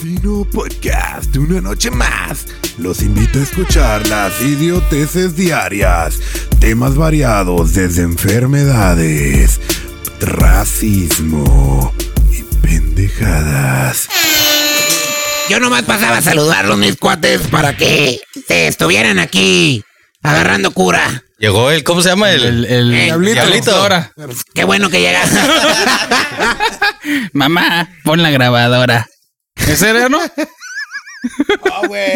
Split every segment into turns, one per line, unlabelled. Chino Podcast, una noche más. Los invito a escuchar las idioteces diarias, temas variados desde enfermedades, racismo y pendejadas.
Yo nomás pasaba a saludarlos, mis cuates, para que se estuvieran aquí agarrando cura.
Llegó el, ¿cómo se llama? El,
El, el
Eh,
diablito.
diablito.
Ahora.
Pues, qué bueno que llegas.
Mamá, pon la grabadora. ¿Ese era, no?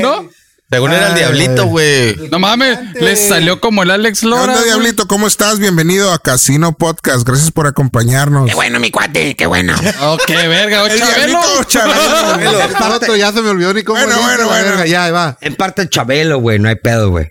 ¿No?
Según era el
Ay,
diablito,
ay.
güey.
No mames, les salió como el Alex
¿Qué
Lora.
onda,
güey.
Diablito? ¿Cómo estás? Bienvenido a Casino Podcast. Gracias por acompañarnos.
Eh,
qué bueno, mi cuate, qué bueno.
Oh, qué verga,
El
Chabelo.
Diablito, Chabelo.
Es parte-
Otro, ya se me olvidó ni cómo.
Bueno,
dice,
bueno,
la
bueno.
verga, Ya, ahí va.
En parte Chabelo, güey, no hay pedo, güey.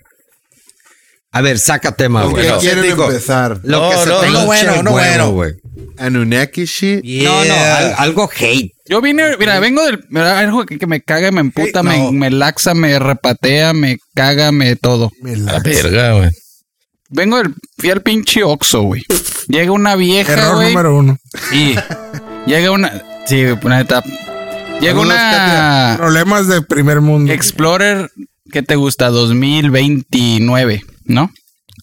A ver, saca tema,
¿Con
güey.
qué
bueno.
quieren
Digo,
empezar?
Lo
No,
que se
no,
te
no
hinche
bueno,
el
no bueno.
huevo, güey.
Anunnaki shit.
No, no, al- algo hate.
Yo vine, mira, vengo del. mira, algo que, que me caga, me emputa, me, me laxa, me repatea, me caga, me todo.
La verga, güey.
Vengo del. Fui al pinche Oxxo, güey. Llega una vieja,
Error
güey.
número uno.
Y llega una. Sí, una etapa. Llega
Saludos,
una.
Problemas de primer
Eh,
mundo.
Explorer que te gusta 2029, ¿no?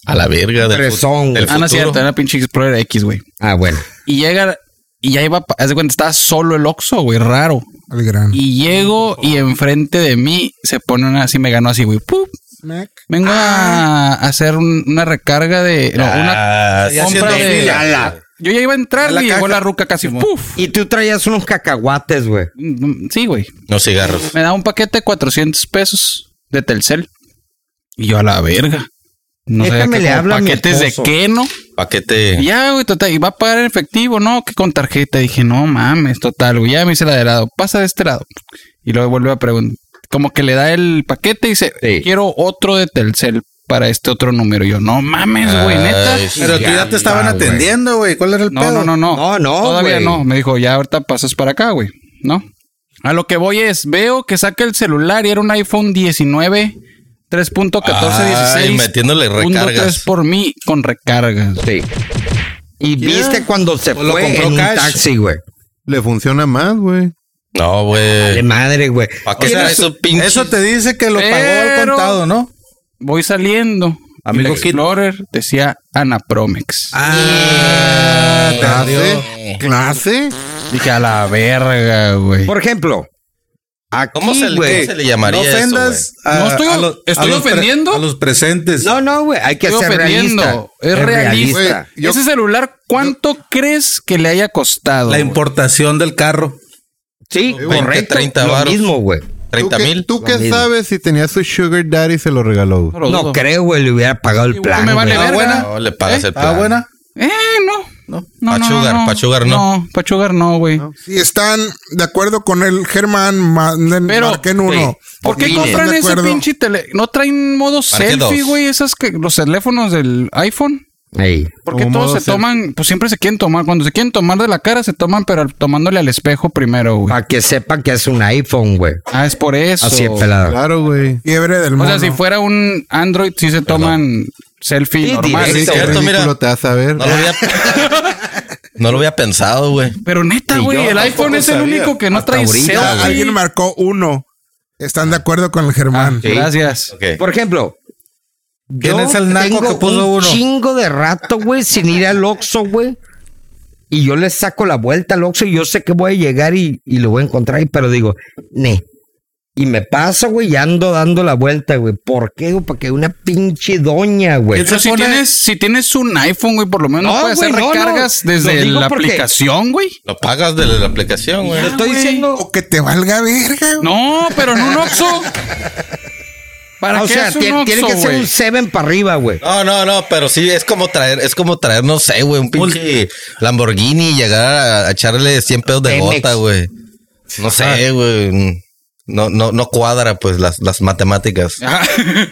A la verga del, fut-
Fresón,
del
güey.
Ah, no es
futuro.
cierto, era pinche Explorer X, güey.
Ah, bueno.
Y llega y ya iba, pa- haz de cuenta, estaba solo el Oxxo, güey, raro.
Al gran.
Y llego y enfrente de mí se pone una así, me ganó así, güey. ¡pup! Vengo a hacer un- una recarga de. No, una,
Ah, sí,
compra
haciendo
de-
fila.
Ala.
yo ya iba a entrar
A la
y llegó
caja.
la ruca casi. ¡Puf!
Y tú traías unos cacahuates, güey.
Mm, Sí, güey.
No cigarros.
Me da un paquete de 400 pesos de Telcel. Y yo a la verga. No sabía
Déjame
que
le
como
hablo a mi
paquetes de
esposo.
qué, ¿no? Y
Paquete.
Ya, güey, total, y va a pagar en efectivo, ¿no? Que con tarjeta. Dije, no mames, total, güey. Ya me hice la de lado. Pasa de este lado. Y luego vuelve a preguntar. Como que le da el paquete y dice,
Sí.
quiero otro de Telcel para este otro número. Y yo, no mames, güey, neta.
Ay, sí.
Pero tú ya te estaban
güey.
atendiendo, güey. ¿Cuál era el
No,
pedo?
no, no, no.
No, no,
Todavía
güey.
no. Me dijo, ya ahorita pasas para acá, güey. ¿No? A lo que voy es, veo que saca el celular y era un iPhone 19 3.1416.
Ay, metiéndole
punto
recargas.
tres por mí con recargas.
Sí. Y viste cuando se
¿O lo
fue
compró
en un
cash?
taxi, güey.
Le funciona más, güey.
No,
De
güey.
madre, güey. pues,
¿Para qué
O sea,
traes esos pinches?
Eso te dice que lo pagó al
Pero-
contado, ¿no?
Voy saliendo.
Amigo
el
Kit.
Explorer decía Anapromex.
Ah, clase. Clase.
Dije, a la verga, güey.
Por ejemplo, aquí,
¿Cómo se, le-
güey.
cómo se le llamaría
No ofendas
eso,
a,
No estoy-
a los-
estoy
a los pre-
ofendiendo.
a los presentes.
No, no, güey. Hay que
Estoy
ser realista.
ofendiendo. Es realista.
Güey, yo-
Ese celular, ¿cuánto crees que le haya costado?
La
güey?
importación del carro.
Sí,
20,
correcto.
30
lo
varos.
mismo, güey.
güey? ¿30 mil?
¿Tú
Lo
qué sabes?
mismo. sabe
No,
Sabe
si tenía su sugar daddy se lo
lo
regaló?
dudo.
No creo, güey, le hubiera pagado el
Igual
plan.
me vale
güey.
verga.
No, le pagas
¿Eh?
el plan.
¿Está buena?
Eh, no. No, no,
Pachugar,
no, no.
Pachugar no.
No, Pachugar no, güey.
Si están de acuerdo con el Germán, manden,
Pero,
marquen uno.
¿Por qué
Miles.
compran
¿Están de
ese
acuerdo?
pinche tele? ¿No traen modo selfie,
dos.
güey? Esas que los teléfonos del iPhone.
Ey.
Porque
Como
todos
modo
se
selfie.
toman, pues siempre se quieren tomar. Cuando se quieren tomar de la cara, se toman, pero tomándole al espejo primero, güey.
Para que sepan que es un iPhone, güey.
Ah, es por eso.
Así es pelado.
Claro, güey.
Fiebre del
O
mundo.
sea, si fuera un Android, sí se toman selfie
Sí,
normal.
directo.
Sí,
Esto,
qué
mira.
ridículo te vas a ver.
No lo había, no lo había pensado, güey.
Pero neta,
Sí,
güey,
yo
el iPhone es el
sabía.
único que no
Hasta
trae
ahorita,
Ah,
selfie.
Alguien marcó uno. Están de acuerdo con el
Ah,
Germán.
Gracias.
Ok.
Por ejemplo,
¿Quién
yo
es el naco
tengo
que puso
un
uno?
chingo de rato, güey, sin ir al Oxxo, güey. Y yo le saco la vuelta al Oxxo y yo sé que voy a llegar y, y lo voy a encontrar ahí, pero digo, ne. Y me paso, güey, y ando dando la vuelta, güey. ¿Por qué? güey? Porque una pinche doña, güey.
Pero si tienes, si tienes un iPhone, güey, por lo menos
Pues, No,
puedes
güey,
hacer
no,
recargas
no. Lo
desde
digo
la
porque-
aplicación, güey.
Lo pagas de la aplicación, güey.
Te estoy
güey.
diciendo,
O que te valga verga. güey.
No, pero en un Oxxo. ¿Para
Ah, o
qué
sea,
es un
tiene, tiene
Oxxo,
que ser
güey?
un 7 para arriba, güey.
No, no, no, pero sí es como traer, es como traer, no sé, güey, un pinche Lamborghini y llegar a, a echarle 100 pedos de
Pemex.
gota, güey. No sé, güey. No, no, no cuadra, pues, las, las matemáticas.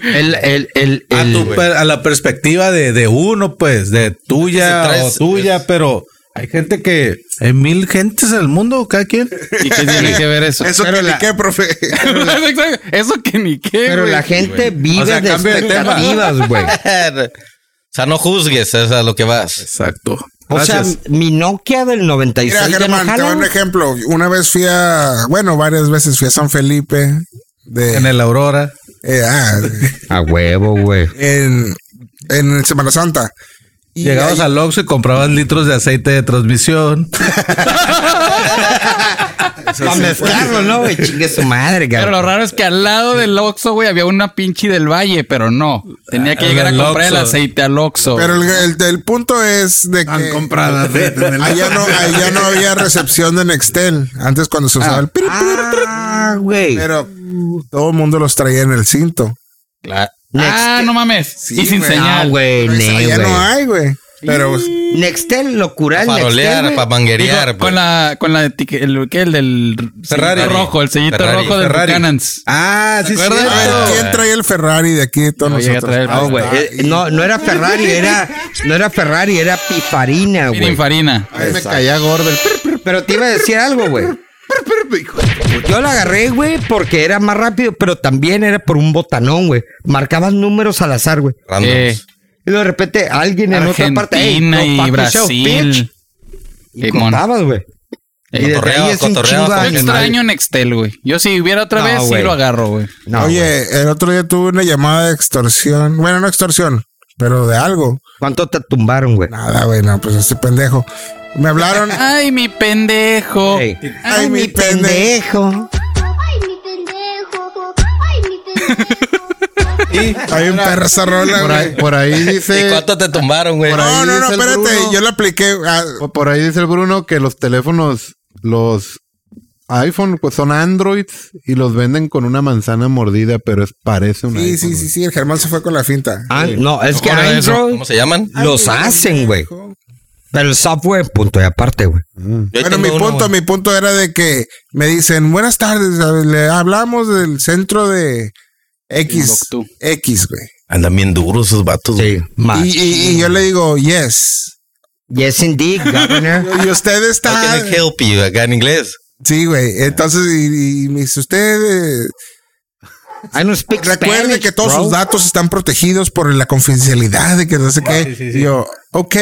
El, el, el,
Ah,
A,
el-
tu per- pues, a la perspectiva de, de uno, pues, de tuya
Si traes-
o tuya, pero hay gente que. Hay mil gentes en el mundo, cada quien.
¿Y qué tiene que ver eso?
Eso que
Pero
ni
la-
qué, profe.
Eso que ni qué,
Pero
güey.
la gente vive
O sea,
de
cambio de tema.
expectativas, güey.
sea, no juzgues, es a lo que vas.
Exacto.
O
Gracias.
sea, mi Nokia del 96
Mira,
ya no
Germán, te voy
jala,
a dar un
güey.
ejemplo. Una vez fui a, bueno, varias veces fui a San Felipe. De,
en el Aurora.
eh, ah,
A huevo, güey.
en, en Semana Santa. Y
Llegabas
ahí-
al Oxxo y comprabas litros de aceite de transmisión.
Para mezclarlo, ¿no, güey? Chingue su madre,
Pero lo
cabrón.
raro es que al lado del Oxxo, güey, había una pinche del Valle, pero no. Tenía que
Ah,
llegar a
del
comprar el
Oxxo.
aceite al Oxxo.
Pero el, el- el punto es de que
Han comprado aceite en el-
allá no, allá no había recepción de Nextel. Antes cuando se usaba el pri-
Ah, güey.
pero todo el mundo los traía en el cinto.
ah,
Nextel.
no mames.
Sí,
y sin
güey.
señal.
No, güey,
Pues
ne,
allá
güey.
no hay, güey. Pero pues,
Nextel, locura.
Para olear, para
Digo,
manguerear.
con
pues.
la con la etiqueta, el, ¿qué? el del
Ferrari.
sellito rojo, el sellito
Ferrari,
rojo del
Ferrari.
Buchanan's.
Ah, sí,
¿Te acuerdas?
a ver,
cierto.
¿quién trae el Ferrari de aquí? de Todos
No llegué a
nosotros.
traer el
Ah,
Ferrari.
güey.
Eh, no, no era Ferrari, era, no era Ferrari, era Pifarina, güey.
Sin farina.
Ahí me caía gordo el prr, prr,
Pero te iba a decir algo, güey.
prr, hijo.
Yo la agarré, güey, porque era más rápido, pero también era por un botanón, güey. Marcabas números al azar, güey.
Random.
Eh,
Y de repente alguien en otra parte. "Hey,
Argentina
no,
y
papi, show,
Brasil.
bitch", Y
Simón.
contabas, güey. Y desde
Cotorreo,
ahí es un
cotorreo,
chingo de
cotorreo.
animales.
Eh, Extraño Nextel, güey. Yo si hubiera otra
No,
vez,
güey.
sí lo agarro, güey.
No, güey.
Oye, el otro día tuve una llamada de extorsión. Bueno, no extorsión, pero de algo.
¿Cuánto te tumbaron, güey?
Nada, güey, no, pues este pendejo. Me hablaron.
Ay, mi pendejo.
Ey.
Ay, mi pendejo.
Pendejo.
Ay, mi pendejo. Ay, mi pendejo.
Hay un perro esa rola,
Por ahí,
güey.
por ahí
¿Y
dice.
cuánto te tumbaron, güey?
Por
No,
ahí
no, no,
dice el
espérate.
Bruno.
Yo le apliqué. ah,
Por ahí dice el Bruno que los teléfonos, los iPhone, pues son Androids y los venden con una manzana mordida, pero es, parece un
sí, sí, sí, sí. El Germán se fue con la finta.
Ah, no, es que
Mejor eso.
Android
¿Cómo se llaman?
los hacen, güey. Pero el software, punto y aparte, güey.
Yo
Bueno,
tengo
mi
uno,
punto,
güey.
mi punto era de que me dicen, buenas tardes, a- le hablamos del centro de X,
Timbuktu.
X, güey.
Andan bien duros esos vatos, güey.
Sí, más.
Y, y- y yo le digo, yes.
Yes, indeed, governor.
Y usted
How
está...
can I help you? Acá en inglés.
Sí, güey. Entonces, y, y me dice, usted... eh,
I don't speak
Recuerde
Spanish,
que todos
bro.
sus datos están protegidos por la confidencialidad de que no sé qué. Y yo, ok.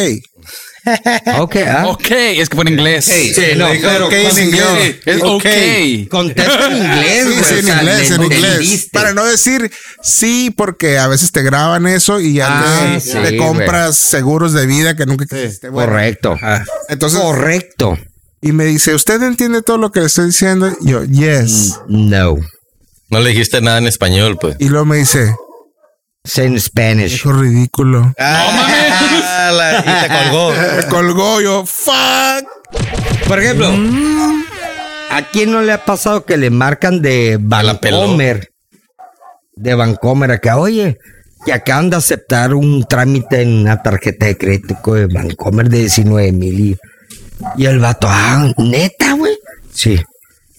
Ok, ah.
Ok, es que fue en inglés.
Sí, no, pero
en inglés.
Es ok.
Contesta en inglés,
Sí,
güey.
sí,
o
en
sea,
inglés,
le
en inglés.
entendiste.
Para no decir sí, porque a veces te graban eso y ya
Ah,
te,
sí,
te
güey.
compras seguros de vida que nunca existe. Bueno,
Correcto.
Entonces,
Correcto.
y me dice, ¿usted entiende todo lo que le estoy diciendo? Y yo,
Mm.
yes.
No.
No le dijiste nada en español, pues.
Y luego me dice,
Say in Spanish.
hijo ridículo.
Ah, la- y te colgó.
Me colgó yo, fuck.
Por ejemplo, ¿a quién no le ha pasado que le marcan de
la peló.
Vancomer? De Vancomer acá, oye, que acaban de aceptar un trámite en una tarjeta de crédito de Vancomer de 19 mil y, y el vato, ah, neta, güey. Sí.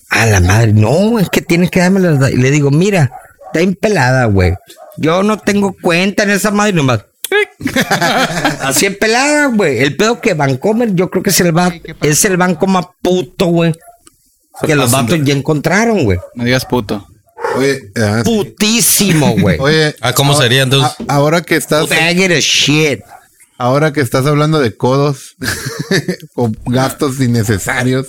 A la madre, no, es que tienes que darme la verdad. Y le digo, mira, está empelada, güey. Yo no tengo cuenta en esa madre nomás. Así en pelada, güey. El pedo que Vancomer, yo creo que es el, ba- es el banco más puto, güey. Que los vatos ya encontraron, güey.
No digas puto.
Oye, ah,
Putísimo, güey.
oye,
Ah, ¿cómo
ahora-
sería entonces?
a- ahora que estás,
Faggot as shit.
ahora que estás hablando de codos o gastos innecesarios,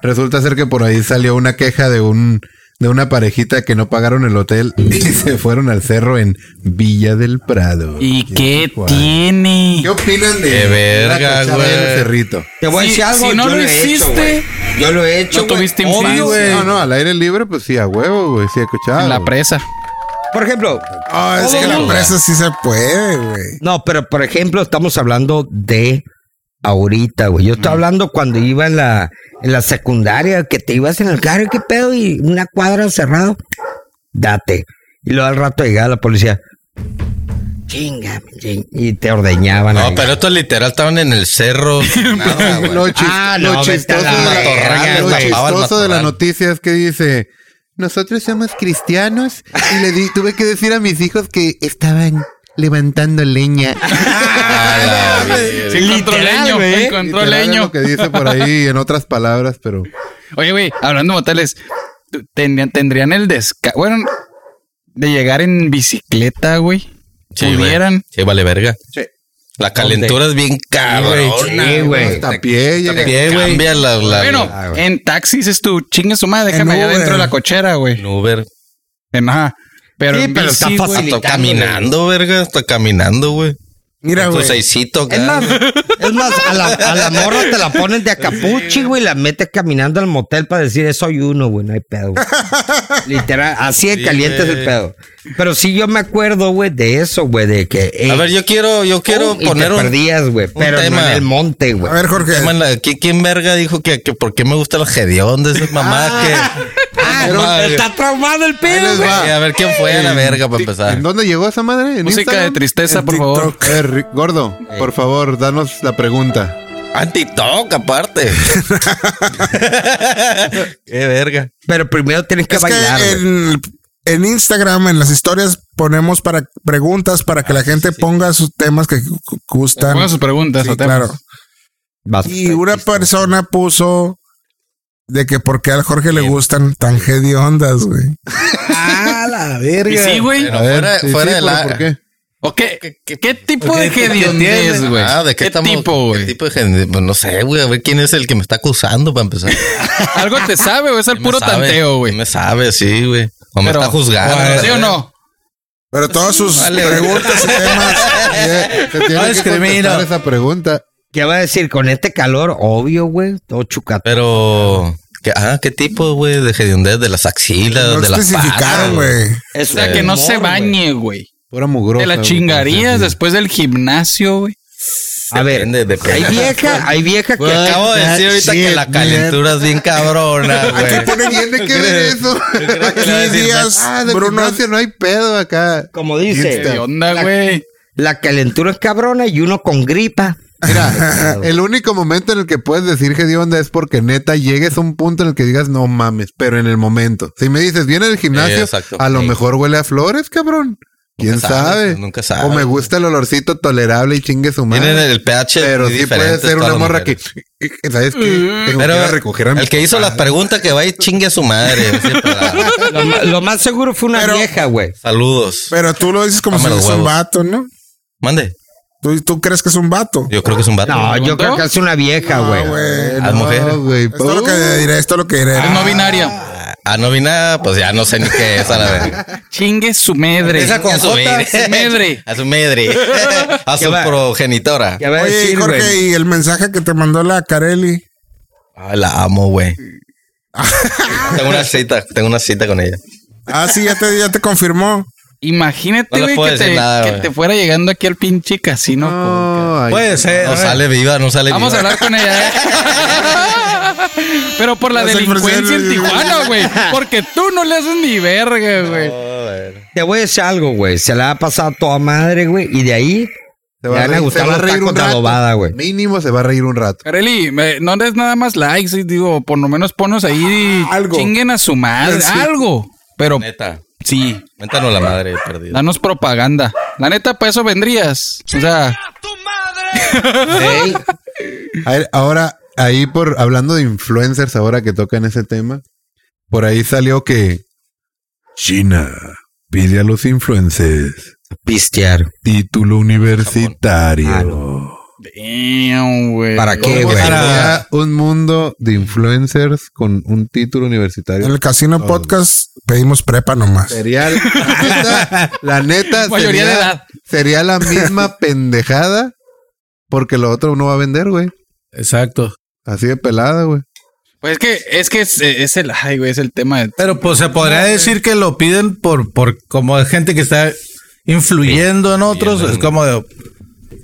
resulta ser que por ahí salió una queja de un de una parejita que no pagaron el hotel y se fueron al cerro en Villa del Prado.
¿Y qué
Guay.
tiene?
¿Qué opinan de,
Qué
de
verga,
la cachada
güey.
del cerrito?
Te voy a
Si-
decir algo.
si no
yo
lo
he hecho,
hiciste,
güey. yo lo he hecho.
no
güey.
tuviste
Obvio,
infancia.
güey.
No, no, al aire libre, pues sí, a huevo, güey, sí, escuchado.
En la presa.
Por ejemplo,
Ah,
Oh,
es que la empresa sí se puede, güey.
no, pero por ejemplo, estamos hablando de ahorita, güey. Yo estoy hablando cuando iba en la, en la secundaria, que te ibas en el carro, y qué pedo, y una cuadra cerrada. Date. Y luego al rato llegaba la policía. Chinga, ching- y te ordeñaban.
No,
ahí.
pero estos literal estaban en el cerro. Nada, güey.
Lo, chis-
Ah,
lo
no, vete a
chistoso,
la
de la,
verga,
lo
güey.
chistoso de la
Matorral.
noticia es que dice: Nosotros somos cristianos y le di- tuve que decir a mis hijos que estaban levantando leña.
Ah, la verga.
Sí, encontró leño. Encontró
Literal es
leño.
lo que dice por ahí en otras palabras, pero
Oye, güey, hablando de moteles, ¿tú- tendrían, tendrían el descanso. Bueno, de llegar en bicicleta, güey.
Sí, güey.
pudieran.
Sí, vale verga. La calentura es bien cabrona.
Sí, güey.
Hasta pie llega.
Bien, güey. Cambia la, la-
Bueno,
la-
en taxi dices tú, chingue su madre, déjame allá
Uber.
dentro de la cochera, güey.
en Uber.
En ajá. Pero,
Sí,
en
pero está
bici, güey,
facilitando,
Hasta caminando, verga. Hasta caminando, güey.
Mira,
Tu
güey.
seisito,
Es
acá.
más, es más, a la, a la morra te la ponen de acapuchi, güey, la metes caminando al motel para decir, "Eh, soy uno, güey, no hay pedo. güey". Literal, así de
Sí,
caliente es el
güey.
pedo. Pero sí yo me acuerdo, güey, de eso, güey, de que... eh,
A ver, yo quiero, yo quiero
pum, y
poner
te
un,
perdías, güey, pero no
tema. Ah,
en el monte, güey.
A ver, Jorge.
tema en la- ¿qui- ¿Quién verga dijo que, que por qué me gusta el gedeón de esas mamás que.
Ah,
Pero-
no, está traumado el
Ahí
pedo,
les
güey.
va.
Sí, a ver quién fue a la verga para empezar.
¿En dónde llegó esa madre? ¿En
Música de
Instagram?
tristeza,
En
por favor.
TikTok.
Eh, Ri- Gordo, por favor, danos la pregunta.
Antitoc, aparte. qué verga.
Pero primero tienes que
es
bailar,
que
güey.
en, en Instagram, en las historias, ponemos para preguntas para
Ah,
que la gente ponga sus temas que gu- gu- gustan.
Pongan sus preguntas.
Sí,
o temas.
claro.
Vas.
Y una persona puso de que porque al Jorge le gustan tan hediondas, güey.
Ah, la
Y
verga.
sí, güey.
Pero fuera,
sí,
fuera
sí,
de
pero
la.
¿Por qué?
¿O qué, qué, tipo de
qué- qué
hediondez,
tiene?
güey?
Ah, ¿de qué, estamos-
tipo,
¿Qué
güey?
tipo de gente? Pues no sé, güey. A ver quién es el que me está acusando para empezar.
Algo te sabe, güey. Es el
¿Quién me
puro
sabe?
tanteo,
¿Quién
güey.
Me sabe, sí, güey. O me
Pero-
está juzgando.
¿Sí o no?
Pero todas sus
vale, güey.
preguntas y temas.
Oye, se tiene
No
que
discrimino.
contestar esa pregunta.
¿Qué va a decir? Con este calor, obvio, güey, todo
Eh,
chucato.
Pero. ¿qué, ah, ¿qué tipo, güey? De hediondez, de las axilas,
No
de las patas,
especificaron, güey.
Es
O sea, que no se bañe, güey.
Pura mugrosa.
Te la
güey,
chingarías después del gimnasio, güey.
A ver,
Depende, depende.
hay vieja, hay vieja que
Güey, acabo de decir ahorita
Sí,
que la calentura es bien cabrona, güey.
Pone tiene que ver eso.
le va a
Aquí
decir,
días,
Ah, de
Bruno.
gimnasio no hay pedo acá.
Como dice,
¿Qué onda, güey?
la calentura es cabrona y uno con gripa.
Mira, el único momento en el que puedes decir que de onda es porque neta llegues a un punto en el que digas no mames, pero en el momento. Si me dices, viene del
Sí,
gimnasio,
exacto.
a lo
Sí.
mejor huele a flores, cabrón. ¿Quién
sabes,
sabe?
nunca sabes.
O me gusta el olorcito tolerable y chingue su madre.
Tienen el pH
pero sí puede
diferente
ser
todas
una
las
morra que,
mujeres.
¿sabes qué? Tengo que ir a
Pero
recoger a mi
el que hizo la pregunta que va y chingue a su madre. así, para-
Lo, ma- lo más seguro fue una vieja, güey.
Saludos.
Pero tú lo dices como
Dame
si
los
es un
huevos.
vato, ¿no?
Mande.
¿Tú, tú crees que es un vato.
Yo creo que es un vato.
No, yo
¿Preguntó?
creo que es una vieja, güey.
Ah, güey.
a la mujer.
güey.
Esto es lo
Uh.
que diré, esto es lo que diré.
Es Ah, no binaria.
Ah, no vi nada, pues ya no sé ni qué es a la verga.
Chingue su madre.
Empieza con
A su
J.
madre.
A su madre. A su
va?
progenitora.
¿Qué va a
Oye,
decir,
Jorge,
güey?
y el mensaje que te mandó la Carelli.
Ah, la amo, güey. tengo una cita, tengo una cita con ella.
Ah, sí, ya te, ya te confirmó.
Imagínate,
No les
güey,
puedo
que,
decir
te,
nada,
que
güey.
te fuera llegando aquí al pinche casino. con-
No, ay,
Puede ser.
No
a ver.
sale viva, no sale
Vamos a
viva.
hablar con ella, ¿eh? Pero por la
Vas a
delincuencia en
ofrecerle-
Tijuana, güey. Porque tú no le haces ni verga, güey.
Te voy a decir algo, güey. Se la ha pasado toda madre, güey. Y de ahí
se
le
va a
van a
reír-
gustar
se va a
los
reír
tacos
un
de
rato.
adobada, güey.
Mínimo se va a reír un rato.
Careli, me- no des nada más likes, y digo, por lo menos ponos ahí
Ah, algo.
chinguen a su madre,
Sí.
algo. Pero
Neta.
sí,
Méntanos la madre perdida.
danos propaganda. La neta, para eso vendrías. O sea,
A ver, ahora, ahí por hablando de influencers, ahora que tocan ese tema, por ahí salió que China pide a los influencers
Pistear.
título universitario.
damn, güey.
¿Para qué,
¿Cómo
güey?
sería un mundo de influencers con un título
En
universitario.
el Casino Podcast pedimos prepa nomás.
Sería la neta, la neta
Mayoría
sería,
de edad.
sería la misma pendejada porque lo otro no va a vender, güey.
Exacto.
Así de pelada, güey.
Pues es que, es que es, es el, ay, güey, es el tema de...
Pero pues se podría decir que lo piden por, por como gente que está influyendo en otros. Es como de, de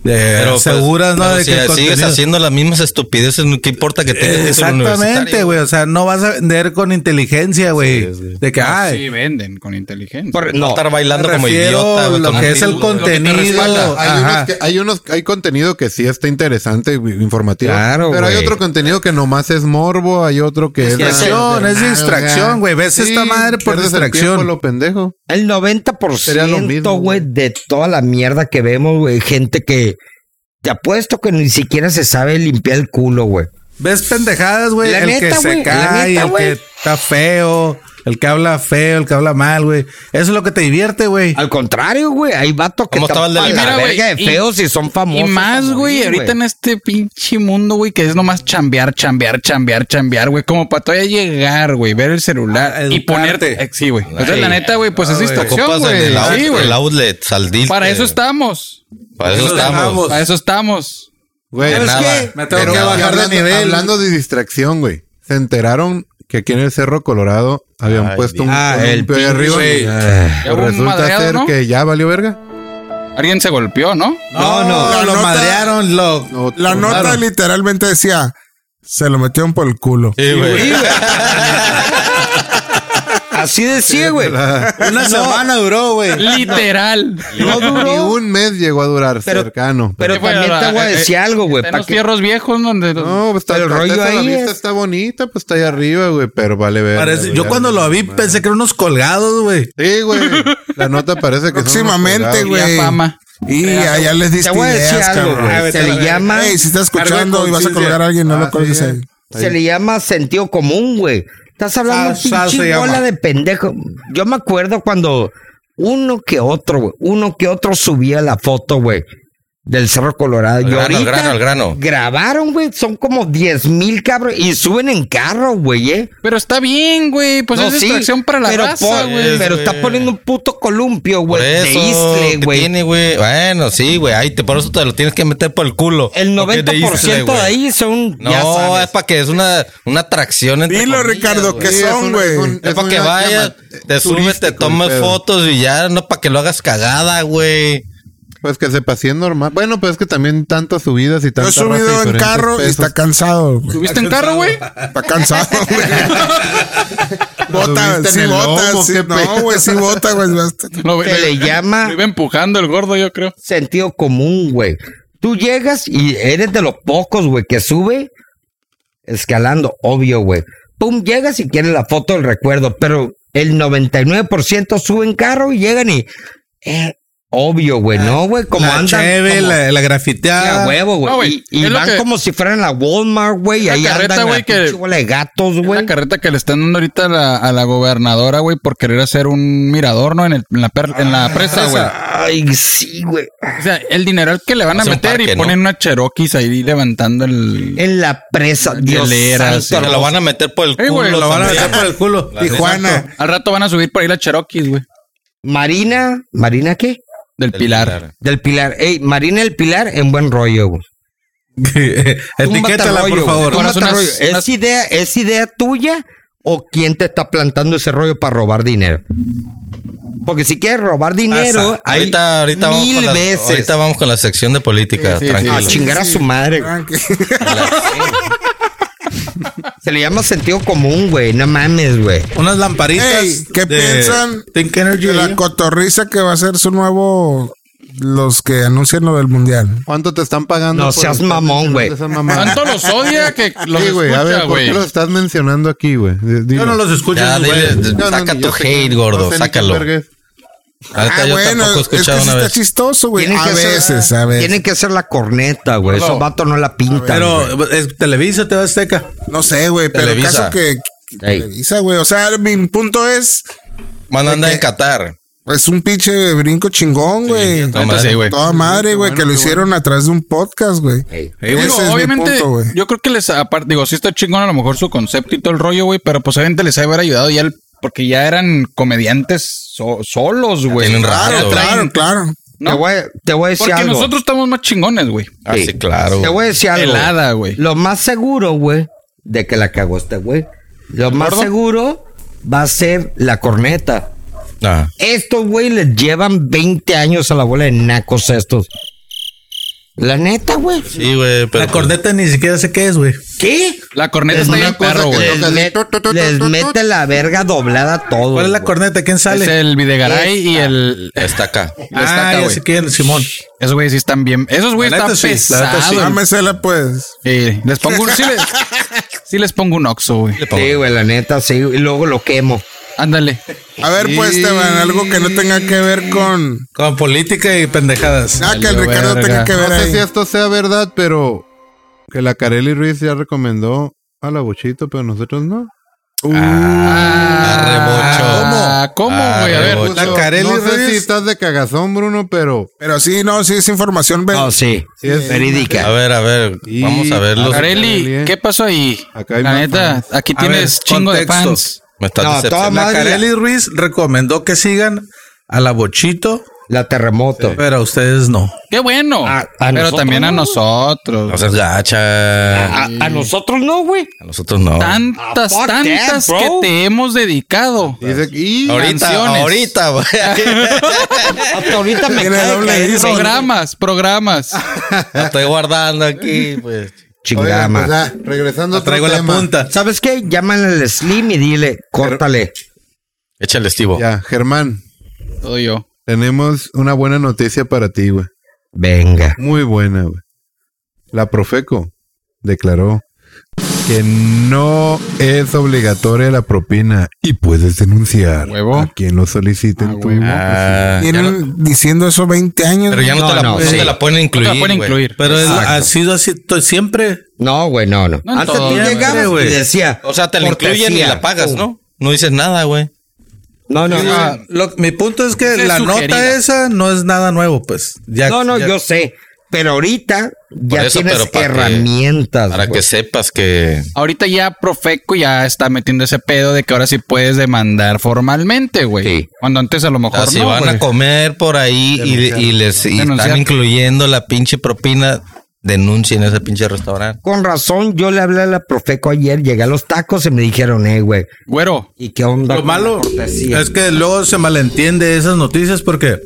Pero pues,
seguras, ¿no?
pero
de
si
que el
sigues
contenido-
haciendo las mismas estupideces, no- ¿qué importa que tengas título
Exactamente,
universitario?
güey. O sea, no vas a vender con inteligencia, güey. de que, ay,
Sí, venden con inteligencia.
Por-
No
no,
estar bailando
me
Ah, como
refiero
idiota. güey,
lo
con
que
un
es el
título, güey.
contenido.
Hay
Ajá.
unos, que- hay unos- hay contenido que sí está interesante, y- informativo.
Claro,
pero hay
güey.
otro contenido que nomás es morbo, hay otro que es Ah,
Distracción, es distracción, güey. Ves esta madre por
pierdes el
distracción.
tiempo, lo pendejo.
El
Sería lo mismo,
90%,
güey.
güey, de toda la mierda que vemos, güey. Gente que te apuesto que ni siquiera se sabe limpiar el culo, güey.
Ves pendejadas, güey.
La
El que
neta,
se
güey, la
cae,
neta,
el
güey.
que está feo. El que habla feo, el que habla mal, güey. Eso es lo que te divierte, güey.
Al contrario, güey, hay vatos que
¿Cómo estaba el de
pa'
la-
la
Mira, güey,
verga de
y-
feos y son famosos.
Y más,
a
güey,
morir,
ahorita en este pinche mundo, güey, que es nomás chambear, chambear, chambear, chambear, güey. Como para todavía llegar, güey, ver el celular
Ah,
y
educarte.
ponerte. eh, sí, güey. Entonces,
Sí.
la neta, güey, pues es distracción,
Ocupas
güey.
el, out-
Sí, güey.
el outlet, saldil.
Para eso estamos.
Para eso
Eso
estamos.
estamos.
Para eso estamos.
Güey,
De nada.
Me tengo
Pero
que
ya
bajar de
hablando,
nivel.
Hablando de distracción, güey. Se enteraron que aquí en el Cerro Colorado habían
Ay,
puesto un,
Ah,
un
el
pie ahí arriba.
pinche-
Eh.
Ah,
Ya hubo un
resulta
madreado,
ser
¿no?
que ya valió verga.
Alguien se golpeó, ¿no?
No, no,
La
lo
nota-
madrearon, lo.
No,
La nota
Claro.
literalmente decía, se lo metieron por el culo.
Sí, güey.
güey. Así decía, güey.
Una semana duró, güey.
Literal.
No Ni un mes llegó a durar
Pero-
cercano.
Pero
Sí, güey,
también te
ahora,
voy a
eh,
decir algo, güey.
Están
pa'
los
que-
fierros viejos donde los-
no, pues está
pero el rollo
está- la
ahí
vista
es-
está bonita, pues está ahí arriba, güey, pero vale verga.
Parece-
güey,
yo
ya
cuando
valió
lo vi
madre.
pensé que eran unos colgados, güey.
Sí, güey. La nota parece que son unos
Próximamente,
colgados.
colgados.
güey.
Y la fama.
Y allá les diste
Te voy a decir
ideas,
algo,
cabrón.
güey. Se le llama.
Ey, si estás
Cargo de
escuchando y vas a
conciencia.
colgar a alguien, no
Ah,
lo colgues
sí,
ahí.
Se le llama sentido común, güey. Estás hablando
Sa- sa- se
pinche
llama.
bola de pendejo. Yo me acuerdo cuando uno que otro, güey, uno que otro subía la foto, güey, del Cerro Colorado.
Al
Y
grano, al
ahorita
grano, al grano.
Grabaron, güey, son como 10 mil cabros y suben en carro, güey, eh.
Pero está bien, güey. Pues
No,
es
sí,
distracción para la
pero
raza,
pon-
güey.
Pero
güey.
estás poniendo un puto columpio,
Por
güey, de
eso.
isle,
¿qué
güey.
tiene, güey? Bueno, sí, güey. Ahí te, por eso te lo tienes que meter por el culo.
El
Porque es
90%
de isle,
de
güey.
ahí son, ya
No,
sabes.
es para que es una, una atracción. entre
Dilo,
comillas,
Ricardo,
güey.
¿qué
Sí, es
son,
un-
güey?
es un-
Es para que
una
vayas,
llama-
te subes, te
turístico,
tomes
el pedo.
fotos y ya, no para que lo hagas cagada, güey.
Pues que se pasee normal. Bueno, pues es que también tantas subidas y
Yo he
tantas
subido en carro y está cansado, güey.
¿Tuviste en carro, güey?
Está cansado, güey. Bota,
Subiste en
sí
el
bota,
lomo,
sí,
qué
no,
pedo.
güey, sí bota, güey.
Lo, ve-
Se le llama
lo iba empujando el gordo, yo creo.
sentido común, güey. Tú llegas y eres de los pocos, güey, que sube escalando, obvio, güey. Pum, llegas y quieres la foto del recuerdo, pero el 99% suben carro y llegan y... eh, obvio, güey, no, güey, como
la
andan...
cheve,
como-
la, la
Sí, a
grafiteada.
huevo, güey.
No, güey,
y y
es lo
van
que-
como si fueran la Walmart, güey, y
la
ahí
carreta,
andan
güey,
la
que-
pinche bola de gatos,
Es
güey.
La carreta que le están dando ahorita a la, a la gobernadora, güey, por querer hacer un mirador, ¿no? En, el- en la, per- en
Ah,
la presa, güey.
Ay, sí, güey.
O sea, el dineral que le van a
Hace un
meter y
parque, ¿no?
ponen una Cherokees ahí levantando el...
En la presa, Dios
hielera, sí.
santo,
Te lo van a meter por el
Eh,
culo.
güey,
Lo van a
también.
meter por el culo.
La
Tijuana.
Al rato van a subir por ahí la Cherokees, güey.
Marina, ¿Marina qué?
Del
El
Pilar.
Del Pilar. Ey, Marina del Pilar en buen rollo, güey.
Etiquétala,
Túmbate
por
rollo,
favor.
güey.
Unas-
Túmbate rollo. ¿Es,
unas-
idea, ¿Es idea tuya o quién te está plantando ese rollo para robar dinero? Porque si quieres robar dinero,
Ahorita-
hay
ahorita, ahorita vamos
mil
con la,
veces.
ahorita vamos con la sección de política,
Sí, sí,
tranquilo.
a chingar a su madre. güey. Se le llama sentido común, güey. No mames, güey.
Unas lamparitas.
Ey, ¿qué
de
piensan
Think Energy.
De la cotorriza que va a ser su nuevo. Los que anuncian lo del mundial.
¿Cuánto te están pagando?
No
por
seas
estar mencionando
mamón, güey.
esas mamadas?
Tanto los odia que los
Sí, güey. A
escucha,
ver, ¿por
güey.
qué lo estás mencionando aquí, güey?
Yo no los escucho.
Ya,
esos
dile,
güeyes.
d- saca tu hate, gordo, sácalo. Ahorita
Ah,
yo
bueno,
tampoco he
es que sí
escuchado una
está
vez.
chistoso, güey.
Tienen
A
que hacer-
veces, a veces.
Tienen que hacer la corneta, güey. Esos vatos no la pintan. güey.
Pero es Televisa, te va Azteca.
No sé, güey, pero el
Televisa.
caso que. que
Ey.
Televisa, güey. O sea, mi punto es.
Van a andar en
que-
Qatar.
Es un pinche brinco chingón, güey.
toda madre.
güey.
Toda madre, güey, que lo hicieron a través de un podcast, güey.
Ey.
Ese
Digo,
es mi
obviamente,
punto, güey.
yo creo que les, aparte, digo, sí está chingón a lo mejor su concepto y todo el rollo, güey, pero pues obviamente les ha de haber ayudado ya el, porque ya eran comediantes so- solos, güey.
tienen rato,
Ya
Claro,
güey.
traen-
claro, claro.
¿no?
Te, voy, a- te voy a decir
Porque
algo.
nosotros estamos más chingones, güey.
Ah,
Sí.
sí, claro.
Te voy a decir algo.
Helada, güey.
Lo más seguro, güey, de que la cagó este güey. Lo más
gordo?
seguro va a ser la corneta.
Ah.
Estos güey les llevan 20 años a la bola de nacos estos. La neta, güey.
Sí, güey, pero pues,
La corneta ni siquiera sé qué es, güey.
¿Qué?
La corneta está bien perro, güey.
Les, met- les mete la verga doblada a todos.
¿Cuál es la
güey.
corneta? ¿Quién
Es
sale?
el Videgaray y el...
está acá.
la estaca,
Ah, ya
güey.
sé quién, Simón.
Esos güeyes sí están bien. Esos güeyes
La neta
están
sí, la neta
pesados.
sí.
Dámesela, pues.
Eh, les pongo un... Sí les, sí les pongo un oxo, güey.
Sí, güey, la neta, sí. Y luego lo quemo.
Ándale.
A ver, pues, Esteban, algo que no tenga que ver con.
Con política y pendejadas.
Ah, que el
Valió
Ricardo
verga.
tenga que ver
No sé si
ahí.
esto sea verdad, pero que la Carelli Ruiz ya recomendó a la Bochito, pero nosotros no.
Ah,
Arrebocho.
¿cómo,
Ah,
güey? A ver.
rebocho.
La Carelli
no sé
Reyes.
si estás de cagazón, Bruno, pero
Pero sí, no, sí es información. ve-
No, Oh, sí.
Sí, es-
Verídica.
A ver, a ver,
Y-
vamos a verlos.
Carelli, ¿qué pasó ahí?
eh. Acá hay
la
más
neta,
fans.
aquí
A
tienes
ver,
chingo de
contexto.
fans.
Me estás
No, toda
decepcionando.
La
madre.
Carelli Ruiz recomendó que sigan a la Bochito,
La terremoto.
pero a ustedes no.
Qué bueno.
A- a
pero
nosotros
también a
no.
nosotros.
No seas gacha.
A, a nosotros no, güey.
A nosotros no.
tantas,
Ah, fuck that,
tantas
bro.
que te hemos dedicado.
dice y
Ahorita,
canciones.
ahorita, güey.
Hasta ahorita me
Tiene
cae
doble
caer-
disco.
Programas, programas.
La estoy guardando aquí, pues.
Oigan,
Chingama.
pues, ah, regresando a otro
Traigo la
tema.
punta.
¿Sabes qué? Llámale al Slim y dile, córtale.
Échale, Estivo.
Ya, Germán,
Todo yo.
tenemos una buena noticia para ti, güey.
Venga.
Muy buena, güey. La Profeco declaró que no es obligatoria la propina y puedes denunciar
Huevo.
a quien lo solicite. en tu- pues
Ah, ya no-
Tienen diciendo eso 20 años.
pero ya no,
No,
te, la,
no,
no
sí.
te la pueden incluir.
la pueden
güey.
incluir.
Pero es-
Exacto.
ha sido así to- siempre.
No, güey, no, no.
No,
Antes
todo,
tú
güey.
llegabas
Güey.
y decía.
O sea, te la
cortesía. Uh.
incluyen y la pagas, ¿no? No dices nada, güey.
No, no,
Ah,
no.
lo- mi punto es que
Es
la nota
sugerida.
esa no es nada nuevo, pues. Ya,
No, no,
ya-
yo sé. Pero ahorita ya
eso,
tienes
pero para que-
herramientas.
Para que
güey.
sepas que.
Ahorita ya Profeco ya está metiendo ese pedo de que ahora sí puedes demandar formalmente, güey.
Sí.
Cuando antes a lo
o sea,
mejor
si
no,
van
güey.
a comer por ahí y, y les y
Denunciar.
están incluyendo la pinche propina, denuncien ese pinche restaurante.
Con razón, yo le hablé a la Profeco ayer, llegué a los tacos y me dijeron, eh, güey,
Güero,
¿y qué onda?
Lo
con la
malo
cortesía?"
es que luego se malentiende esas noticias porque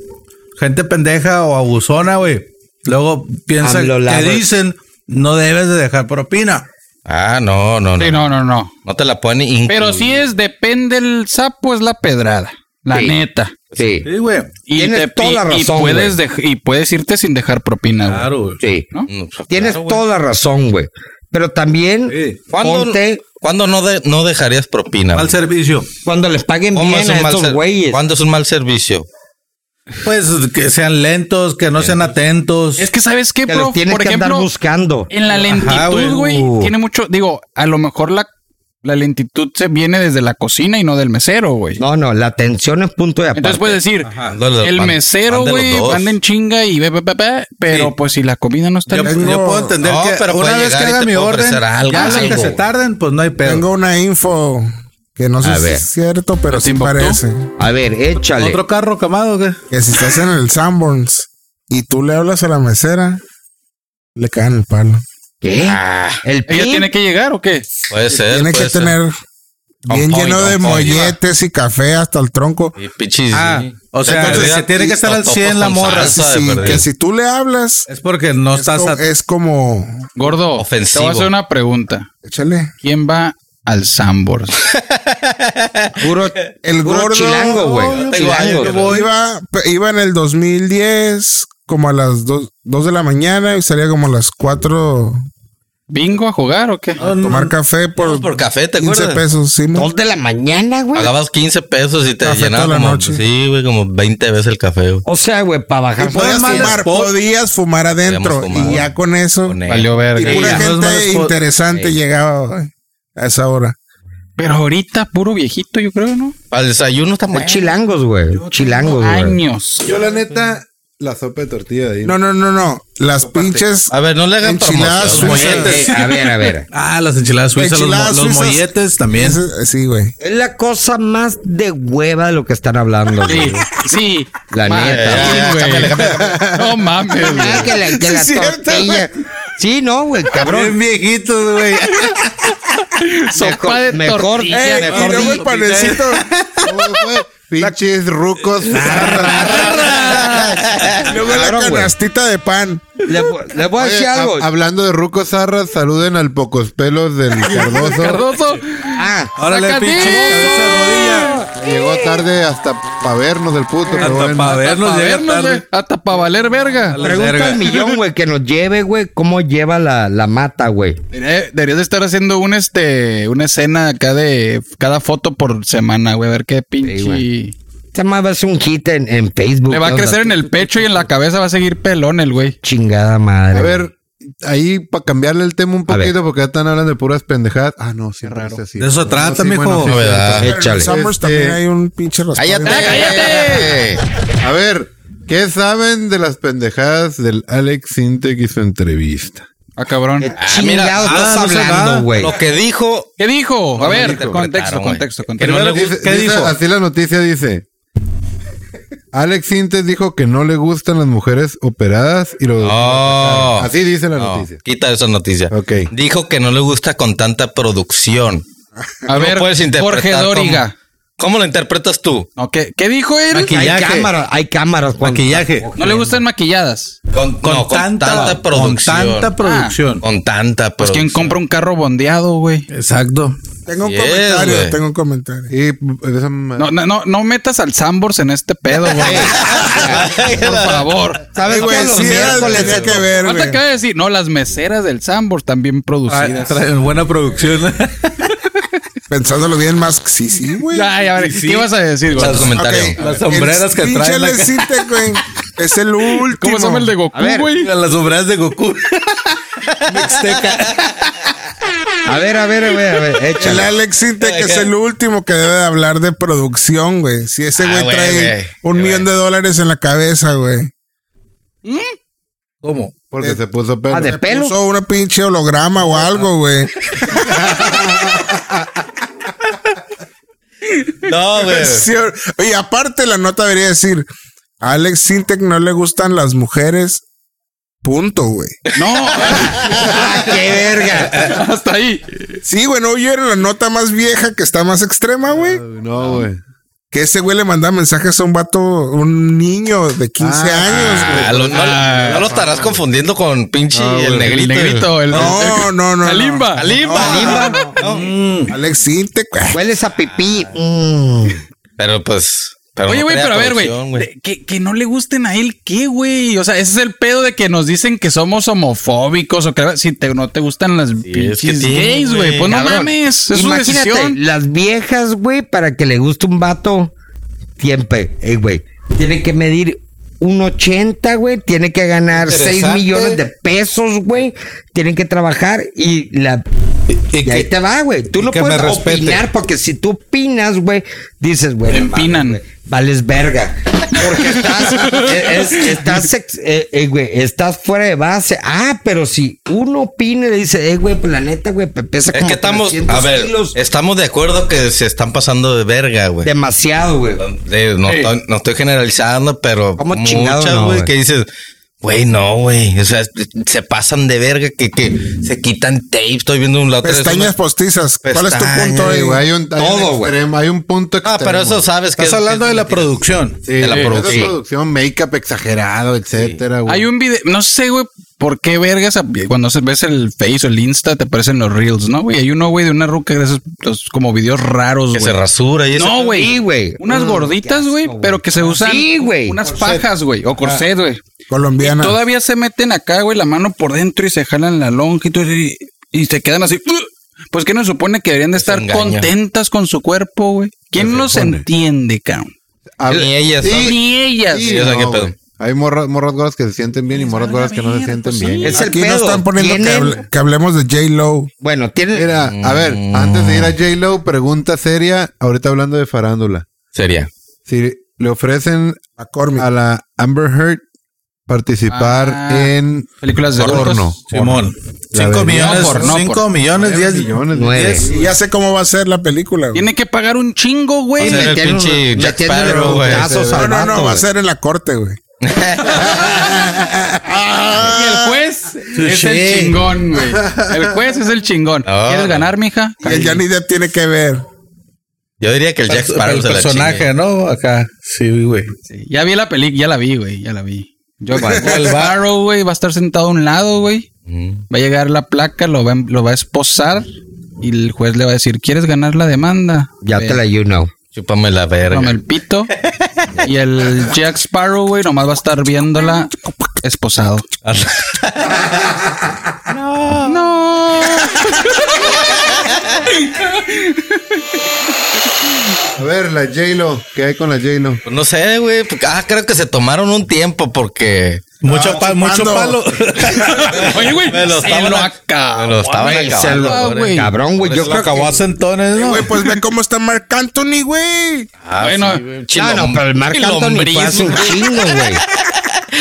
gente pendeja o abusona, güey. Luego piensa
AMLO
que
lover.
dicen no debes de dejar propina.
Ah, no, no, no.
sí,
no.
no, no, no.
te la pueden incluir.
Pero sí es, depende el sapo, es la pedrada. La
Sí.
neta.
Sí,
Sí, güey.
Y,
Tienes
te-
toda
y-
la
y
razón,
puedes dej- y puedes irte sin dejar propina, güey.
Claro, güey.
sí.
¿no?
Mm, pues,
Tienes
claro, güey.
toda razón, güey. Pero también,
Sí.
¿Cuándo,
ponte
cuándo no, de- no dejarías propina?
Al
güey?
servicio.
cuando les paguen
¿Cómo
bien
es
a
un mal
estos
ser-
güeyes.
¿Cuándo es un mal servicio?
Pues que sean lentos, que no sean atentos.
Es que sabes qué,
Que
prof,
los tienes
por
que andar
ejemplo,
buscando.
en la lentitud, güey,
Uh.
tiene mucho, digo, a lo mejor la, la lentitud se viene desde la cocina y no del mesero, güey.
No, no, la atención es punto de aparte.
Entonces puedes decir,
Ajá.
el
Van- van
mesero,
de los
güey,
dos.
manden chinga y ve, ve, ve, ve, pero
Sí.
pues si la comida no está
Yo, pues,
lista,
yo puedo entender
No,
que
pero
una
puede
vez que
llegar y
haga
te
mi
puede
orden,
ofrecer algo,
ya lo
algo.
que se tarden, pues no hay pedo.
Tengo una info que no sé si
ver.
es cierto, pero sí
Timbuktu?
parece.
A ver, échale.
¿Otro carro camado que
Que si estás en el Sanborns y tú le hablas a la mesera, le caen el palo.
Eh,
¿Qué?
Ah.
El
¿Ella
PIN?
tiene que llegar o qué?
Puede ser.
Tiene que
puede ser.
tener bien
point,
lleno
on
de
point,
molletes y café hasta el tronco.
Y pinches-
Ah,
sí.
o sea,
De
se
perdida,
tiene que estar al
totopos
100 la
con
morra.
Que
salsa de
si-
perdida.
Ah, que si tú le hablas,
Es porque no
es,
estás
co-
a-
es como,
Gordo, te
Ofensivo.
voy a hacer una pregunta.
échale.
¿Quién va al Sambors?
Puro,
El
puro
gordo
chilango, güey.
tengo
Chilango.
años,
iba, iba en el 2010 como a las 2 de la mañana y salía como a las 4
¿Bingo a jugar o qué?
a tomar café por,
por café, ¿te
15
acuerdas?
pesos. Sí, mo.
Dos de la mañana, güey.
Pagabas 15 pesos y te
Café
llenabas
toda la
como,
noche.
sí, güey, como 20 veces el café. güey.
O sea, güey, para bajar.
Y podías
No es mal
fumar,
spot.
podías fumar adentro
Podíamos fumar.
y ya con eso
Con él.
Valió
y
verga.
pura
no es mal
gente
spot.
interesante llegaba güey, a esa hora.
Pero ahorita, puro viejito, yo creo, ¿no?
Al desayuno está
Pues
mal.
chilangos, güey. Chilangos, Pues, güey.
Años.
Yo la neta, la sopa de tortilla de ahí.
No, no, no, no. Las pinches
A ver, no le hagan
Enchiladas
promoción.
suizas.
güey.
Eh, eh, a ver, a ver.
Ah, las enchiladas suizas, los mo-
Enchiladas
los,
suizas.
molletes también.
Ese- Sí, güey.
Es la cosa más de hueva de lo que están hablando,
Sí,
güey.
sí.
La
Ma-
neta,
sí,
güey.
güey. No mames, güey.
Ah, que la, que la tortilla. Sí, no, güey, cabrón.
viejitos, güey.
Sopa de
mejor-
tortilla.
Ey,
mejor
Y luego el
dicho.
panecito.
Pinches rucos.
Y luego la
Cabrón, güey.
canastita de pan.
Le, vo- le voy a
Oye,
decir
ha-
algo.
hablando de rucos zarras, saluden al pocos pelos del Cardoso.
Cardoso.
Ah,
Órale,
Sacatí.
pinche cabeza
Llegó tarde hasta para vernos del puto.
de
pero
rodilla. Hasta
bueno.
para vernos
Pa'
llega
vernos, güey.
tarde.
Hasta para valer verga.
la
pregunta
verga.
al millón, güey, que nos lleve, güey, cómo lleva la, la mata, güey.
Debería- Deberías de estar haciendo un este una escena acá de cada foto por semana, güey, a ver qué pinche.
Esta madre va a ser un hit en, en Facebook.
Le va a
¿no?
crecer en el pecho y en la cabeza va a seguir pelón el güey.
Chingada madre.
A ver, ahí para cambiarle el tema un
A ver.
poquito, porque ya están hablando de puras pendejadas. Ah, no, sí, raro.
De eso trata, mijo.
Novedad.
cierto.
Échale.
Summers
Este-
también hay un pinche raspón.
Ah,
¡Cállate! ¡Cállate!
A ver, ¿qué saben de las pendejadas del Alex Sintek y su entrevista?
Ah, cabrón.
Ah, mira,
Chingados
ah,
estás
no sé nada.
hablando, güey.
Lo que dijo.
¿Qué dijo? A ver,
interpretaron,
contexto,
güey.
contexto,
Que no
contexto.
le gu-
Dice-
¿Qué
dice-
dijo?
Así la noticia dice. Alex Sintek dijo que no le gustan las mujeres operadas y lo
Oh.
Así dice la
No,
noticia.
quita esa noticia.
Ok.
Dijo que no le gusta con tanta producción.
A
No
ver,
puedes interpretar
Jorge
como-
Dóriga.
¿Cómo lo interpretas tú?
No, ¿Qué, qué dijo él?
Hay
Maquillaje.
cámaras, hay cámaras. Juan.
Maquillaje.
No le gustan maquilladas.
Con, no,
Con, tanta,
producción. Ah,
Con tanta producción.
Con tanta
Pues
producción.
quien compra un carro bondeado, güey.
Exacto.
Tengo un
Yes,
comentario,
güey.
tengo un comentario.
Y de esa ma-
No, no, no, no metas al Sambors en este pedo, güey. Por favor.
Ay,
¿Sabes qué?
güey,
Los
sí, era-
miércoles
tenía que ver,
Falta
güey.
acaba de decir, no, las meseras del Sambors también
Ah,
producidas.
traen buena producción.
Pensándolo bien más, sí, sí, güey.
Ya, ya, a ver, ¿qué ibas a decir, güey?
Las- comentario.
Las sombreras que
pinche
traen acá.
Lecite, güey. Es el último.
¿Cómo se llama el de Goku, güey?
Las sombreras de Goku. Mixteca.
A ver, a ver, a ver, a ver,
El
échale.
Alex Sintek que es el último que debe de hablar de producción, güey. Si ese
Ah,
güey
güey,
trae
güey.
un
Qué
millón de dólares en la cabeza, güey.
¿Cómo?
porque se puso
Ah, de
pelo.
pelo.
Puso una pinche holograma o algo, güey.
No, güey.
Sí, Y aparte la nota debería decir, a Alex Sintek no le gustan las mujeres. Punto, güey.
No,
¡Qué verga!
hasta ahí.
Sí, güey, no, yo era la nota más vieja que está más extrema, güey.
No, güey.
Que ese güey le mandaba mensajes a un vato, un niño de 15 años, güey.
Ah, lo- no, no lo
Ah.
estarás confundiendo con pinche el negrito.
El negrito, el.
No, no, no. no.
Alimba.
Alimba.
Alex Sintek, güey.
Hueles a pipí. Mm.
Pero pues.
Oye,
no
güey,
crea
pero a ver,
producción,
güey. de- Que, que no le gusten a él, ¿qué, güey? O sea, ese es el pedo de que nos dicen que somos homofóbicos o que si te, no te gustan las
es que
pinches
sí,
gays, güey.
güey.
Pues no
Cabrón.
mames, es su
Imagínate,
decisión.
las viejas, güey, para que le guste un vato, siempre, eh, güey, tiene que medir un 80, güey, tiene que ganar 6
Interesante.
millones de pesos, güey, tienen que trabajar y la...
Y, y
y ahí
que,
te va, güey. Tú no
que
puedes
me respete.
opinar porque si tú opinas, güey, dices, güey,
Te
no mames,
empinan.
güey, vales verga. Porque estás, eh, es- es- estás, ex- eh, eh, güey, estás fuera de base. Ah, pero si uno opina y le dice, eh, güey, pues la neta, güey, pe- pesa
Es
como
que estamos, a
300
ver,
kilos.
estamos de acuerdo que se están pasando de verga, güey.
Demasiado, güey.
De- no, estoy, no estoy generalizando, pero
¿Cómo chingado
muchas,
no,
güey,
güey?
que dices, güey, no, güey. O sea, se pasan de verga, que, que se quitan tape. Estoy viendo un lado.
Pestañas postizas. ¿Cuál es tu
Pestañas,
punto ahí,
Sí, güey,
güey?
hay un, hay un
Todo, güey.
extremo, hay un punto
Ah, pero eso sabes que.
estás hablando
que-
de la producción.
Sí,
de la
esa
producción.
producción, make-up exagerado, etcétera, güey.
Hay un video, no sé, güey, por qué vergas a- cuando se- ves el Face o el Insta te aparecen los Reels, ¿no, güey? Hay uno, güey, de una ruca de esos los, como videos raros,
Que
güey.
se rasura y eso.
No, güey.
Sí, güey.
Unas
Mm,
gorditas,
qué
güey,
asco,
pero que se usan
Sí, güey.
unas pajas, güey, o corset, güey.
Colombiana.
Todavía se meten acá, güey, la mano por dentro y se jalan la lonja y todo y, y se quedan así. Pues que nos supone que deberían de estar
engaño.
contentas con su cuerpo, güey. ¿Quién los entiende, cabrón?
A-
Ni ellas
Sí,
saben.
Ni ellas.
sí,
Sí, o sea,
no,
qué
güey.
pedo.
Hay morras, morras gordas que se sienten bien y morras gordas que no se
verga,
sienten
pues sí.
bien.
Es el
Aquí
pedo.
no están poniendo que,
Tienen-
hable- que hablemos de Mm. J. Lo.
Bueno, tiene.
Mira, a ver, antes de ir a J-Lo, pregunta seria, ahorita hablando de farándula.
Sería.
Si le ofrecen
McCormick.
a la Amber Heard participar
Ah.
en
Películas de
porno.
adultos.
Simón.
La
5
de-
millones,
No, por- no,
5
por-
millones, 10
millones.
Nueve.
Y ya sé cómo va a ser la película. güey.
Tiene que pagar un chingo, güey.
Hacer el
Metieron-
pinche Jack
metieron
Sparrow, güey.
putazos
No,
al
no, no,
vato,
va a
güey.
ser en la corte, güey.
Y el juez es el chingón, güey. El juez es el chingón.
No,
¿Quieres
no.
ganar, mija?
Y el Johnny Depp tiene que ver.
Yo diría que el Jack
Para
Sparrow
el
se la chingue.
personaje, ¿no? Acá. Sí, güey.
Sí, ya vi la peli, ya la vi, güey, ya la vi. Yo el Barrow, güey, va a estar sentado a un lado, güey. Va a llegar la placa, lo va, a- em, lo va a esposar y el juez le va a decir, ¿quieres ganar la demanda?
Ya
Ve,
te la you know.
Chúpame la verga.
Toma el pito. y el Jack Sparrow, güey, nomás va a estar viéndola esposado. no. No.
A ver, la J-Lo, ¿qué hay con la J-Lo?
Pues No sé, güey. porque- Ah, creo que se tomaron un tiempo porque.
Mucho, pa- mucho palo.
Oye, güey,
Me lo
se
estaban
lo
a-
acabó,
me lo estaban
güey, se
acabando,
lo-
pobre
güey.
Cabrón, güey. Yo
Yo lo
creo que.
acabó a centones, ¿no?
Güey, pues ve cómo está Marc Anthony, güey.
Bueno,
Ah, no, pero el Marc Anthony fue hace un chingo, güey.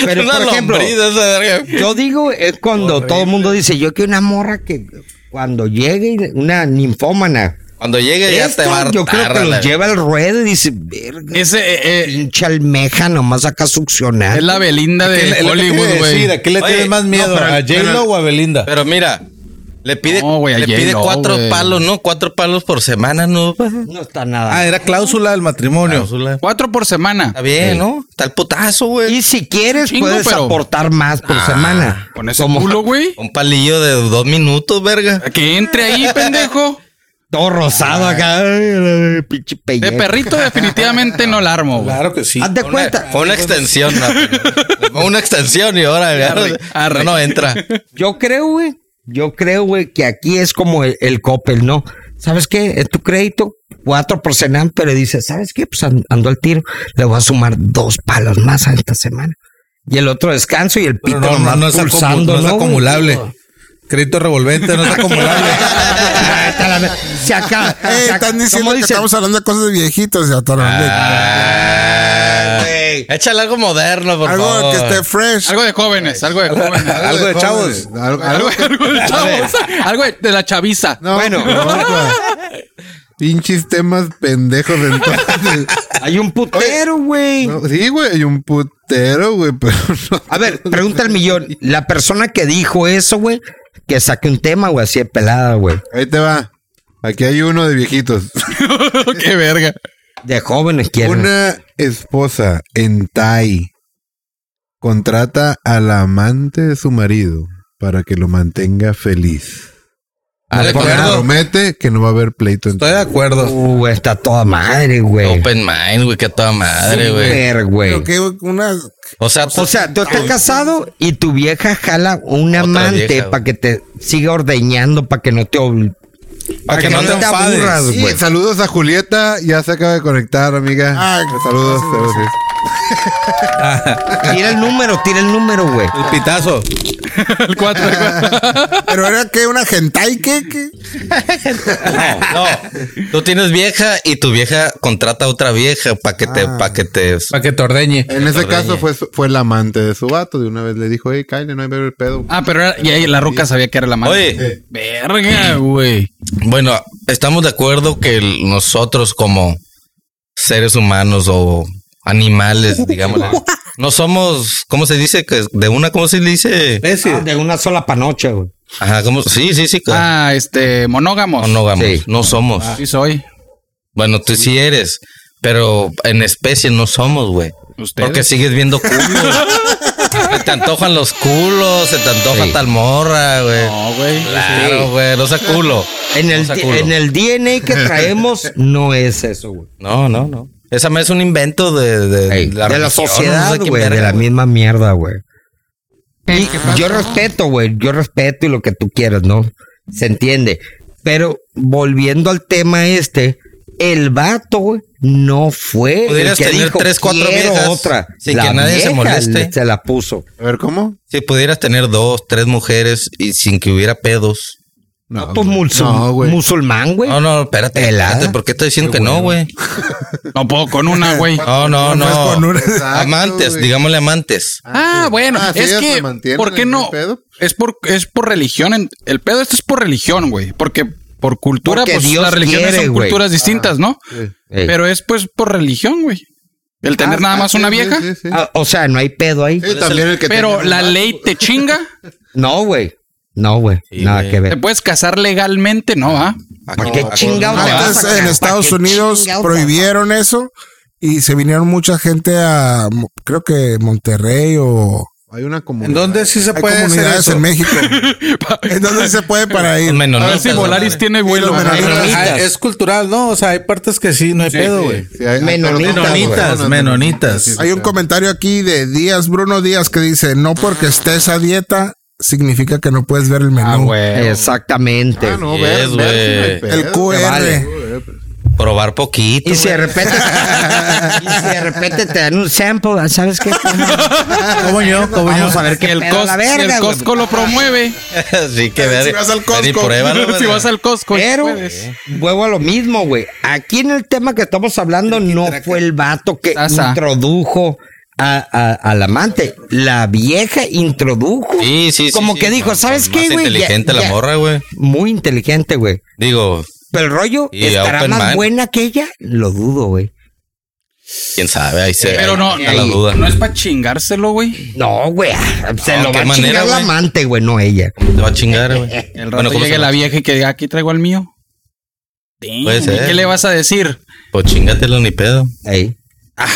Pero,
Una
por ejemplo,
lombriz esa verga.
yo digo, es cuando todo el mundo dice, yo quiero una morra que cuando llegue una ninfómana.
Cuando llegue ya
Esto
te va a
yo creo
hartar,
que
la-
los lleva al ruedo y dice, verga,
ese eh, eh,
pinche almeja nomás acá succionar.
es la Belinda
¿Qué le-
de
Ah, es lo que te iba a
Hollywood,
decir, eh.
güey.
¿A qué le
Oye,
tienes más
no,
miedo?
pero-
¿A J-Lo
pero-
o a Belinda?
Pero mira, le pide,
No, güey, a
le pide
J-Lo,
cuatro
güey.
palos, ¿no? Cuatro palos por semana, ¿no?
No está nada.
Ah, era cláusula del matrimonio.
Cláusula.
Cuatro por semana.
Está bien, ¿no? Está el putazo, güey.
y si quieres,
Chingo,
puedes
pero- Ah,
aportar más por semana.
Con ese culo, güey.
Un palillo de dos minutos, verga.
Que entre ahí, pendejo.
Todo rosado acá. ay, Pinche
De
pellejo.
perrito definitivamente no la armo, güey.
Claro que sí.
Haz de
Una-
cuenta.
Fue una extensión, no, Le pongo una extensión y ahora ya
Arre, arre.
no entra.
Yo creo, güey. Yo creo, güey, que aquí es como el, el Coppel, ¿no? ¿Sabes qué? Es tu crédito, cuatro por semana, pero dice, ¿sabes qué? Pues an- ando al tiro, le voy a sumar dos palos más a esta semana. Y el otro descanso y el
Pero
pito
no, no,
nomás
no es, acumu-
pulsando,
no es
güey?
acumulable. Crédito revolvente no es acumulable.
Ah, está la ver- Se acaba.
Eh,
se ac-
están diciendo
Ah, ¿cómo
que
dice?
estamos hablando de cosas de viejitos. Ya, tarón,
Ah, Échale algo moderno, por
Algo
favor.
que esté fresh.
Algo de jóvenes, algo de jóvenes.
Algo de chavos.
Algo,
Algo,
algo-
algo de chavos. Algo de, de la chaviza.
no, bueno. pinches temas pendejos entonces.
Hay un putero, güey.
No, sí, güey, y un putero, güey, pero no.
A ver, pregunta al millón. La persona que dijo eso, güey, que saque un tema, güey, así de pelada, güey.
Ahí te va. Aquí hay uno de viejitos.
Qué verga.
De jóvenes quieren.
Una esposa en Tai contrata al amante de su marido para que lo mantenga feliz.
Ah,
Le
de acuerdo.
promete que no va a haber pleito en
Estoy de acuerdo.
Uh, está toda madre, güey.
Open mind, güey, que a toda madre, güey.
Super,
Pero
güey.
que una.
O sea,
O sea, tú estás casado y tu vieja jala un
Otra
amante
vieja,
para que te siga ordeñando, para que no te ob-
Para que no te enfades.
Sí,
güey.
saludos a Julieta, ya se acaba de conectar, amiga.
Ah.
Ay,
saludos. saludos, sí.
Tira el número, tira el número, güey.
El pitazo.
El cuatro. el cuatro.
Pero era que una hentai, ¿qué? qué?
no. Tú tienes vieja y tu vieja contrata a otra vieja para que te, para que te.
Para que te ordeñe.
En ese caso fue, su- fue el amante de su vato. De una vez le dijo, hey, Kyle, no hay beber pedo.
Ah, pero era- y ahí la roca sabía que era la madre.
Oye.
Verga, güey.
Bueno, estamos de acuerdo que el- nosotros como seres humanos o animales, digamos, no somos, ¿cómo se dice? Que de una, ¿cómo se le dice?
Ah, De una sola panoche, güey.
Ajá, ¿cómo? Sí, sí, sí. claro.
Ah, este, monógamos.
Monógamos.
sí.
No somos.
Sí Ah. soy.
Bueno, tú sí eres, pero en especie no somos, güey.
Ustedes.
Porque sigues viendo culos. se te antojan los culos, se te antoja tal morra, güey.
No, güey.
claro, güey, no sea culo.
En el,
No sea
di-
culo.
en el DNA que traemos no es eso, güey.
No, no, no. Esa madre es un invento de, de,
Ey,
de
de la,
religión, no
sociedad,
sé quién
güey,
verga,
de la
güey.
misma mierda, güey. Y yo respeto, güey, yo respeto y lo que tú quieras, ¿no? Se entiende. Pero volviendo al tema este, el vato, güey, no fue
Pudieras
el que
tener
dijo,
tres, cuatro
"Quiero
viejas
otra.
sin que nadie se
vieja
moleste.
Se la puso.
A ver, ¿cómo?
Si pudieras tener dos, tres mujeres y sin que hubiera pedos.
No,
Pues
güey.
musul-
No, güey.
musulmán, güey.
Ah, No, no, espérate,
Pelada.
espérate, ¿por qué estoy diciendo que no, güey?
No puedo con una, güey.
Ah,
No, no,
Pues con
no.
una-
Exacto,
Amantes,
güey.
digámosle amantes.
Ah, bueno,
Ah, sí,
es
ellas se
que
mantienen
¿por qué
en
no?
el pedo.
Es por es por religión, en- el pedo esto es por religión, güey, porque por cultura
Porque
pues
Dios
las religiones
quiere,
son
güey.
Ah,
culturas distintas, ¿no?
Ey.
Pero es pues por religión, güey. El tener
Ah,
nada
ah,
más
sí,
una
sí,
vieja,
sí, sí.
Ah, o sea, no hay pedo ahí.
Sí, también el que
pero
tenga un
la
vato.
ley te chinga.
No, güey. No, güey. Nada que
Te
ver.
puedes casar legalmente, ¿no? Ah,
¿Para qué chingados te vas a
Antes
casar?
en
Ah,
¿Para
Estados
qué
Unidos
chingados te vas a
prohibieron eso y se vinieron mucha gente a, mo- creo que Monterrey o...
Hay una comunidad.
¿En dónde sí se
Hay
puede hacer
comunidades
eso?
en México. ¿En dónde se puede para ir?
a ver si Volaris tiene vuelo.
los
¿no?
menonitas.
Ah, es cultural, ¿no? O sea, hay partes que sí, no hay pedo, güey.
Sí, hay- hay-
Menonitas,
pero-
Menonitas,
No, no, no, no, no,
menonitas.
sí, sí,
Hay un
sí.
comentario aquí de Díaz, Bruno Díaz, que dice, no porque estés a dieta significa que no puedes
Ah,
ver el menú.
Exactamente.
Ah, no,
Sí
ver,
es,
ver,
güey.
sí, no hay pedo.
el QR.
vale.
probar poquito.
Y si de repente, y si de repente te dan un sample, ¿sabes qué?
Como yo, como yo.
Vamos a ver qué
el,
pedo,
Cos-
la
si
verga,
el
güey.
Costco lo promueve.
sí, que ver.
Si vas al
ven y
Costco.
pruébalo,
si
¿verdad?
vas al Costco,
Pero eh,
puedes.
vuelvo a lo mismo, güey. Aquí en el tema que estamos hablando no fue el vato que
Sasa.
introdujo a- a- al amante. La vieja introdujo.
Sí, sí, sí.
Como
sí,
que
no,
dijo,
no,
¿sabes
más
qué, güey? Ya-
inteligente la
ya-
morra, güey.
Muy inteligente, güey.
Digo,
Pero el rollo
Y
estará
open
más
mind.
buena que ella. Lo dudo, güey.
quién sabe, ahí se.
Pero no,
ahí está eh, la
ahí-
duda.
No es para chingárselo, güey.
No, güey. ah, Se
No,
lo
qué
va a
manera,
chingar la
güey.
amante, güey, no ella.
Te va a chingar, güey.
El rato
Bueno, ¿cómo
llegue
se
la
llama?
vieja y que diga, aquí traigo al mío.
Puede
¿Y
ser.
¿Qué le vas a decir?
Pues chingatelo ni pedo.
Ey. Ah,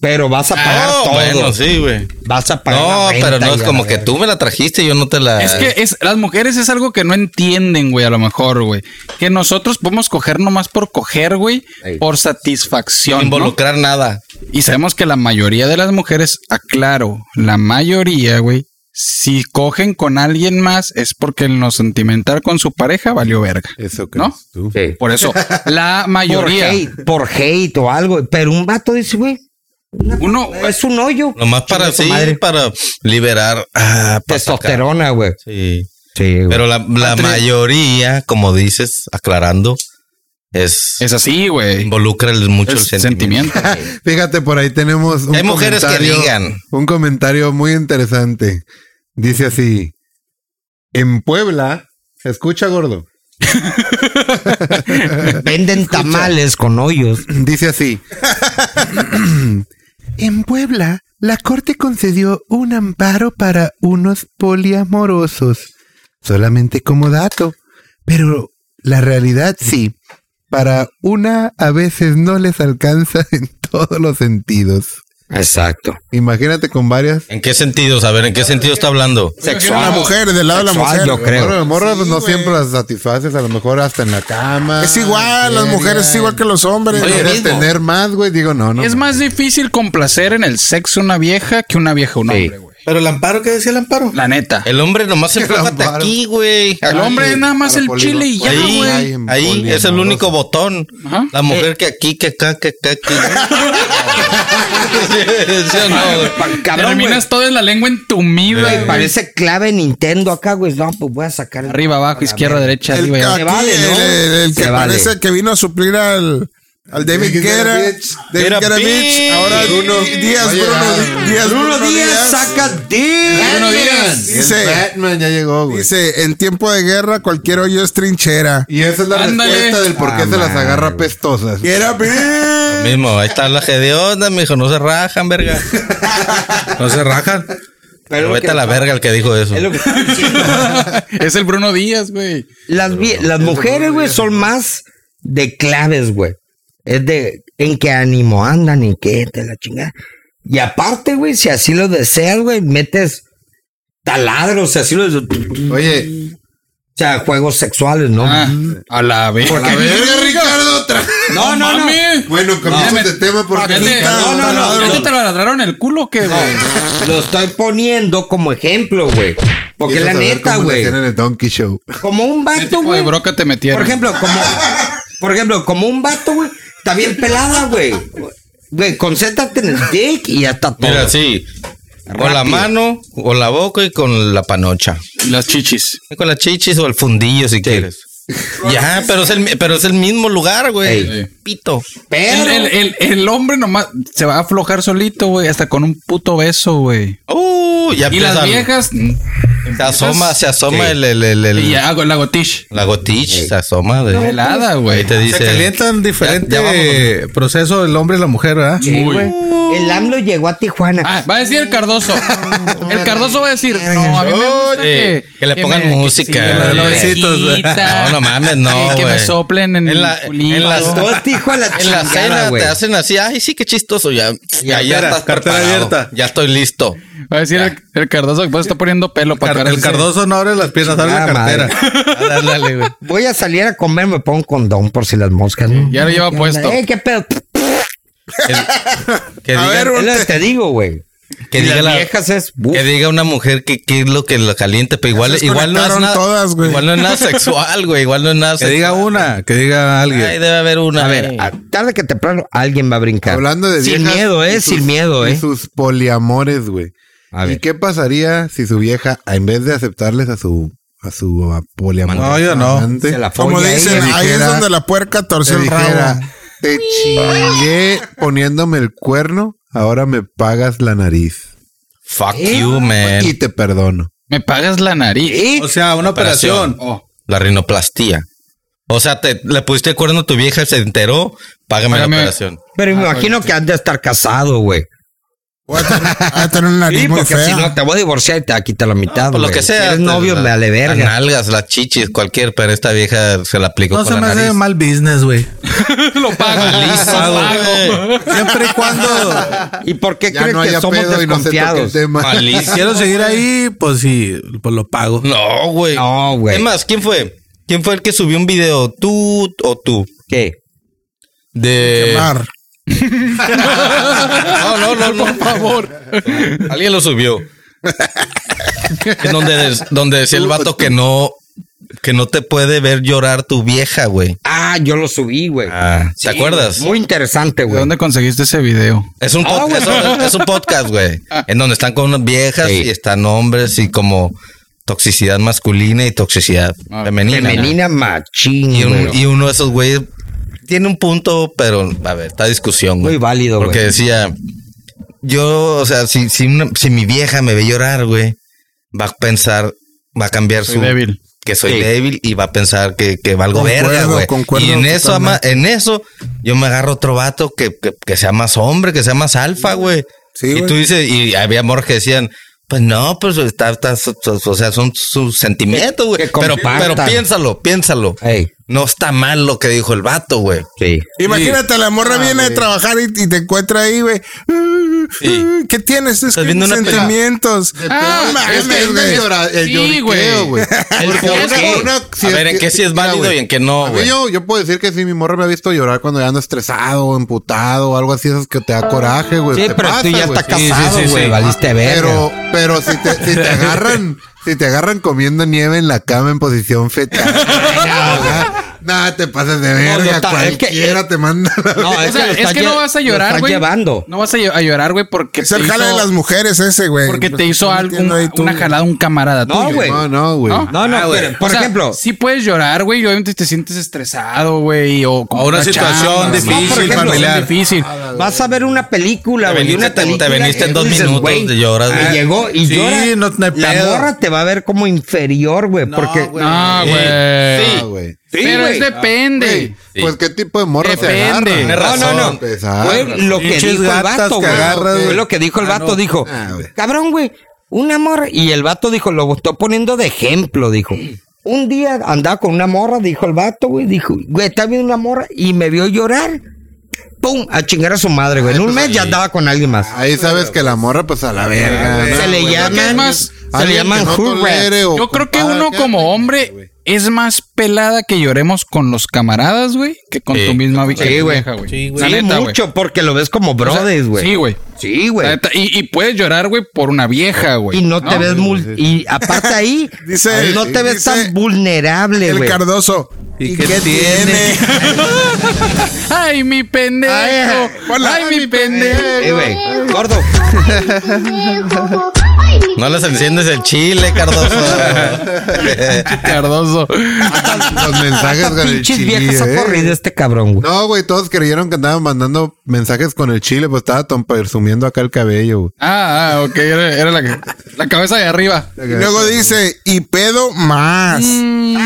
pero vas a pagar
Ah,
todo.
bueno, sí, güey.
Vas a pagar.
No,
la renta
pero no
y
es
la
como que
verga.
tú me la trajiste y yo no te la.
Es que es, las mujeres es algo que no entienden, güey, a lo mejor, güey. Que nosotros podemos coger nomás por coger, güey,
Ey.
por
sin
satisfacción. ¿no?
involucrar nada.
Y sabemos que la mayoría de las mujeres, aclaro, la mayoría, güey, si cogen con alguien más es porque en lo sentimental con su pareja valió verga.
Eso crees
¿No?
tú.
Sí.
Por eso, la
Por
mayoría.
hate, por hate o algo. Pero un vato dice, güey,
Uno,
es un hoyo.
Nomás para
Chinga tu
sí,
madre.
para liberar. Ah, para sacar.
Testosterona, güey.
Sí.
Sí, güey.
Pero la, la mayoría, como dices, aclarando, es,
es así, güey.
involucra el- mucho el
Es
sentimiento.
sentimiento.
Fíjate, por ahí tenemos un
Hay mujeres que
comentario-
digan.
Un comentario muy interesante. Dice así: En Puebla, escucha gordo.
Venden tamales con hoyos.
Dice así. en Puebla, la corte concedió un amparo para unos poliamorosos. Solamente como dato. Pero la realidad sí. Para una a veces no les alcanza en todos los sentidos.
Exacto.
Imagínate con varias.
¿En qué sentido? A ver, ¿en qué sentido está hablando?
La mujer, del lado de la
Sexual,
mujer.
yo
güey.
creo.
Bueno, las morras pues, no
güey.
siempre las satisfaces, a lo mejor hasta en la cama.
Es igual, las mujeres es igual que los hombres.
Oye, ¿Quieres tener más, güey? Digo, no, no.
Es más difícil complacer en el sexo una vieja que una vieja a un hombre, güey.
Pero el amparo, ¿qué decía el amparo?
La neta.
El hombre nomás se fue hasta
amparo.
aquí, güey.
El hombre es nada más el chile y ya,
Ahí,
güey.
ahí es el único botón.
Ajá.
La mujer que aquí, que acá, que acá, que Sí, sí o no, güey.
Cabrón, güey.
Terminas todo en la lengua entumida, güey.
Parece clave Nintendo acá, güey. No, pues voy a sacar. el-
Arriba, abajo, izquierda, derecha,
El,
arriba y abajo.
aquí,
vale, ¿no?
el- el- el que
Se vale.
parece que vino a suplir al, al David
David
Guerra.
Guerra,
David
Guerra,
Guerra,
bitch.
bitch. Ahora Bruno Díaz,
Oye,
Bruno
ah.
Díaz, Bruno Díaz.
saca D.
Buenos días.
Dice.
Dice-
Batman ya llegó, güey.
Dice, en tiempo de guerra cualquier hoyo es trinchera.
Y esa es la
Ándale.
respuesta del por qué se las agarra pestosas.
Guerra, bitch.
Mismo, ahí está la gedionda, mijo. No se rajan, verga.
No se rajan.
Pero vete a la verga el que dijo eso.
Es el Bruno Díaz, güey.
Las, vie- las mujeres, güey, son más de claves, güey. Es de en qué ánimo andan y qué te la chingada. Y aparte, güey, si así lo deseas, güey, metes taladros, si así lo deseas. O
Oye,
sea, juegos sexuales, ¿no?
Ah, a la vez.
a ver, Ricardo, otra.
No, no, no. mames.
Bueno,
No.
cambiamos de tema porque.
Vete. No, no, no. ¿Ya te- te lo ladraron el culo o qué, güey?
Lo estoy poniendo como ejemplo, güey. Porque
Quiero
la
saber
neta,
cómo le
güey,
hacían en el Donkey Show.
como un
¿Qué
vato,
tipo de
güey.
broca te metieron?
Por ejemplo, como, por ejemplo, como un vato, güey, está bien pelada, güey. Güey, concéntrate en el dick y ya está todo.
Mira, sí. Con la
Rápido.
mano, con la boca y con la panocha.
las chichis.
Y Con las chichis o el fundillo, si quieres. Ya, pero es el, mi- pero es el mismo lugar, güey.
Ey.
Pito.
El,
Pero
el, el- el hombre nomás se va a aflojar solito, güey, hasta con un puto beso, güey.
Uh, ya
Y las
empiezan-
viejas, mm,
Se asoma, se asoma el, el, el, el-
y ya hago la gotish.
la gotiche, se asoma de
Helada,
Ahí
güey.
te dice.
Se calientan diferente
Ya- ya
proceso el hombre y la mujer, ¿verdad?
Sí, güey. El AMLO llegó a Tijuana.
Ah, va a decir el Cardoso. El Cardoso va a decir, no, a mí me gusta
Oye,
que,
que le pongan
me-
música.
que me
Los besitos, güey.
quita,
No, no mames, no.
Que, que me
güey.
soplen en,
En la-
el culito.
en las-
Todo Tijuana
En la
chingada,
cena
güey.
te hacen así, ay, sí, qué chistoso. Ya, ya, ya
Cartera,
estás
cartera
preparado.
abierta.
Ya estoy listo.
Va a decir el, el Cardoso que pues está poniendo pelo para
Car- el Cardoso no abre las piernas, abre la
Chingada
cartera.
Ah,
Ah,
Voy a salir a comer, me pongo un condón por si las moscas, ¿no?
Ya lo lleva puesto.
Eh, qué pedo.
Que
A
digan,
ver,
Es lo que te digo, güey.
Que
Y
diga,
las
la-
viejas es, "Buf".
que diga una mujer que qué es lo que la caliente, pero igual,
Ya se
igual no es
desconectaron
nada.
todas, güey.
igual no es nada sexual, güey. Igual no es nada
Que diga una, que diga alguien.
Ay, debe haber una.
A ver, a- tarde que temprano alguien va a brincar.
Hablando de
Sin
viejas
miedo,
y
eh,
sus-
sin miedo,
y
eh.
sus poliamores, güey.
A
¿Y
ver.
qué pasaría si su vieja, en vez de aceptarles a su a su a poliamor,
No, yo no.
amante,
Se la
Como
folla
dicen,
ella.
ahí es
dijera-
donde la puerca
te
torció el
dijera,
rabo.
te chingué poniéndome el cuerno, ahora me pagas la nariz
Fuck
Eh,
you, man.
y te perdono?
Me pagas la nariz.
O sea, una operación.
La rinoplastía. O sea, te, le pusiste el cuerno a tu vieja, se enteró, págame la
Págame.
operación.
Pero me imagino que has de estar casado, güey.
Voy a tener- voy a tener una nariz
Sí,
muy
porque si no
pues fea.
te voy a divorciar y te va a quitar la
Por
mitad.
pues lo
güey.
que sea.
Si eres
te-
novio,
la-
me vale verga.
Las nalgas, las chichis, cualquier, pero esta vieja se la aplicó
No
con
se
la
me hace
nariz.
mal business, güey.
Lo pago.
Malísimo, güey.
Siempre y cuando
¿Y por qué
Ya
crees
no
que
haya
somos
pedo y no se toque el
desconfiados?
tema.
Malísimo.
quiero seguir ahí, pues sí, pues lo pago.
No, güey.
No, güey.
Es más, ¿quién fue? ¿Quién fue el que subió un video? ¿Tú o tú?
¿Qué?
De.
Eh,
Mar.
No, no, no, por favor. Alguien lo subió. En donde, des- donde decía el vato que no, que no te puede ver llorar tu vieja, güey.
Ah, yo lo subí, güey.
Ah, ¿te acuerdas?
Muy interesante,
¿De
güey.
dónde conseguiste ese video?
Es un, pod- es un- es un podcast, güey. En donde están con unas viejas
Sí.
y están hombres y como toxicidad masculina y toxicidad
Ah,
femenina.
Femenina machín,
Y, un-
güey.
y uno de esos güeyes tiene un punto, pero a ver, está discusión, güey.
Muy válido,
Porque
güey.
decía, yo, o sea, si, si, una- si mi vieja me ve llorar, güey, va a pensar, va a cambiar
Soy
su...
débil.
Que soy
Sí.
débil y va a pensar que, que valgo
Concuerdo,
verga, güey.
concuerdo
Y en eso, ama-
totalmente.
en eso, yo me agarro otro vato que, que, que sea más hombre, que sea más alfa, güey.
Sí,
y
güey.
tú dices, y había amores que decían... Pues no, pues está, está- o sea, son sus sentimientos, güey.
que
Pero, pero
compartan.
piénsalo, piénsalo.
Ey,
No está mal lo que dijo el vato, güey.
sí.
Imagínate, la
Ah,
morra viene de trabajar y, y te encuentra ahí, güey. Mm,
Sí.
mm, ¿Qué tienes? Es
Estás
que
viendo una peli-
sentimientos.
Ah,
No mames,
Es que es
güey.
de llorar, el
Sí,
lloriqueo,
Ah, güey.
güey. Porque
por
una-
qué.
una-
A ver, ¿en qué sí es
mira,
válido
güey,
y en qué no,
a mí
güey?
Yo, yo puedo decir que sí, mi morra me ha visto llorar cuando ya ando estresado, emputado, o algo así, esas que te da coraje, güey.
Sí,
Te
pero tú
pasa,
ya
güey.
estás casado, güey. Valiste verga.
Pero, pero si te, si te agarran, si te agarran comiendo nieve en la cama en posición fetal, nada, te pasas de
yo
verga,
ta- es que- eh,
cualquiera te manda. la-
No,
O sea,
lo
es
estás
que
lle-
no vas a
lo
llorar,
estás
güey.
llevando.
No vas a, ll- a llorar, güey, porque
Es el
te
jale de
hizo-
las mujeres ese, güey.
Porque
Lo
te hizo
estás
algo,
metiendo ahí
un-
tú,
una
güey.
jalada, un camarada
No,
tuyo.
güey.
No, no, güey.
¿No?
No, no,
Ah, güey.
pero, por
O sea,
ejemplo,
sí puedes llorar, güey, y obviamente te sientes estresado, güey, o con
O una situación
chamba,
difícil,
¿no? Por ejemplo,
familiar.
difícil.
vas a ver una película,
Te
güey.
veniste-
una película
te veniste
que
en
tú
dos minutos
güey,
y lloras,
me
güey.
llegó y
Sí,
llora.
no- no hay
la
pedo.
morra te va a ver como inferior, güey. porque
No,
Sí.
Ah,
güey.
güey.
Sí,
Pero
güey.
es
Ah,
depende.
Sí.
Pues qué tipo de morra
Depende.
se agarran.
Tienes
razón.
Para
No, no, no.
empezar.
Fue lo que
Pinches
dijo el
gatas
vato,
que
güey.
agarras,
Fue
güey.
lo que dijo el vato, dijo,
Ah, güey.
cabrón, güey, una morra. Y el vato dijo, lo estoy poniendo de ejemplo, dijo. Un día andaba con una morra, dijo el vato, güey, dijo, güey, está viendo una morra y me vio llorar. ¡Pum! A chingar a su madre, güey. En un mes ya andaba con alguien más.
Ahí sabes que la morra, pues a la verga. ¿no?
se le
Güey,
llaman,
es más,
se le llaman hood rats.
Yo creo que uno como hombre es más pelada que lloremos con los camaradas, güey, que con
Sí.
tu misma vi- que tu
güey.
vieja, güey.
Sí,
Sí,
La neta, güey.
mucho, porque lo ves como
O sea,
brothers, güey.
Sí, güey.
Sí,
La
güey.
neta, Y, y puedes llorar, güey, por una vieja, güey.
Y no te ves... mul- Y aparte ahí,
Dice-
ahí no te ves
dice
tan vulnerable,
El
güey.
Cardoso. ¿Y, qué, tiene?
¡Ay, mi pendejo!
Ay,
¡Ay,
hola, mi
mi pendejo!
Eh, güey, gordo.
No les enciendes el chile, Cardoso.
Cardoso.
Los mensajes con el
Pinches
chile.
viejas ha
¿eh?
corrido este cabrón, güey.
No, güey, todos creyeron que andaban mandando mensajes con el chile, pues estaba tom- presumiendo acá el cabello. güey.
Ah, ah, ok, era, era la, que- la cabeza de arriba.
Y luego dice, y pedo más.
Mm.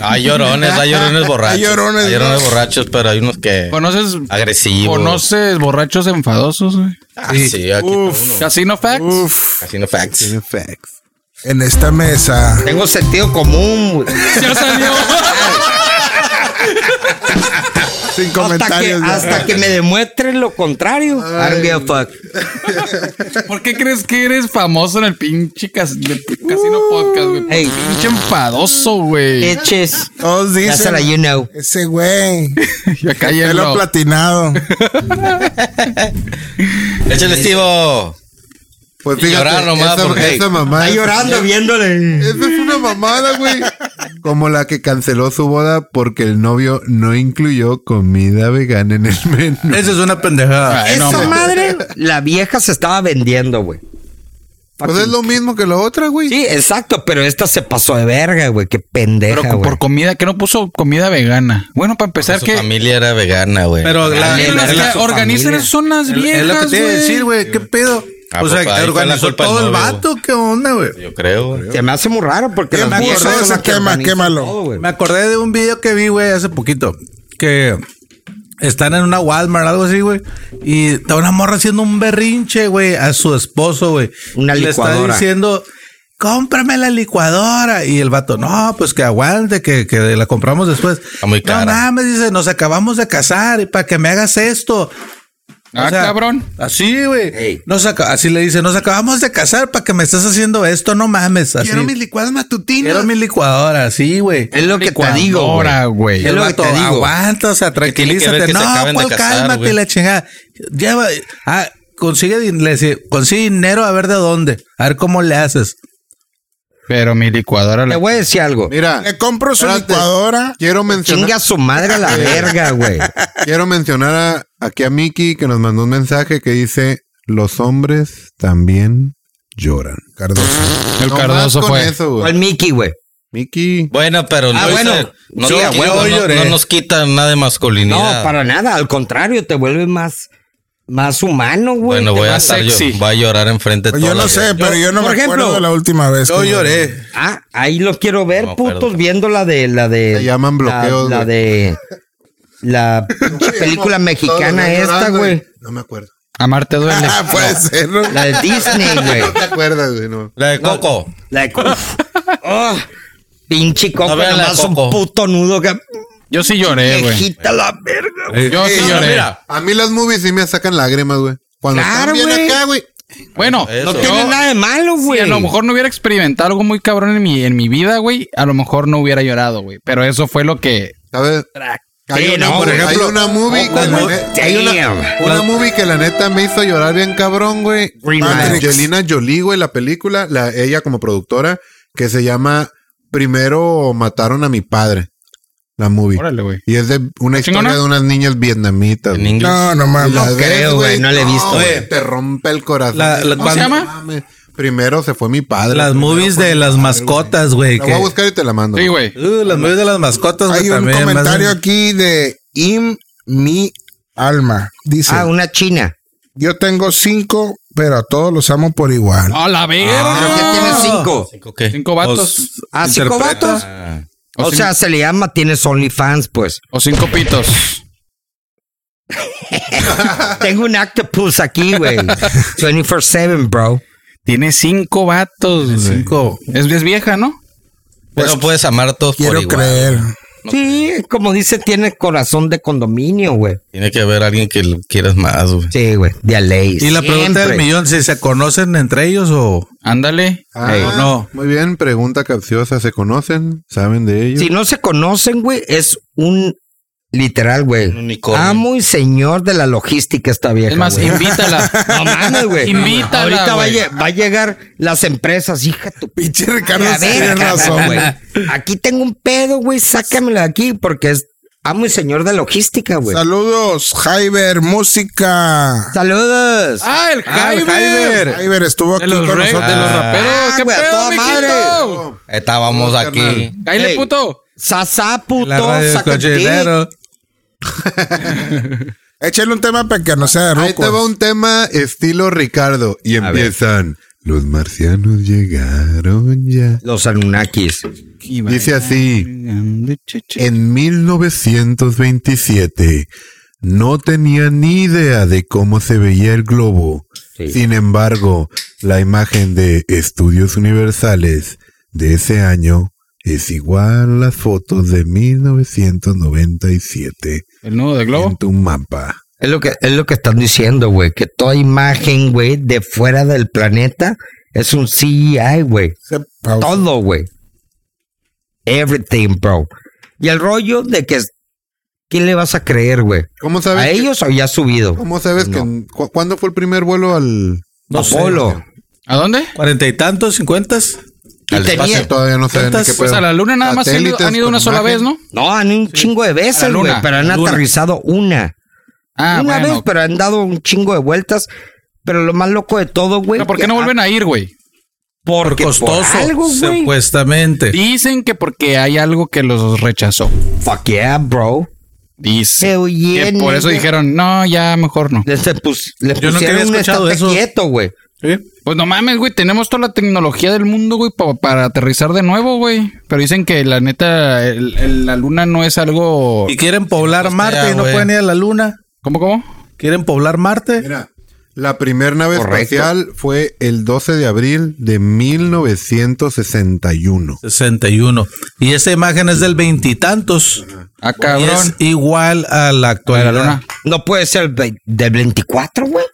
hay llorones, hay llorones borrachos.
Hay llorones,
Hay llorones borrachos, pero hay unos que
¿Conoces,
agresivos.
conoces borrachos enfadosos, güey?
Ah, sí, aquí está uno.
Casino Facts.
Casino Facts.
Tiene facts.
En esta mesa.
Tengo sentido común, güey.
Ya salió.
Sin
Hasta que,
comentarios.
hasta que me demuestren lo contrario. I don't give a fuck.
¿Por qué crees que eres famoso en el pinche cas- de- casino podcast, güey?
Ey.
Pinche enfadoso,
Eh,
güey.
Eches.
Todos
Ya se
dicen.
la you know.
Ese güey.
Ya
Pelo
cayendo.
platinado.
Échale, Estivo.
Pues
Y llorar nomás,
esa,
porque-
esa mamá.
Está llorando viéndole.
Eh,
Esa es una mamada, güey. Como la que canceló su boda porque el novio no incluyó comida vegana en el menú.
Esa es una pendejada.
Esa madre, la vieja se estaba vendiendo, güey.
Pues es lo mismo que la otra, güey.
Sí, exacto, pero esta se pasó de verga, güey. Qué pendeja,
Pero co-
güey.
por comida, que no puso comida vegana. Bueno, para empezar,
Su
que.
familia era vegana, güey.
Pero la,
También
la-
las
la-
que organizan
familia.
eso son las
es lo que
viejas,
te iba a decir,
güey.
güey. ¿Qué pedo?
Ah,
o sea,
pues, ahí fue la
organizó
culpa del
todo el
novio,
vato. ¿Qué onda, güey?
yo creo. güey.
Se me hace muy raro porque
Qué
las
abuso
viejas
ese
son las que
tema,
organizan
quémalo.
todo, güey.
Me acordé de un video que vi, güey, hace poquito. Que están en una Walmart, algo así, güey. Y está una morra haciendo un berrinche, güey, a su esposo, güey.
Una
Y Le
licuadora.
está diciendo, cómprame la licuadora. Y el vato, no, pues que aguante, que, que la compramos después.
muy cara.
No mames, dice, nos acabamos de casar y para que me hagas esto.
Ah, cabrón.
Así, güey. Nos aca- Así le dice, nos acabamos de casar para que me estás haciendo esto, no mames. Así.
Quiero mis licuados matutinos.
Quiero mi licuadora, sí, güey.
Es lo que te digo. güey.
Ahora, güey.
Es
El
lo que
vato,
te digo.
Aguanta, o sea,
tiene que ver que
tranquilízate.
se
No,
acaben de
Paul,
casar,
cálmate
güey.
la chingada. Lleva, ah, consigue, din- le decía, consigue dinero a ver de dónde, a ver cómo le haces.
Pero mi licuadora.
Te
la-
voy a decir algo.
Mira,
Le compro su
espérate.
licuadora.
quiero
Chinga
mencionar,
su madre a la verga, güey.
quiero mencionar a- aquí a Miki que nos mandó un mensaje que dice: Los hombres también lloran. Cardoso.
El
No
Cardoso
más con
fue.
eso,
O el
güey.
Pues, Mickey, güey.
Miki.
Bueno, pero
Ah,
no,
bueno.
dice- no,
Sí,
nos-
a huevo,
no-
yo
no-
lloré.
no nos quita nada de
No,
masculinidad.
para nada. Al contrario, te vuelve más, más humano, güey.
bueno,
Te
voy a,
vas-
estar yo, voy a llorar enfrente de
Pues Yo
todas
no
las-
sé, pero yo no
por
me
ejemplo,
acuerdo de la última vez.
Yo
que-
lloré.
Ah, ahí lo quiero ver,
No,
putos,
perdón.
viendo la de, la de.
Se llaman bloqueos,
La, la
güey.
de. La pinche película mexicana
Todos
esta,
llorando,
güey.
No me acuerdo.
Amarte duele.
Ah, puede ser. ¿no?
La de Disney, güey.
No te acuerdas, güey. No.
La de Coco.
La de. Uf. Oh, pinche coco,
No vean la
nomás un
Coco.
puto nudo que.
Yo sí lloré,
Me
güey.
quita la verga, güey.
Yo sí lloré.
A mí las movies sí me sacan lágrimas, güey. Cuando están
Claro,
bien
güey.
acá, güey.
Bueno,
Eso.
No
yo-
tiene nada de malo,
si
güey.
a lo mejor no hubiera experimentado algo muy cabrón en mi, en mi vida, güey. A lo mejor no hubiera llorado, güey. Pero eso fue lo que.
¿Sabes? Hay
Sí,
una,
no,
por
güey.
ejemplo, hay una movie,
Oh,
que la
como-
ne- hay una-
Damn.
una movie que la neta me hizo llorar bien cabrón, güey.
Green
Ah,
Matrix.
Angelina Jolie, güey, la película, la, ella como productora, que se llama Primero mataron a mi padre, la movie.
Órale, güey.
Y es de una historia
chingona?
de unas niñas vietnamitas.
En
güey.
inglés.
No, no mames.
La
no
ves,
creo, güey, no la he visto,
güey,
güey.
Te rompe el corazón.
La- la-
No,
¿cómo se
no
llama?
mames. Primero se fue mi padre.
Las
Primero
movies
fue
de
mi
las
padre,
mascotas, güey.
La
que-
voy a buscar y te la mando.
Sí, güey.
Uh, las movies de las mascotas, güey.
Hay un
también, más
comentario
bien.
aquí de Im Mi Alma. Dice:
Ah, una china.
Yo tengo cinco, pero a todos los amo por igual.
¡A la verga!
¿Pero qué tiene
Ah.
cinco?
¿Cinco qué?
Cinco vatos.
Os-
Ah, cinco
interpreta.
vatos.
Ah,
O,
O
cin-
sea, se le llama tienes OnlyFans, pues.
o cinco pitos.
Tengo un octopus aquí, güey. 24-7, bro.
Tiene cinco vatos, güey.
Cinco.
Es, es vieja, ¿no?
Pues,
Pero puedes amar a todos por
Quiero
igual.
creer.
Sí, como dice, tiene corazón de condominio, güey.
Tiene que haber alguien que lo quieras más, güey.
Sí, güey, de a ley.
Y la pregunta del
siempre.
millón, si se conocen entre ellos o
Ándale.
Ah,
Ey, no.
Muy bien, pregunta capciosa. ¿Se conocen? ¿Saben de ellos?
Si no se conocen, güey, es un literal, güey.
Un unicornio.
Amo y señor de la logística esta vieja.
Es más,
güey.
invítala.
No mames, güey.
Invítala,
Ahorita va a,
güey.
lle- va a llegar las empresas, hija tu
Pinche Ricardo,
A ver,
tiene
cabrón,
razón,
güey. Aquí tengo un pedo, güey. Sácamela de aquí porque es amo y señor de logística, güey.
Saludos, Jaiber Música.
Saludos.
¡Ah, el Jaime!
Jaiber Pues estuvo
De
aquí
los,
con
reg- de
nosotros.
los raperos.
Ah,
¡Qué
güey, a
pedo,
toda
mijito!
Estábamos
Saludos,
aquí.
carnal.
¡Cállate,
Ey.
puto!
Sasá, puto,
la radio del
saca el
cochinero.
Ah. Échale un tema para que no sea de
Ahí te va
ruco.
un tema estilo Ricardo. Y empiezan. Los marcianos llegaron ya.
Los Anunnakis.
Dice así. En 1927 no tenía ni idea de cómo se veía el globo.
Sí.
Sin embargo, la imagen de Estudios Universales de ese año es igual a las fotos de 1997
El nudo de globo.
en tu mapa.
Es lo que, es lo que están diciendo, güey. Que toda imagen, güey, de fuera del planeta es un CGI, güey.
Se pausa.
Todo, güey. Everything, bro. Y el rollo de que... ¿Quién le vas a creer, güey?
¿Cómo sabes?
¿A
que-
ellos o ya has subido?
¿Cómo sabes
No.
que cu- cuándo fue el primer vuelo al
Apolo.
¿A dónde?
¿Cuarenta y tantos, cincuentas?
Al espacio.
Todavía no saben ni qué
Pues
pedo.
a la luna nada más han ido,
Satélites
han ido
con
una sola
imagen.
vez, ¿no?
No, han ido un chingo de
A
veces,
la
güey,
luna.
pero han
Luna.
aterrizado una.
Ah,
una
bueno.
vez, pero han dado un chingo de vueltas. Pero lo más loco de todo, güey. ah,
Pero ¿Por qué no vuelven a ir, güey?
Porque
Costoso,
Por algo, güey.
supuestamente.
Dicen que porque hay algo que los rechazó.
Fuck yeah, bro.
Dice.
Se
Que
oyen.
por eso
neta.
dijeron, no, ya mejor no.
Les, pus- les
Yo nunca
pusieron
había
un
escuchado
estate
eso.
quieto, güey.
Sí.
Pues no mames, güey, tenemos toda la tecnología del mundo, güey, pa- para aterrizar de nuevo, güey. Pero dicen que la neta, el- el- la luna no es algo...
Y quieren poblar Marte y no
güey.
pueden ir a la luna.
¿Cómo, cómo?
¿Quieren poblar Marte?
Mira, la primera nave
Correcto.
espacial fue el 12 de abril de 1961.
61. Y esa imagen es del veintitantos.
Ah,
Y
cabrón.
es igual a la actual.
la luna.
No puede ser ve- del 24, güey.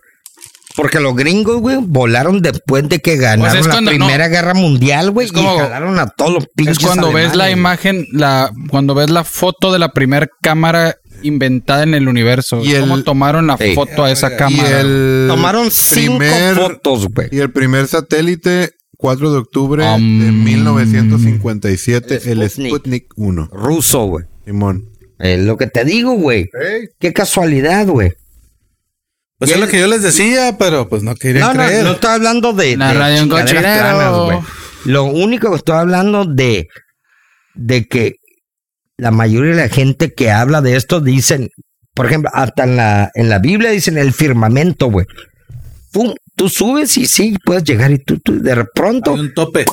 Porque los gringos, güey, volaron después de que ganaron
Pues es
la
cuando-
Primera Guerra Mundial, güey.
Es
Y
como-
jalaron a todos los pinches
Es cuando ves la
alemanes,
imagen, la cuando ves la foto de la primera cámara inventada en el universo.
Y el-
¿Cómo tomaron la
Sí.
foto a esa
Y
cámara?
el
Tomaron cinco fotos, güey.
Y el primer satélite, 4 de octubre
Am.
de 1957,
El
el
Sputnik.
Sputnik 1.
güey. Ruso, güey.
Simón.
Es lo que te digo, güey. Qué casualidad, güey.
Pues
Y
es
el-
lo que yo les decía, pero pues no querían
No, no,
creer.
no estoy hablando de,
La
de
radio en
chingaderas
cochinero.
planas, güey. Lo único que estoy hablando de de que la mayoría de la gente que habla de esto dicen, por ejemplo, hasta en la en la Biblia dicen el firmamento, güey. Pum, tú subes y sí puedes llegar y tú, tú de
Hay
pronto,
un tope.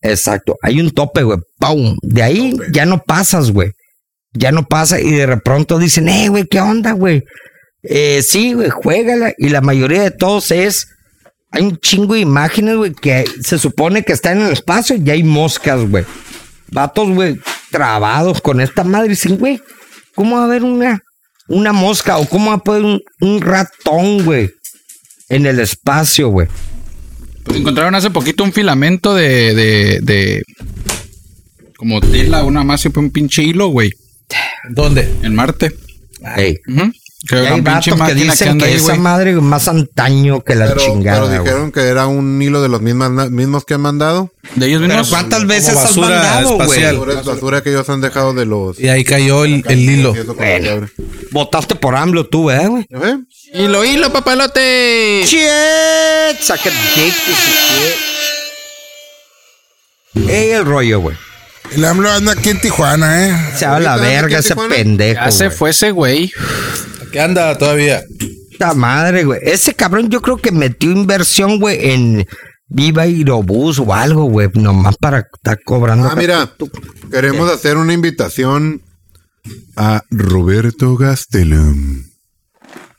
exacto, hay un tope, güey. Pum, de ahí ya no pasas, güey. Ya no pasa y de pronto dicen, "Eh, güey, ¿qué onda, güey?" Eh, sí, güey, juégala. Y la mayoría de todos es. Hay un chingo de imágenes, güey, que se supone que están en el espacio y hay moscas, güey. Vatos, güey, trabados con esta madre. Y dicen, güey, ¿cómo va a haber una, una mosca o cómo va a poder un, un ratón, güey, en el espacio, güey?
Pues encontraron hace poquito un filamento de. de, de como tela, una más y un pinche hilo, güey.
¿Dónde?
En Marte.
Ey.
Ujú. Que
Y
era
hay
un pinche
vatos que
máquina que
dicen
anda
que
ahí,
esa
güey.
madre más antaño que la
Pero, pero
chingada, güey.
dijeron que era un hilo de los mismas na- mismos que han mandado.
De ellos
Pero
mismos.
¿cuántas veces has
basura
mandado,
espacial.
güey?
Basura, basura que ellos han dejado de los...
Y ahí cayó el, el hilo.
Eso con la
Bueno.
fiebre.
Votaste por AMLO tú, ¿eh, güey?
¿Eh?
Hilo, hilo, papalote.
Shit, saca dick de su pie. Ey, el rollo, güey.
El AMLO anda aquí en Tijuana, ¿eh?
Se va a la
Ahorita,
verga
¿qué
ese
Tijuana?
pendejo.
Ya se
güey.
fue ese güey.
¿Qué anda todavía?
Puta madre, güey. Ese cabrón yo creo que metió inversión, güey, en Viva Aerobús o algo, güey. Nomás para estar cobrando.
Ah, mira, queremos hacer una invitación a Roberto Gastelum.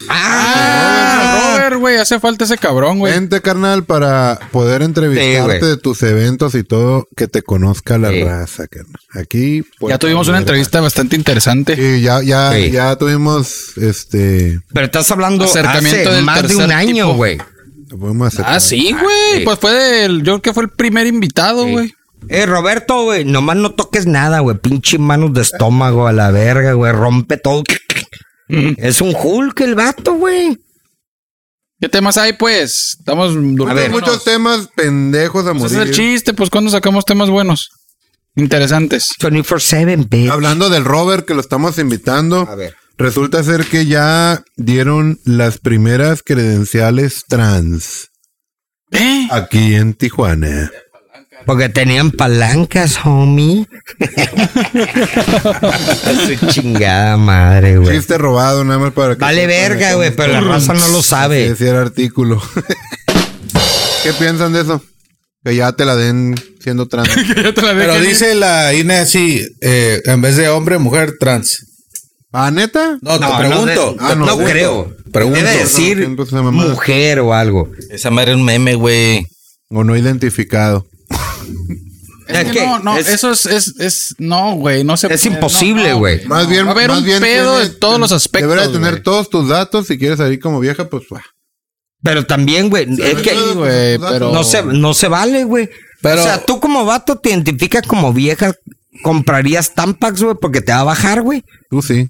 Ah, Robert, güey. Hace falta ese cabrón, güey.
Vente, carnal, para poder entrevistarte
Sí, güey.
de tus eventos y todo, que te conozca la
Sí.
raza, carnal. Aquí. por
Ya tuvimos
primera-
una entrevista bastante interesante.
Sí, ya, ya,
Sí.
ya tuvimos, este,
Pero estás hablando
Acercamiento
hace
del
más de
tercer
un año,
tipo.
güey.
podemos hacer.
Ah, sí,
Ah, sí.
güey. Pues fue del. Yo creo que fue el primer invitado, güey.
Eh, Roberto, güey, nomás no toques nada, güey. Pinche manos de estómago a la verga, güey. Rompe todo. es un Hulk el vato, güey.
¿Qué temas hay, pues? Estamos durmiendo.
Muchos, muchos temas pendejos a
Pues ese es
morir.
el chiste, pues cuando sacamos temas buenos, interesantes.
24-7, bitch.
Hablando del Robert que lo estamos invitando,
A ver.
resulta ser que ya dieron las primeras credenciales trans
¿Eh?
aquí en Tijuana.
Porque tenían palancas, homie. Su chingada madre, güey.
Chiste robado, nada más para que.
Vale
sepan
verga,
que
güey,
somos
pero la
todos.
raza no lo sabe.
Así es, era artículo. ¿Qué piensan de eso? Que ya te la den siendo trans.
Yo te la
Pero
dije.
dice la INE así, eh, en vez de hombre, mujer, trans.
¿Ah, neta?
No, te
No,
pregunto.
no, de-
Ah, no,
no
güey.
creo.
Pregunto.
Debe decir
No, no, no, no, no, no.
mujer o algo.
Esa madre es un meme, güey.
O no identificado.
Es que
¿Qué?
no, no,
Es-
eso es, es, es, no, güey, no se
Es
puede,
imposible,
no, no,
güey.
Más bien,
Va a haber
más
un
bien
pedo
tiene-
en todos los aspectos.
Debería de tener
güey.
todos tus datos. Si quieres salir como vieja, pues. bah.
Pero también, güey, es que
Sí,
güey, pero-
no se, no se vale, güey.
Pero-
o sea, tú como vato te identificas como vieja, comprarías Tampax, güey, porque te va a bajar, güey.
Tú sí.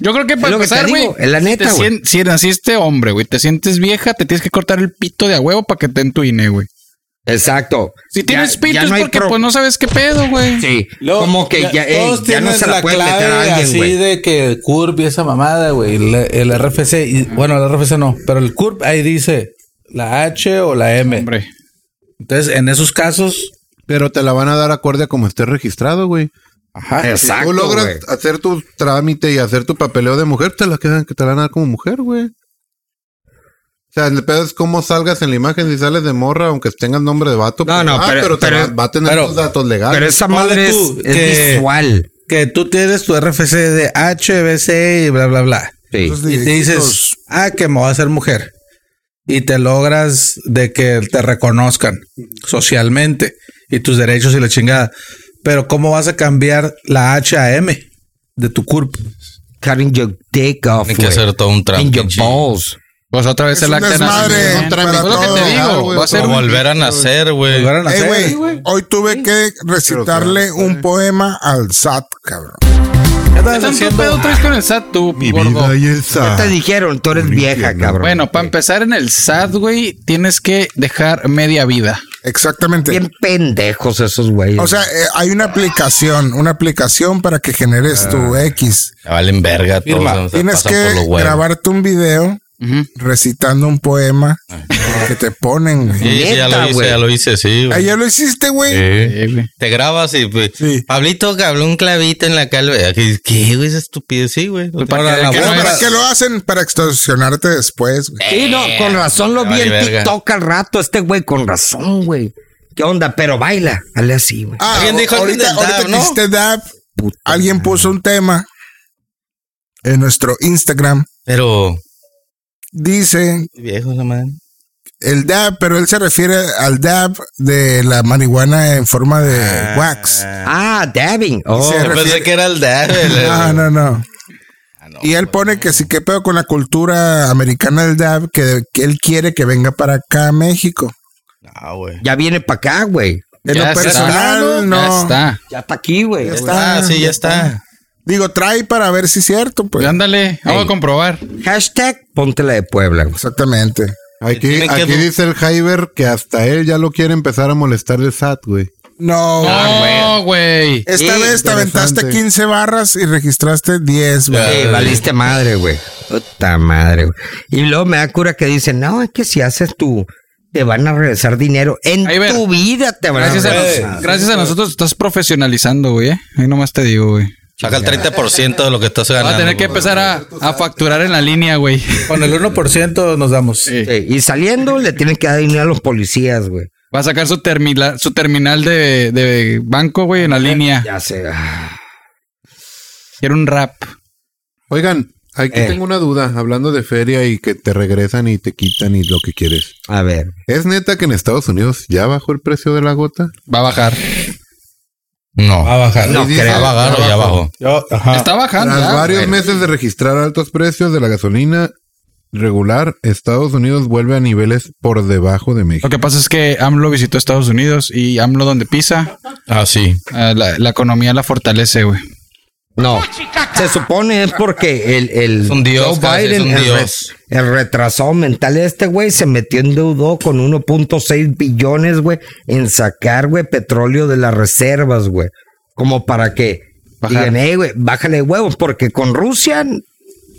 Yo creo que para
lo que te
empezar, güey,
digo, es la
si
neta,
te
güey.
sien- Si naciste hombre, güey, te sientes vieja, te tienes que cortar el pito de a huevo para que te den tu INE, güey.
Exacto.
Si
Ya-
tienes pito
ya no
es
hay
porque
pro-
pues no sabes qué pedo, güey.
Sí,
Luego,
como que ya, ey,
todos
ya no
tienen
se la, puedes meter a
clave
alguien,
así
güey.
de que el CURP y esa mamada, güey. El, el RFC, y- bueno, el RFC no, pero el CURP ahí dice la H o la M.
Hombre.
Entonces, en esos casos,
Pero te la van a dar acorde a como esté registrado, güey.
ajá.
Tú
Exacto,
logras
güey.
hacer tu trámite y hacer tu papeleo de mujer, te la, quedan, te la van a dar como mujer, güey. O sea, el pedo es cómo salgas en la imagen si sales de morra, aunque tengas nombre de vato.
No,
pues,
no,
ah,
pero-
te
pero-
va, va a tener
pero-
tus datos
Pero
legales.
esa
ponle
madre es,
tú
es
que-
visual.
Que tú tienes tu RFC de H, B, C y bla, bla, bla.
Sí.
Esos
Y te dices,
directitos.
ah, que me voy a hacer mujer. Y te logras de que te reconozcan socialmente y tus derechos y la chingada. Pero ¿cómo vas a cambiar la H a M de tu CURP?
Cutting your dick off.
Tienen que
güey.
hacer todo un
In
trámite.
your balls.
Pues otra vez
Es
el
un
acta de
desmadre
nacimiento. Es
para
lo que
todo.
te
Ah,
digo.
güey,
Va a ser
Como
un-
volver a nacer, güey.
Volvieron
Eh,
a hacer,
güey, hoy tuve que recitarle un poema al SAT, cabrón.
¿Qué estás
¿Qué tanto
haciendo?
pedo traes con el SAT tú,
Mi
gordo?
vida y el
¿Qué
SAT.
te dijeron? Tú eres
Un
vieja,
infierno.
cabrón.
Bueno, para empezar en el SAT, güey, tienes que dejar media vida.
Exactamente.
Bien pendejos esos güeyes.
O sea, eh, hay una aplicación, una aplicación para que generes tu
Ah.
X.
Me valen verga todos.
Firma.
o sea,
Tienes
pasan por los
que
huevos.
grabarte un video recitando un poema que te ponen, güey.
Sí, sí, ya
Neta,
lo hice,
güey.
ya lo hice, sí. güey.
Ah, ya lo hiciste, güey.
Sí.
Eh, güey.
Te grabas y pues,
Sí.
Pablito que habló un clavito en la calva. Aquí, ¿Qué, güey? Esa estupidez, sí, güey.
Para la
Que no,
boda.
Ah, ¿Para qué lo hacen? Para extorsionarte después, güey.
Sí, no, con razón lo
me
vi
Eh, vale
en
verga.
TikTok al rato, este güey, con razón, güey. ¿Qué onda? Pero baila, hazle así, güey.
Ah,
Alguien dijo
ahorita,
algo del
ahorita
dab,
que
¿no?
hiciste dab, alguien puso un tema en nuestro Instagram.
Pero,
Dice
viejo, la madre.
el dab, pero él se refiere al dab de la marihuana en forma de wax.
Ah, dabbing. Oh,
Dice,
Yo pensé que era el de
No, no, no.
no,
Y él pone que sí, que pedo con la cultura americana del DAB, que, que él quiere que venga para acá a México.
No, güey.
ya viene para acá, güey.
En
Ya
lo
está,
personal, no.
Ya está.
Ya está aquí, güey. Este
Ya está,
Ah, sí,
ya
ya está.
Digo, trae para ver si es cierto, pues.
Ándale, vamos a comprobar.
Hashtag ponte la de Puebla. güey.
Exactamente.
Aquí,
Tiene que-
aquí dice el Jaiber que hasta él ya lo quiere empezar a molestar el SAT, güey.
No,
Ah,
Ah, güey.
No, güey.
Esta
Sí,
vez te aventaste
interesante.
15 barras y registraste 10, güey.
Sí, valiste madre, güey. Puta madre, güey. Y luego me da cura que dicen, no, es que si haces tú, te van a regresar dinero. En
Ahí ver.
tu vida te van
Gracias
a
a,
pues.
nos-
regresar.
gracias a nosotros estás profesionalizando, güey. eh. Ahí nomás te digo, güey.
Saca el 30% de lo que estás ganando.
Vas a tener que
güey.
empezar a, a facturar en la línea, güey.
Con el 1% nos damos.
Sí, Y saliendo le tienen que dar dinero a los policías, güey.
Va a sacar su, termila- su terminal de, de banco, güey, en la línea.
Ya sé. ah.
Quiero un rap.
Oigan, aquí
Eh.
tengo una duda, hablando de feria y que te regresan y te quitan y lo que quieres.
A ver.
¿Es neta que en Estados Unidos ya bajó el precio de la gota?
Va a bajar.
No.
Va a bajar.
No,
dice-
Ya
creo.
bajaron, ya bajó.
Yo, ajá.
Está bajando.
Tras
¿ah?
varios meses de registrar altos precios de la gasolina regular, Estados Unidos vuelve a niveles por debajo de México.
Lo que pasa es que AMLO visitó Estados Unidos y AMLO donde pisa,
Ah, sí.
ah, la, la economía la fortalece, güey.
No. Se supone es porque el, el
Es un dios,
Joe
casi, es
Biden,
un
el, re-
dios.
el retrasado mental de este güey, se metió en deudo con 1.6 billones, güey, en sacar, güey, petróleo de las reservas, güey. Como para que
Bajar.
digan, "Ey, güey, bájale huevos, porque con Rusia,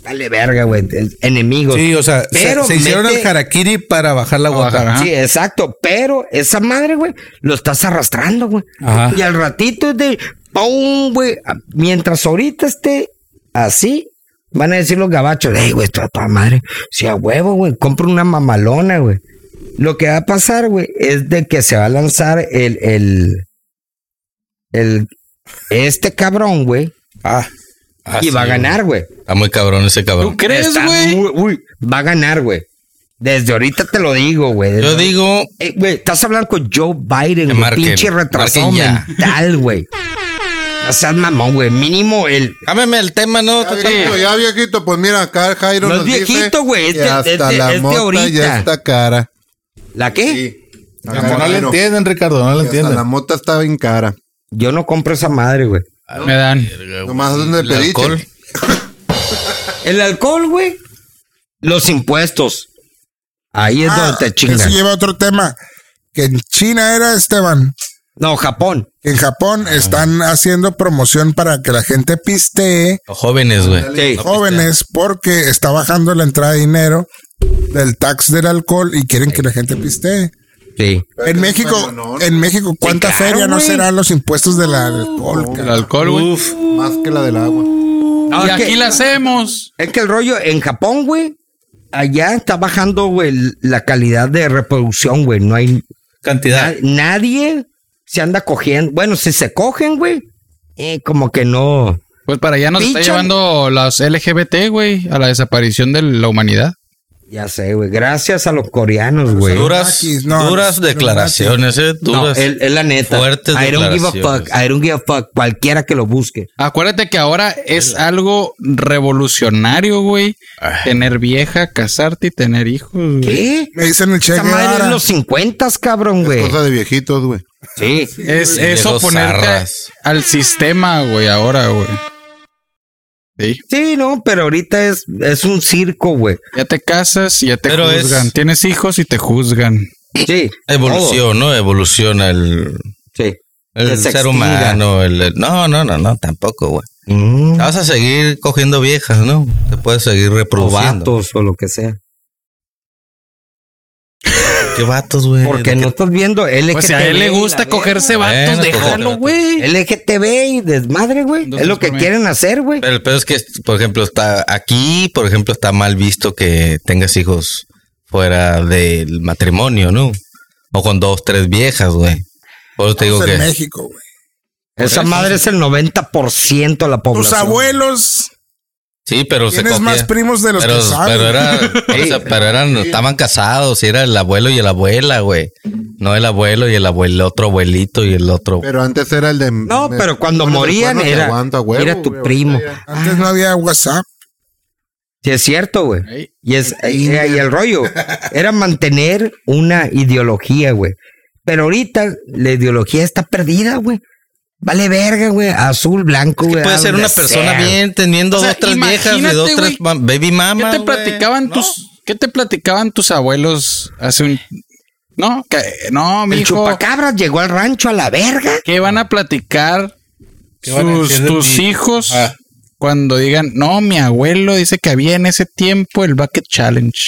dale verga, güey, es- enemigos.
Sí, o sea, se-
Pero
se, hicieron
mete-
el harakiri para bajar la
bajar,
guacara.
ajá.
Sí, exacto. Pero esa madre, güey, lo estás arrastrando, güey.
Ajá.
Y al ratito es de ¡pum! güey. A- Mientras ahorita esté así, van a decir los gabachos, ¡ey, güey, esto a toda madre! Si a huevo, güey, compra una mamalona, güey. Lo que va a pasar, güey, es de que se va a lanzar el, el, el, este cabrón, güey,
Ah,
Ah,
y va a
sí,
ganar, güey.
güey. Está muy cabrón ese
¿Tú
cabrón.
crees,
Está
güey?
muy- uy, va a ganar, güey. Desde ahorita te lo digo, güey. Desde
Yo digo,
eh, güey, estás hablando con Joe Biden,
Que
güey,
marquen,
pinche retrasado
marquen ya.
mental, güey. No seas mamón, güey. Mínimo el.
cámeme el tema, ¿no?
Ya viejito, ya viejito, pues mira acá Jairo
No es
nos dice
viejito, güey, es
que
de-
hasta
es de-
la
es de
mota
ahorita.
ya está cara.
¿La qué?
Acá
como no le
Jairo,
entienden, Ricardo, no le
que Hasta
entienden.
la mota está bien cara.
Yo no compro esa madre, güey.
Me dan.
Nomás donde
El alcohol.
pediste.
El alcohol, güey. Los impuestos. Ahí es
Ah,
donde te
eso
chingan.
lleva a otro tema. que en China era Esteban,
No, Japón.
que en
Ah.
Japón están haciendo promoción para que la gente pistee
Los jóvenes, güey.
Sí.
jóvenes porque está bajando la entrada de dinero del tax del alcohol y quieren que la gente pistee.
Sí.
En México, en México, ¿cuánta feria no serán los impuestos del alcohol?
El
cara?
alcohol, güey.
Más que la del agua.
Y
No, es,
aquí
que,
la hacemos.
es que el rollo en Japón, güey, allá está bajando, güey, la calidad de reproducción, güey. No hay
Ah.
Cantidad.
na- nadie se anda cogiendo. Bueno, si se cogen, güey, eh, como que no.
Pues para allá nos está
Pinchan.
llevando las LGBT, güey, a la desaparición de la humanidad.
Ya sé, güey. Gracias a los coreanos, güey.
Duras,
no,
duras
no,
declaraciones, eh.
No,
Duras.
es es la neta.
Fuertes
I don't give a
declaraciones.
fuck. I don't give a fuck. Cualquiera que lo busque.
Acuérdate que ahora es algo revolucionario, güey. Tener vieja, casarte y tener hijos. güey.
¿Qué?
Me dicen el
Esa
cheque.
madre en los 50, cabrón, güey.
Cosa de viejitos, güey.
Sí.
Es
güey.
eso
Viejos
ponerte
zarras.
al sistema, güey, ahora, güey. Sí,
Sí, no, pero ahorita es, es un circo, güey.
ya te casas y ya te
Pero es-
juzgan. Tienes hijos y te juzgan.
Sí.
Evolución, ¿no? Evoluciona el,
Sí.
el
Que se
ser
extinga.
humano. el- el- no, no, no, no, tampoco, güey.
Mm.
Vas a seguir cogiendo viejas, ¿no? Te puedes seguir
O
reproduciendo.
vatos Pues, o lo que sea.
¿Qué vatos, güey?
Porque no estás viendo LGTB.
Pues si a él le gusta
la
cogerse
verga.
vatos,
Bueno, pues,
déjalo,
cógete.
güey.
LGTB y desmadre, güey.
Dos
Es lo
veces
que
por mes.
quieren hacer, güey.
Pero el pedo es que, por ejemplo, está aquí, por ejemplo, está mal visto que tengas hijos fuera del matrimonio, ¿no? O con dos, tres viejas, güey. Por eso te digo
en
que...
México, güey.
Esa madre es el 90% de la población.
Tus abuelos
Sí, pero se
tienes más
cogía.
primos de los
pero,
que saben.
pero era, o sea, pero eran, estaban casados y era el abuelo y la abuela, güey. No el abuelo y el abuelo, otro abuelito y el otro.
Pero antes era el de.
No,
me-
pero cuando
pones el
morían
cuerno, te
era,
aguanto a huevo,
era tu
güey,
primo.
ahorita ya.
Antes no había WhatsApp.
Sí, es cierto, güey.
Ey.
Y, es, y, y el rollo era mantener una ideología, güey. Pero ahorita la ideología está perdida, güey. Vale verga, güey. Azul, blanco, güey.
Puede
a
ser una
donde
persona
sea.
bien teniendo
O sea,
dos, tres viejas, de
imagínate,
dos, tres
güey,
ma- baby
¿Qué
mama.
te
güey.
platicaban tus ¿Qué te platicaban tus abuelos hace un No, que no, mi
El
hijo.
chupacabras llegó al rancho a la verga.
¿Qué van a platicar
¿Qué van a
sus-
decir de
tus
ti?
hijos
Ah.
cuando digan, "No, mi abuelo dice que había en ese tiempo el bucket challenge"?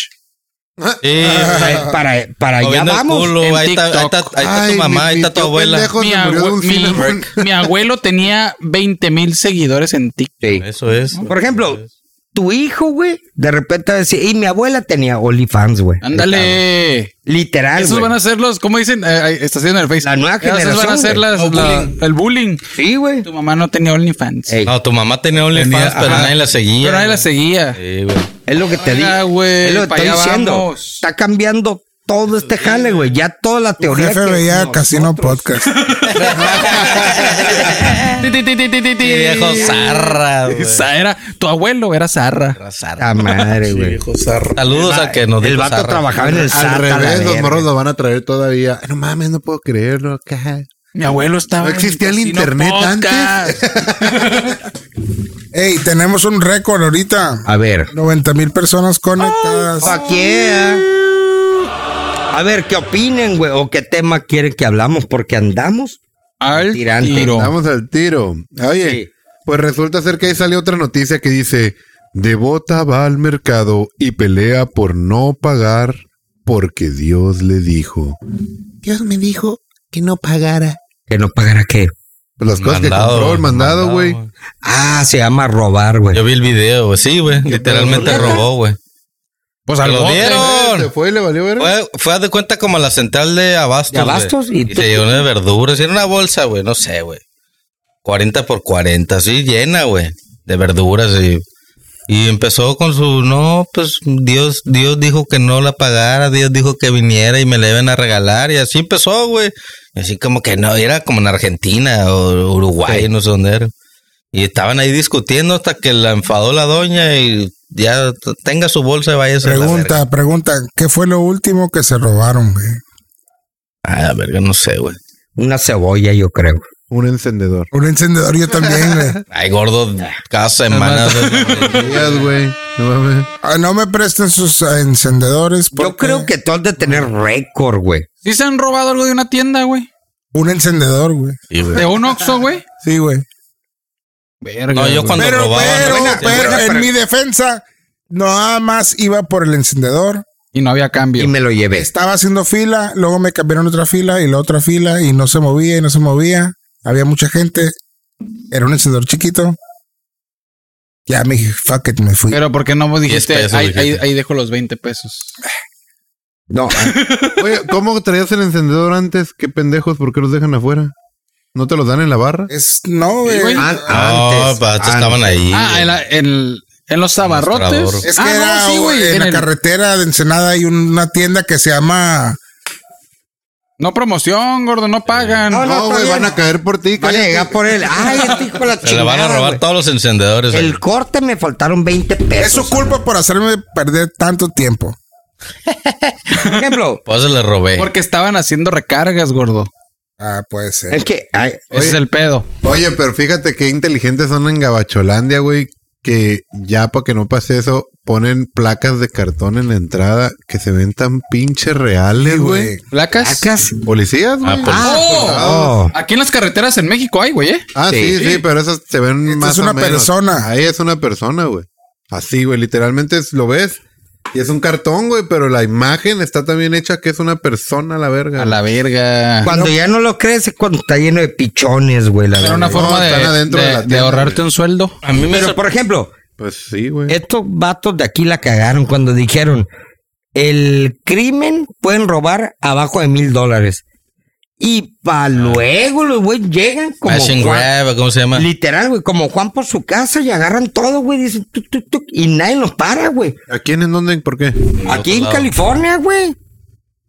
Sí, güey.
Para, para, para
O
allá
viendo el
Ah. vamos.
culo,
en
ahí, está, ahí, está,
TikTok.
ahí está
Ay,
tu
mi-
mamá, ahí
mi
está tu
tío
abuela.
pendejo
Mi,
se murió de
abue-
un
mi-
cinnamon.
mi abuelo tenía 20 mil seguidores en TikTok.
Sí.
Eso es.
Por ejemplo, tu hijo, güey, de repente va a decir, y mi abuela tenía OnlyFans, güey.
Ándale.
Literal,
Esos
güey.
van a ser los, ¿cómo dicen? Eh, ahí está haciendo en el Facebook.
La nueva
Esos van a
generación,
ser
güey.
las,
O
la-
bullying.
el bullying.
Sí, güey.
Tu mamá no tenía OnlyFans.
Ey,
No, tu mamá tenía OnlyFans, pero
ajá.
nadie la seguía.
Pero nadie la seguía.
Sí, güey.
Es lo que te digo.
Oiga, güey,
Es lo que
pa'
estoy
allá
diciendo.
vamos.
Está cambiando todo este jale, güey. Ya toda la
Tu
teoría.
jefe
que-
veía
no,
Casino Podcast.
Ti, ti, ti, ti, ti, ti, ti.
Sí, viejo zarra, güey.
Sa- era, tu abuelo era Zarra.
Zarra.
puta madre, güey.
Viejo zarra.
Saludos al que nos
El
dijo
vato
zarra.
trabajaba en el SAT.
Al
a la
revés, los
verga.
morros lo van a traer todavía. Ay, No mames, no puedo creerlo. acá.
Mi abuelo estaba.
No
en
existía el
Casino
internet
Podcast.
Ey, tenemos un récord ahorita.
A ver.
90 mil personas conectadas.
Fuck yeah. ah? A ver, ¿qué opinen, güey? ¿O qué tema quieren que hablamos? Porque andamos.
Al
Tirante.
tiro.
Vamos al tiro. Oye,
Sí.
pues resulta ser que ahí salió otra noticia que dice: Devota va al mercado y pelea por no pagar porque Dios le dijo.
Dios me dijo que no pagara.
¿Que no pagará qué?
Pues las cosas que compró el mandado, güey.
Ah, se llama robar, güey.
Yo vi el video, güey. Sí, güey. Literalmente robó, güey.
Pues
Se
al
lo
bote.
Se
dieron.
fue y le valió ver.
Fue, fue haz de cuenta como la central de Abastos.
De Abastos
güey.
y
y,
tú-
se llenó de verduras. Era una bolsa, güey. No sé, güey. 40 por 40, sí, llena, güey. De verduras y. Y empezó con su, no, pues Dios, Dios dijo que no la pagara, Dios dijo que viniera y me la iban a regalar y así empezó, güey. Y Así como que no, era como en Argentina o Uruguay, no sé dónde era. Y estaban ahí discutiendo hasta que la enfadó la doña y ya t- tenga su bolsa y vaya
Pregunta, pregunta, ¿qué fue lo último que se robaron, güey?
A la Ah, verga, no sé, güey.
Una cebolla, yo creo.
Un encendedor.
Un encendedor yo también, güey.
Ay, gordo, cada semana.
Días, güey. No mames.
Ah, no me presten sus eh, encendedores.
Yo
porque
creo que tú has de tener récord, güey.
¿Sí se han robado algo de una tienda, güey?
Un encendedor, güey.
Sí, güey.
¿De un Oxxo, güey?
Sí, güey.
Verga,
No, yo
güey.
cuando
Pero,
robaba,
pero,
no, güey,
pero,
siempre-
en mi defensa, nada más iba por el encendedor.
Y no había
Y
cambio.
me lo llevé.
Estaba haciendo fila, luego me cambiaron a otra fila y la otra fila y no se movía y no se movía. Había mucha gente. Era un encendedor chiquito. Ya me dije, fuck it, me fui.
Pero ¿por qué no dijiste,
pesos,
ahí,
dijiste.
ahí- ahí dejo los 20 pesos?
No,
Oye, ¿cómo traías el encendedor antes? Qué pendejos, ¿por qué los dejan afuera? ¿No te los dan en la barra?
es, no,
Sí,
eh,
güey.
an-
No,
antes.
pa, estos
antes.
estaban ahí.
Ah,
güey.
en, la- en- en los
mostrador.
abarrotes.
Es que
Ah, no,
era
sí, güey,
en,
en
la
el-
carretera de Ensenada hay una tienda que se llama.
No promoción, gordo, no pagan.
No,
No, güey, van a caer por ti.
Van a
cállate.
llegar por él. Ay, este hijo de la
Se le van a
chingada,
robar
güey.
todos los encendedores. güey.
El corte me faltaron 20
Es
pesos.
su culpa por hacerme perder tanto tiempo.
Por ejemplo,
Pues se le robé.
Porque estaban haciendo recargas, gordo.
Ah, puede ser.
es que ay,
Ese es el pedo.
Oye, pero fíjate qué inteligentes son en Gabacholandia, güey. Que ya para que no pase eso, ponen placas de cartón en la entrada que se ven tan pinche reales, güey.
¿Placas?
sacas.
Policías, güey.
Ah, pues,
¡Oh! Aquí en las carreteras en México hay, güey, ¿eh?
Ah, sí, sí, pero esas se ven
Esta
más.
es una
o menos.
persona.
Ahí es una persona, güey. Así, güey. Literalmente es- lo ves. Y es un cartón, güey, pero la imagen está también hecha que es una persona a la verga.
A la verga.
Cuando ya no lo crees es cuando está lleno de pichones, güey. La
Era
verdad.
una forma de,
están adentro de
de-
la
de
tienda,
ahorrarte
güey.
un sueldo.
A mí me
Pero,
sor-
por ejemplo,
Pues sí,
Eh.
güey.
estos vatos de aquí la cagaron cuando dijeron, el crimen pueden robar abajo de mil dólares. Y pa' luego los güey llegan Ah, como...
Smash and
Juan-
grab, ¿cómo se llama?
Literal, güey, como Juan por su casa y agarran todo, güey, dicen tuc, tuc, tuc, y nadie los para, güey.
¿A quién, en dónde, por qué?
Aquí en
lado.
California, güey.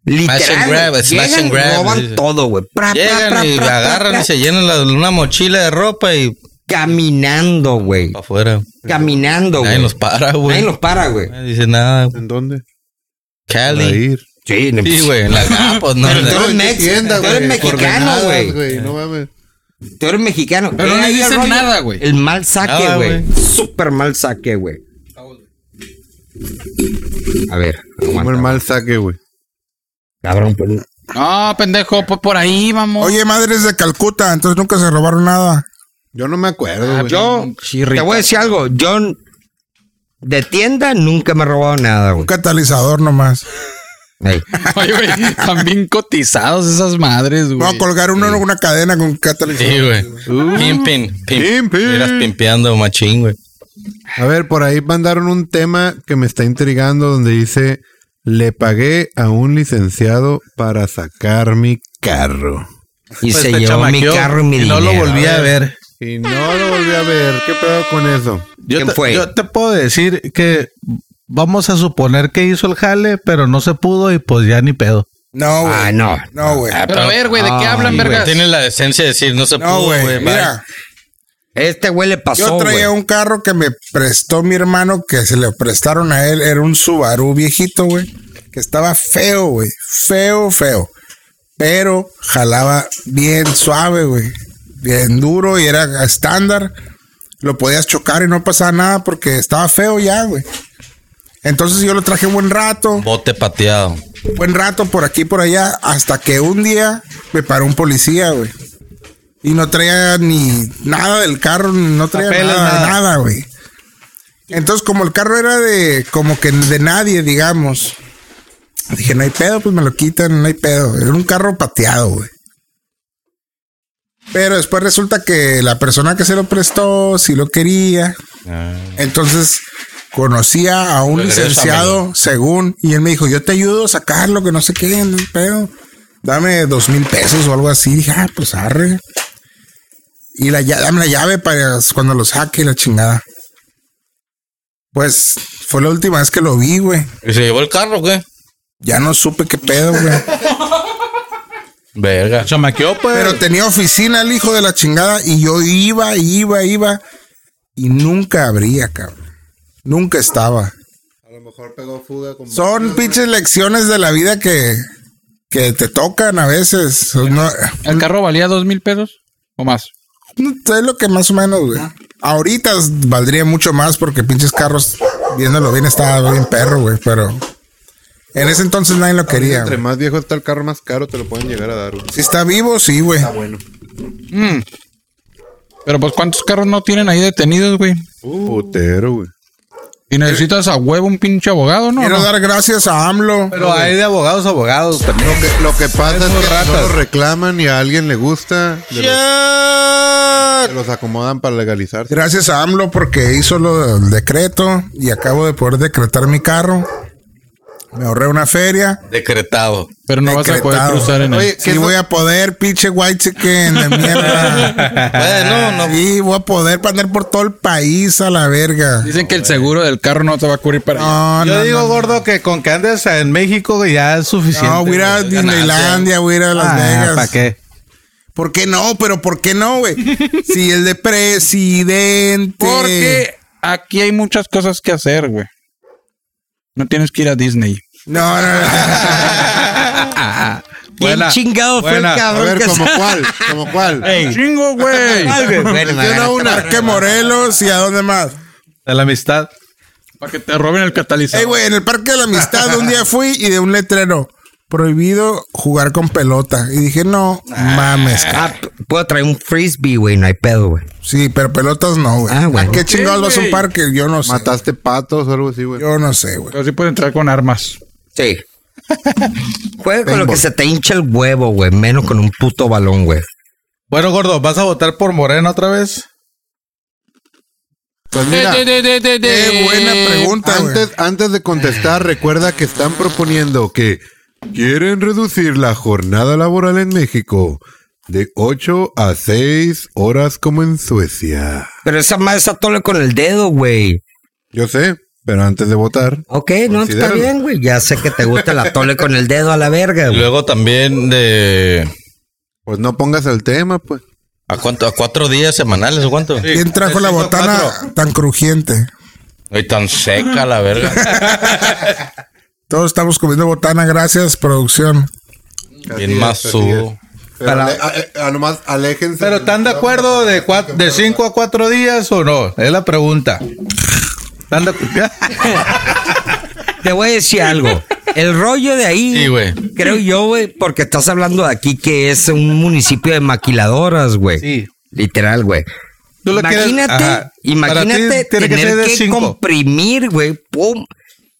Literal,
pues and grab,
güey,
smash
llegan,
and grab,
roban
sí.
todo, güey. Pra, pra, pra,
Llegan y
pra, pra,
agarran
pra.
y se llenan la- una mochila de ropa y
Caminando, güey.
para afuera.
Caminando, güey.
Nadie los para,
Nadie
güey.
los para, güey.
Nadie dice nada.
¿En dónde? Para
Cali.
ir.
Sí,
Sí, güey, en la ah, pues no.
Pero tú eres
¿En qué
mex- tú eres mexicano,
Coordenadas,
güey.
No mames.
Tú eres mexicano.
Pero no
Eh,
le
ahí
dicen
el rollo,
nada, güey.
El mal saque,
Nada,
güey.
güey.
Súper mal saque, güey. A ver,
Como
aguanta.
el mal saque, güey.
Cabrón, pues.
No, pendejo, pues por ahí vamos.
Oye, madres de Calcuta, entonces nunca se robaron nada.
Yo no me acuerdo,
Pues,
güey.
Ah, Yo te voy a decir algo. Yo de tienda nunca me he robado nada, güey.
Un catalizador nomás.
Ey.
Oye, güey, están bien cotizados esas madres,
Voy a
güey.
colgar uno en una cadena con un catalizador.
Sí, güey. Pimpin.
Pimpin.
Pimpin. Eras pimpeando, machín, güey.
A ver, por ahí mandaron un tema que me está intrigando donde dice, le pagué a un licenciado para sacar mi carro.
Y
Pues
se
te
llevó mi
chamaqueó
carro y mi
y no
dinero.
lo volví a ver.
Y no lo volví a ver. ¿Qué pedo con eso?
Yo
¿Quién
te,
fue?
yo te puedo decir que vamos a suponer que hizo el jale, pero no se pudo y pues ya ni pedo.
No, güey.
Ah, no.
No, güey.
Pero a ver, güey, ¿de qué hablan, vergas?
Tiene la decencia de decir, no se
No,
pudo,
güey.
güey.
Mira,
Este güey le pasó,
yo
güey.
traía un carro que me prestó mi hermano, que se le prestaron a él. Era un Subaru viejito, güey. Que estaba feo, güey. Feo, feo. Pero jalaba bien suave, güey. Bien duro y era estándar. Lo podías chocar y no pasaba nada porque estaba feo ya, güey. Entonces yo lo traje un buen rato.
Bote pateado.
buen rato por aquí por allá hasta que un día me paró un policía, güey. Y no traía ni nada del carro, ni no traía
Papeles,
nada,
nada.
nada, güey. Entonces, como el carro era de, como que de nadie, digamos, dije, no hay pedo, pues me lo quitan, no hay pedo. Era un carro pateado, güey. Pero después resulta que la persona que se lo prestó, si lo quería. Entonces conocía a un
Regrésamelo.
licenciado, según, y él me dijo, yo te ayudo a sacarlo, que no sé qué, no hay pedo. Dame dos mil pesos o algo así. Dije, ah, pues arre. Y la, lla- dame la llave para cuando lo saque, la chingada. Pues fue la última vez que lo vi, güey.
¿Y se llevó el carro, güey?
Ya no supe qué pedo, güey.
Verga.
Chamaqueó, pues.
Pero tenía oficina el hijo de la chingada y yo iba, iba, iba y nunca abría, cabrón. Nunca estaba.
A lo mejor pegó fuga con...
Son pinches lecciones de la vida que, que te tocan a veces. No,
¿El carro valía dos mil pesos o más?
no, es lo que más o menos, güey. Ahorita valdría mucho más porque pinches carros, viéndolo bien, estaba bien perro, güey. Pero En ese entonces nadie lo quería.
Entre
güey.
más viejo está el carro, más caro te lo pueden llegar a dar. güey.
Si está vivo, sí, güey.
Mm. Pero pues, ¿cuántos carros no tienen ahí detenidos, güey?
Uh. Putero, güey.
Y necesitas a huevo un pinche abogado, ¿no?
Quiero
¿No?
dar gracias a AMLO.
Pero hay de abogados a abogados también.
Lo que, lo que pasa es que
ratas.
no lo reclaman y a alguien le gusta. de los- se los acomodan para legalizarse.
Gracias a AMLO porque hizo lo del decreto y acabo de poder decretar mi carro. Me ahorré una feria.
Decretado.
Pero no vas a poder
Decretado.
cruzar en él.
Oye, ¿qué
Sí
es lo-
voy a poder, pinche white chicken de mierda.
Bueno, no,
Sí, voy a poder para andar por todo el país a la verga.
Dicen que el seguro del carro no te va a cubrir para allá.
No,
Yo
no,
digo,
no.
gordo, que con que andes en México güey, ya es suficiente.
No, pues, voy a ir a
güey.
Disneylandia, voy a ir a Las Vegas.
¿Para qué?
¿Por qué no? Pero ¿por qué no, güey? si el de presidente.
Porque aquí hay muchas cosas que hacer, güey. No tienes que ir a Disney.
No, no, no.
¿Quién
Buena,
chingado fue
buena.
el
A
cabrón
ver,
que
¿como
se-
cuál? ¿Como cuál?
¡Ey! ¡Chingo, güey!
Menciona una. que Morelos y a dónde más?
De la amistad.
Para que te roben el
Ey,
catalizador.
güey, en el Parque de la Amistad un día fui y de un letrero. Prohibido jugar con pelota. Y dije, no, mames. ca-
Ah, p- puedo traer un frisbee, güey, no hay pedo, güey.
Sí, pero pelotas no, güey.
Ah, güey.
¿A qué chingados vas a un
güey?
parque? Yo no sé.
¿Mataste patos o algo así, güey?
Yo no sé, güey.
Pero sí puedes entrar con armas.
Sí. Juega con lo que se te hincha el huevo, güey, menos con un puto balón, güey.
Bueno, gordo, ¿vas a votar por Moreno otra vez?
Pues mira,
Qué buena pregunta, güey.
antes, antes de contestar, recuerda que están proponiendo que quieren reducir la jornada laboral en México de 8 a 6 horas como en Suecia.
Pero esa madre está tole con el dedo, güey.
Yo sé, pero antes de votar,
Ok, no, está
Considéralo.
bien, güey. Ya sé que te gusta la tole con el dedo a la verga,
Y
güey.
luego también de.
pues no pongas el tema, pues.
¿A cuánto? ¿A cuatro días semanales? ¿o ¿Cuánto?
¿Quién trajo la botana tan crujiente?
Ay, tan seca la verga.
Todos estamos comiendo botana, gracias, producción.
Bien más subo.
Pero ale- a- a- a- nomás aléjense.
¿Pero están de acuerdo de, cua- de cinco a cuatro días o no? Es la pregunta. ¿Están de acuerdo?
Te voy a decir algo. El rollo de ahí,
Sí, güey.
creo yo, güey, porque estás hablando de aquí que es un municipio de maquiladoras, güey.
Sí.
Literal, güey.
Tú lo quieres-
Imagínate,
ajá. Para
imagínate
ti tiene que ser
tener
de
que,
cinco.
comprimir, güey, pum,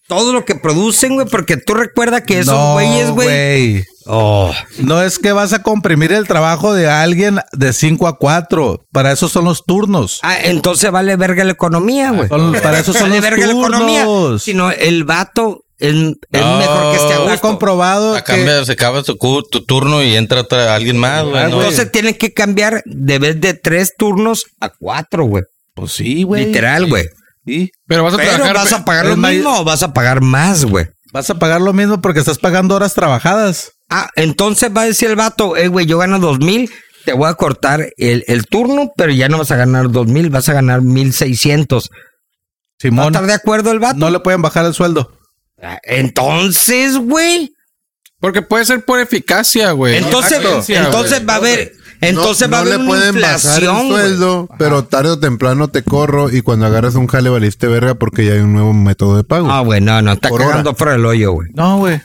todo lo que producen, güey, porque tú recuerdas que esos
No,
güeyes, güey.
güey.
Oh.
No es que vas a comprimir el trabajo de alguien de 5 a 4. Para eso son los turnos.
Ah, entonces vale verga la economía, güey.
Son- para eso son
vale
los
verga la economía.
turnos.
Sino el vato es, es
No.
mejor que esté a
Está
gusto.
comprobado
A
que
cambio, se acaba tu, cu- tu turno y entra otra- alguien más,
Ah,
Ah,
güey. ¿no?
Entonces tienen que cambiar de vez de tres turnos a cuatro, güey.
Pues sí, güey.
Literal, güey.
Sí.
Pero vas a
Pero
trabajar.
vas a pagar lo
es may-
mismo o vas a pagar más, güey.
Vas a pagar lo mismo porque estás pagando horas trabajadas.
Ah, entonces va a decir el vato, eh, güey, yo gano dos mil, te voy a cortar el, el turno, pero ya no vas a ganar dos mil, vas a ganar mil seiscientos. ¿Va a
Simón.
estar de acuerdo el vato?
No le pueden bajar el sueldo.
Ah, Entonces, güey.
Porque puede ser por eficacia, güey.
Entonces,
Eficacia,
entonces
güey.
va a haber, entonces
no,
va a
no
haber
le
una
pueden bajar
inflación,
el
güey.
sueldo, pero tarde o temprano te corro y cuando agarras un jale valiste verga porque ya hay un nuevo método de pago.
Ah, güey, no, no, está
Por hora.
cagando fuera el hoyo, güey.
No, güey.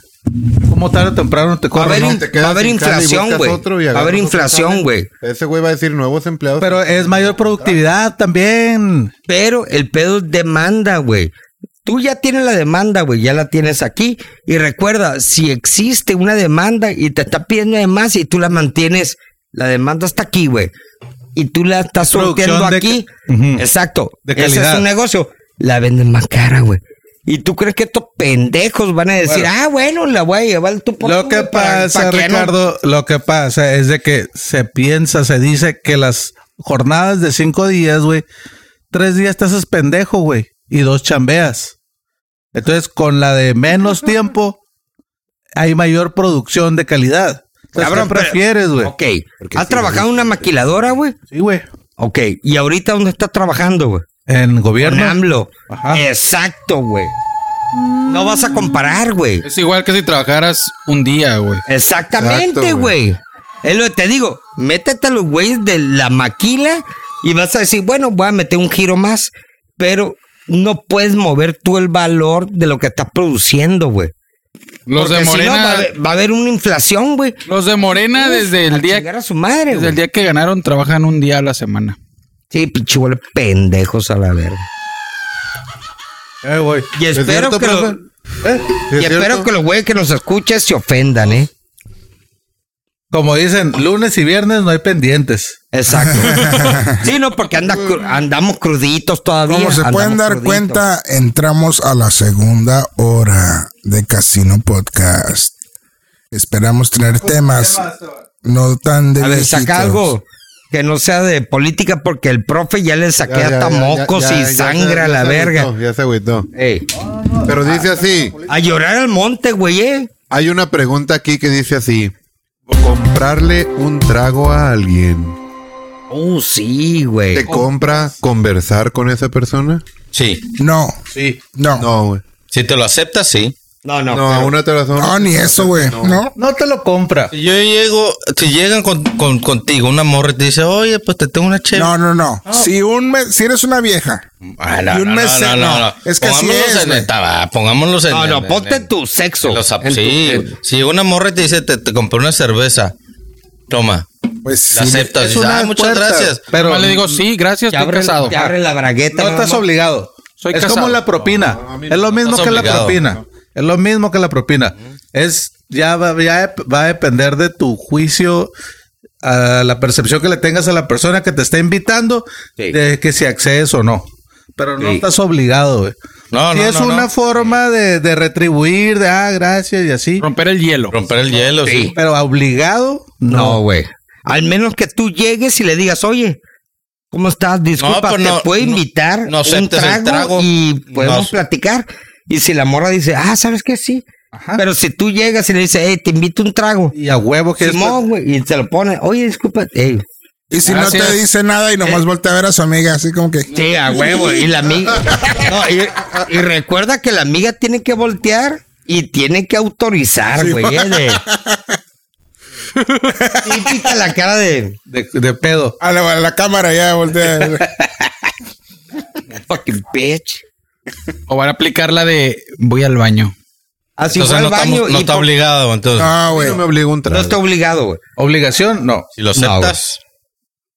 Como tarde o temprano te
Va a
corren.
haber,
¿no?
in-
te quedas
va a haber
sin jale y
inflación,
buscas
güey.
otro y
Va a
agarras
haber
otro
inflación,
jale.
güey.
Ese güey va a decir nuevos empleados.
Pero es mayor productividad también.
Pero el pedo es demanda, güey. Tú ya tienes la demanda, güey, ya la tienes aquí. Y recuerda, si existe una demanda y te está pidiendo de más y tú la mantienes, la demanda está aquí, güey. Y tú la estás
Producción
sorteando
de
aquí.
ca- Ujú.
Exacto.
De
Ese es
calidad.
un negocio. La venden más cara, güey. Y tú crees que estos pendejos van a decir, ah, bueno, la voy a llevar tú por
Lo
tú,
que
güey, para-
pasa,
para que ya no-
Ricardo, lo que pasa es de que se piensa, se dice que las jornadas de cinco días, güey, tres días te haces pendejo, güey, y dos chambeas. Entonces, con la de menos tiempo, hay mayor producción de calidad. Entonces,
Cabrón,
¿qué
pero-
prefieres, güey?
Ok. ¿Has trabajado en una maquiladora, güey?
Sí, güey.
Ok. ¿Y ahorita dónde estás trabajando, güey?
En
Con
gobierno.
AMLO.
Ajá.
Exacto, güey. No vas a comparar, güey.
Es igual que si trabajaras un día, güey.
Exactamente,
Exacto, güey.
güey. Es lo que te digo. Métete a los güeyes de la maquila y vas a decir, bueno, voy a meter un giro más. Pero no puedes mover tú el valor de lo que estás produciendo, güey.
Los de
Porque si no, va, a
Morena.
haber- va a haber una inflación, güey.
Los de Morena desde
A
el día
chingar a su madre,
desde
güey.
el día que ganaron trabajan un día a la semana.
Sí, pinche huele pendejos a la verga.
Ya me voy.
Y
¿Es
espero
cierto,
que lo- Eh,
profe?
y
¿Es
espero
cierto?
que los güeyes que nos escuchen se ofendan, ¿eh?
Como dicen, lunes y viernes no hay pendientes.
Exacto. sí, no, porque anda cru- andamos cruditos todavía.
Como se
andamos
pueden dar
cruditos.
cuenta, entramos a la segunda hora de Casino Podcast. Esperamos tener temas no tan de
A ver,
viejitos.
saca algo que no sea de política, porque el profe ya le saqué
Ya, ya,
hasta
ya, ya,
mocos
ya,
y
ya se-
sangre a
ya
la
se
verga.
agüitó, Ya se agüitó. Ah,
Ey,
Pero dice así,
a llorar al monte, güey, ¿eh?
hay una pregunta aquí que dice así. Comprarle un trago a alguien.
Uh, sí, güey.
¿Te compra conversar con esa persona?
Sí.
No,
Sí.
no, no,
No, güey.
Si te lo aceptas, sí.
No, no.
No, a una te la son-
ni eso, güey. No.
No te lo compra.
Si yo llego, si llegan con, con- contigo una morra y te dice, oye, pues te tengo una chévere.
No, no, no. Si un me- si eres una vieja,
Ah, no,
Y un
no, no,
mesero,
no, no.
es que así
Pongámonos
es,
en
güey.
el taba- pongámonos en
No,
en-
no,
en-
ponte
en-
tu sexo.
en los zap-
en tu-
sí,
en-
si una morra te dice, te, te compré una cerveza, toma,
pues
la
sí,
aceptas. dices,
una
"Ah, muchas
puerta".
gracias.
Pero
Nomás le digo, sí, gracias,
te
estoy
abre,
casado.
te abre la bragueta.
no
nada
estás
más.
obligado.
Soy
es
casado.
como la propina. es lo mismo
estás
que la
obligado.
propina. Es lo mismo que la propina. Es ya va, ya va a depender de tu juicio, a la percepción que le tengas a la persona que te está invitando,
Sí.
de que si accedes o no. Pero no
Sí.
estás obligado, güey.
No,
Si
no,
es
no, no.
una forma de, de retribuir, de ah, gracias y así.
Romper el hielo.
Romper el hielo, sí.
Pero obligado,
No,
no.
güey. Al menos que tú llegues y le digas, oye, ¿cómo estás? Disculpa,
pues no,
te puedo
no-
invitar
no
un
aceptes el
trago,
trago.
y podemos
No.
platicar. Y si la morra dice, ah, ¿sabes qué? Sí. Pero si tú llegas y le dices, hey, te invito un trago.
Y a huevo que es-
Simón, güey, y te lo pone, oye, disculpa, ey.
Y si no
Gracias.
te dice nada y
Eh.
nomás voltea a ver a su amiga, así como que.
Sí, a huevo, y la amiga. No, y, y recuerda que la amiga tiene que voltear y tiene que autorizar, güey. eh, de- Típica la cara de
de, de pedo.
A la, a "Ah, la cámara ya voltea.
fucking bitch.
O van a aplicar la de voy al baño.
Así fue
Entonces
al
no,
baño
estamos- no
y
está
por-
obligado, entonces.
Ah.
No, güey.
No me obliga un
no
trago.
está obligado, güey.
Obligación, no.
Si lo
No,
aceptas, Ah.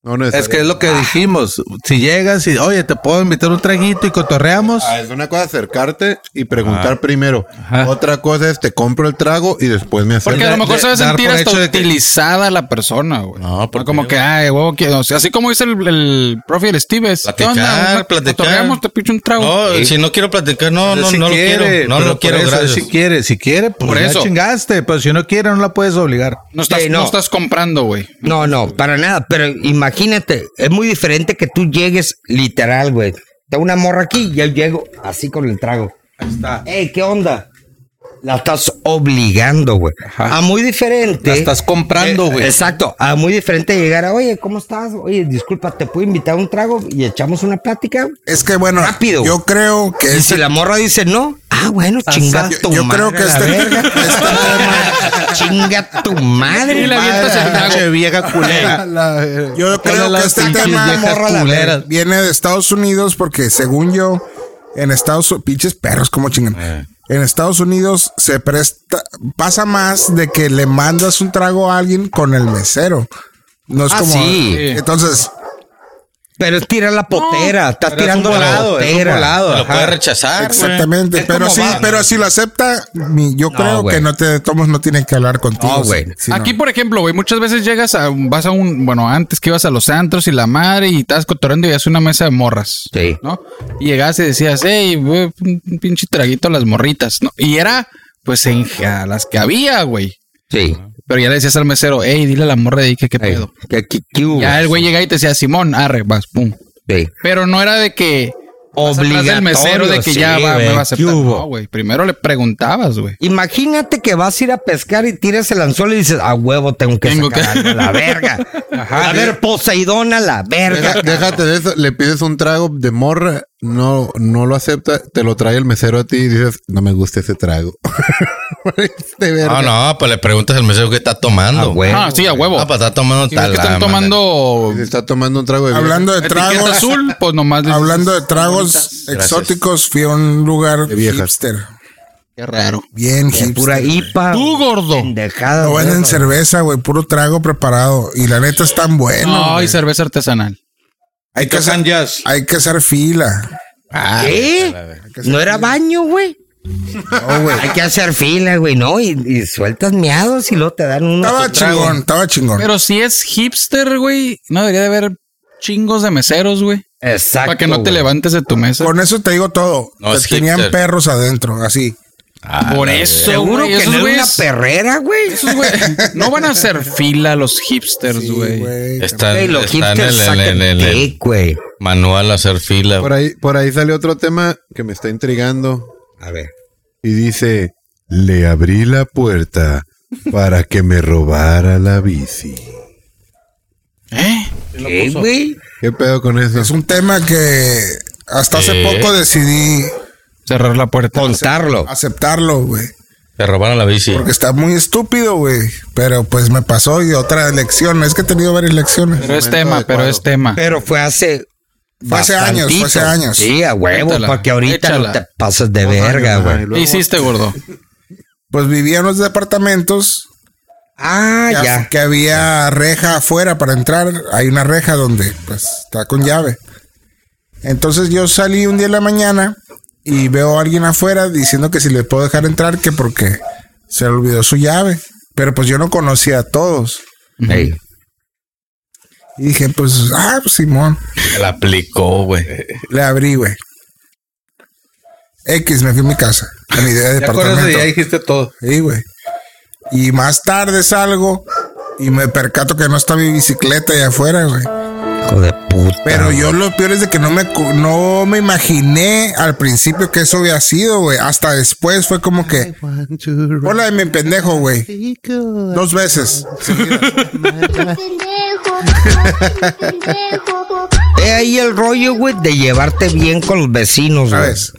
No, no es,
Es que es lo que dijimos. Si llegas y, oye, te puedo invitar un traguito y cotorreamos.
Ah, es Ah. una cosa acercarte y preguntar primero. Otra cosa es te compro el trago y después me acerco.
Porque a lo
de-
mejor se va a
de- dar
sentir
por
hasta
hecho de que-
utilizada la persona, güey.
No,
No,
porque-
como que, ay, huevo, que, o sea, así como dice el, el profe el Steve, es,
Platicar,
Una-
platicar.
cotorreamos, te picho un trago.
no, si no quiero platicar, no, no,
Si
no lo
quiere,
quiero. No
pero
lo quiero,
por eso,
gracias.
Si quiere, si quiere, pues
Por
ya
eso.
chingaste. Pero si no quiere, no la puedes obligar.
no, estás,
Sí, no.
no. estás comprando, güey.
No, no, para nada. Pero imagínate, es muy diferente que tú llegues literal, güey. Está una morra aquí, ya llego así con el trago.
Ahí está.
Ey, ¿qué onda? La estás obligando, güey. A muy diferente.
La estás comprando,
Eh,
güey.
Exacto. A muy diferente llegar a, oye, ¿cómo estás? Oye, disculpa, ¿te puedo invitar un trago y echamos una plática?
Es que bueno,
Rápido.
yo creo que
Y
ese-
si la morra dice no, ah, bueno, chinga
Yo-
tu
yo
madre.
creo que
a la
este-
verga.
este
Chinga tu madre.
Y le avientas el trago.
Pinche vieja culera.
Yo creo que
las
este
pinches
tema
viejas
morra, la
culeras.
verga, viene de Estados Unidos porque según yo, en Estados Unidos, pinches perros, como chingan.
Eh.
En Estados Unidos se presta, pasa más de que le mandas un trago a alguien con el mesero. No es
Ah,
como.
sí.
Entonces,
Pero es tirar la potera, estás
Pero es
tirando
un
la
volado, es un
potera.
volado.
Lo
Ajá.
puedes rechazar. güey.
exactamente.
Es
Pero
como
sí,
va.
pero si lo acepta, mi- yo creo
güey.
que no te Tomos no tiene que hablar contigo.
No, güey.
si- si no.
Aquí, por ejemplo, güey, muchas veces llegas a, vas a un, bueno, antes que ibas a los santos y la madre y estás cotorreando y es una mesa de morras.
Sí.
¿No? Y llegabas y decías, hey, güey, un un pinche traguito a las morritas, ¿no? Y era, pues, en, a las que había, güey.
Sí.
Pero ya le decías al mesero, hey, dile a la morra de ahí que qué
Ey, Uh,
pedo.
¿qué- qué- qué hubo?
Ya el güey llegaba y te decía, Simón, arre, vas, pum.
Sí.
Pero no era de que obligatorio el mesero de que
sí,
ya va,
güey.
me va a aceptar.
¿Qué hubo?
No, güey. Primero le preguntabas, güey.
Imagínate que vas a ir a pescar y tiras el anzuelo y dices, a huevo tengo que
Tengo
sacar
que-
algo, la verga. a ver, Poseidón a la verga.
Deja- déjate de eso, le pides un trago de morra, no, no lo acepta, te lo trae el mesero a ti y dices, no me gusta ese trago. Este verga.
No, no, pues le preguntas al mesero qué está tomando.
A huevo.
ah, sí, a huevo.
Ah, pues está tomando
Si ves
tal.
que
ah,
están tomando
Se Está tomando un trago de
Hablando de
etiqueta
tragos.
azul, pues nomás. les-
Hablando de tragos exóticos, fui a un lugar
De viejas.
hipster.
Qué raro.
Bien hipster.
Pura
güey.
IPA.
Este, Tú, gordo.
Pendejada.
No venden
güey.
cerveza, güey, puro trago preparado. Y la neta es tan bueno.
No,
güey.
y cerveza artesanal.
hay, que hacer,
Jazz.
hay que hacer fila.
¿Qué? No era baño, güey.
No, güey.
Hay que hacer fila, güey, ¿no? Y, y sueltas miados y luego te dan uno.
Estaba chingón, estaba chingón.
Pero si es hipster, güey, no debería de haber chingos de meseros, güey.
Exacto.
Para que no te
güey.
levantes de tu mesa.
Con eso te digo todo.
No,
Te
es
tenían
hipster.
perros adentro, así.
Ah,
Por eso,
Seguro
güey.
que no
Esos
era una
güeyes.
perrera, güey.
esos güey- No van a hacer fila los hipsters,
Sí,
güey.
güey.
Está,
Güey, los
está en
hipsters
el, en el-
sacan
en el-
dick, güey.
manual hacer fila.
Por ahí, por ahí sale otro tema que me está intrigando
A ver.
y dice, le abrí la puerta para que me robara la bici.
¿Eh?
¿Qué, güey?
¿Qué pedo con eso?
Es un tema que hasta hace poco decidí
Cerrar la puerta.
Contarlo.
aceptarlo, güey.
Te robaron la bici.
Porque está muy estúpido, güey. Pero pues me pasó y otra lección. Es que he tenido varias lecciones.
Pero es tema, pero es tema.
Pero fue hace.
Fue hace años, fue hace
bastantito.
años.
Sí, a huevo,
Échala,
para que ahorita
échala.
no te pases de verga,
Ajá, y
güey.
luego-
¿Qué hiciste, gordo?
Pues vivía en los departamentos
Ah,
que-
ya.
que había reja afuera para entrar. Hay una reja donde pues está con llave. Entonces yo salí un día en la mañana y veo a alguien afuera diciendo que si le puedo dejar entrar, que porque se le olvidó su llave. Pero pues yo no conocía a todos.
Ey.
Y dije, pues, ah, pues, Simón.
Te la aplicó, güey.
Le abrí, güey. X, me fui a mi casa. A mi idea de
Ya con
departamento.
eso ya dijiste todo.
Sí, güey. Y más tarde salgo y me percato que no está mi bicicleta allá afuera, güey.
Hijo de puta.
Pero yo lo peor es de que no me, cu- no me imaginé al principio que eso había sido, güey. Hasta después fue como que... Hola de mi pendejo, güey. Dos veces.
pendejo, ay, mi pendejo.
Es ahí el rollo, güey, de llevarte bien con los vecinos, güey.
¿Sabes?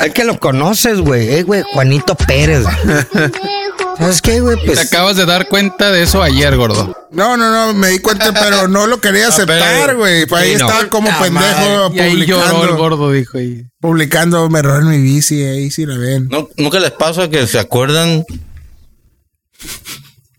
Es que los conoces, güey. Eh, güey, Juanito Pérez. ¿Sabes qué, güey?
Te
Pues,
acabas de dar cuenta de eso ayer, gordo.
No, no, no, me di cuenta, pero no lo quería aceptar, güey. Pues ahí
Ah, Sí, no.
estaba como
Puta
pendejo
Y ahí lloró el
publicando.
gordo, dijo. y-
publicando, me robaron mi bici, ahí sí la ven.
¿No- ¿Nunca les pasa que se acuerdan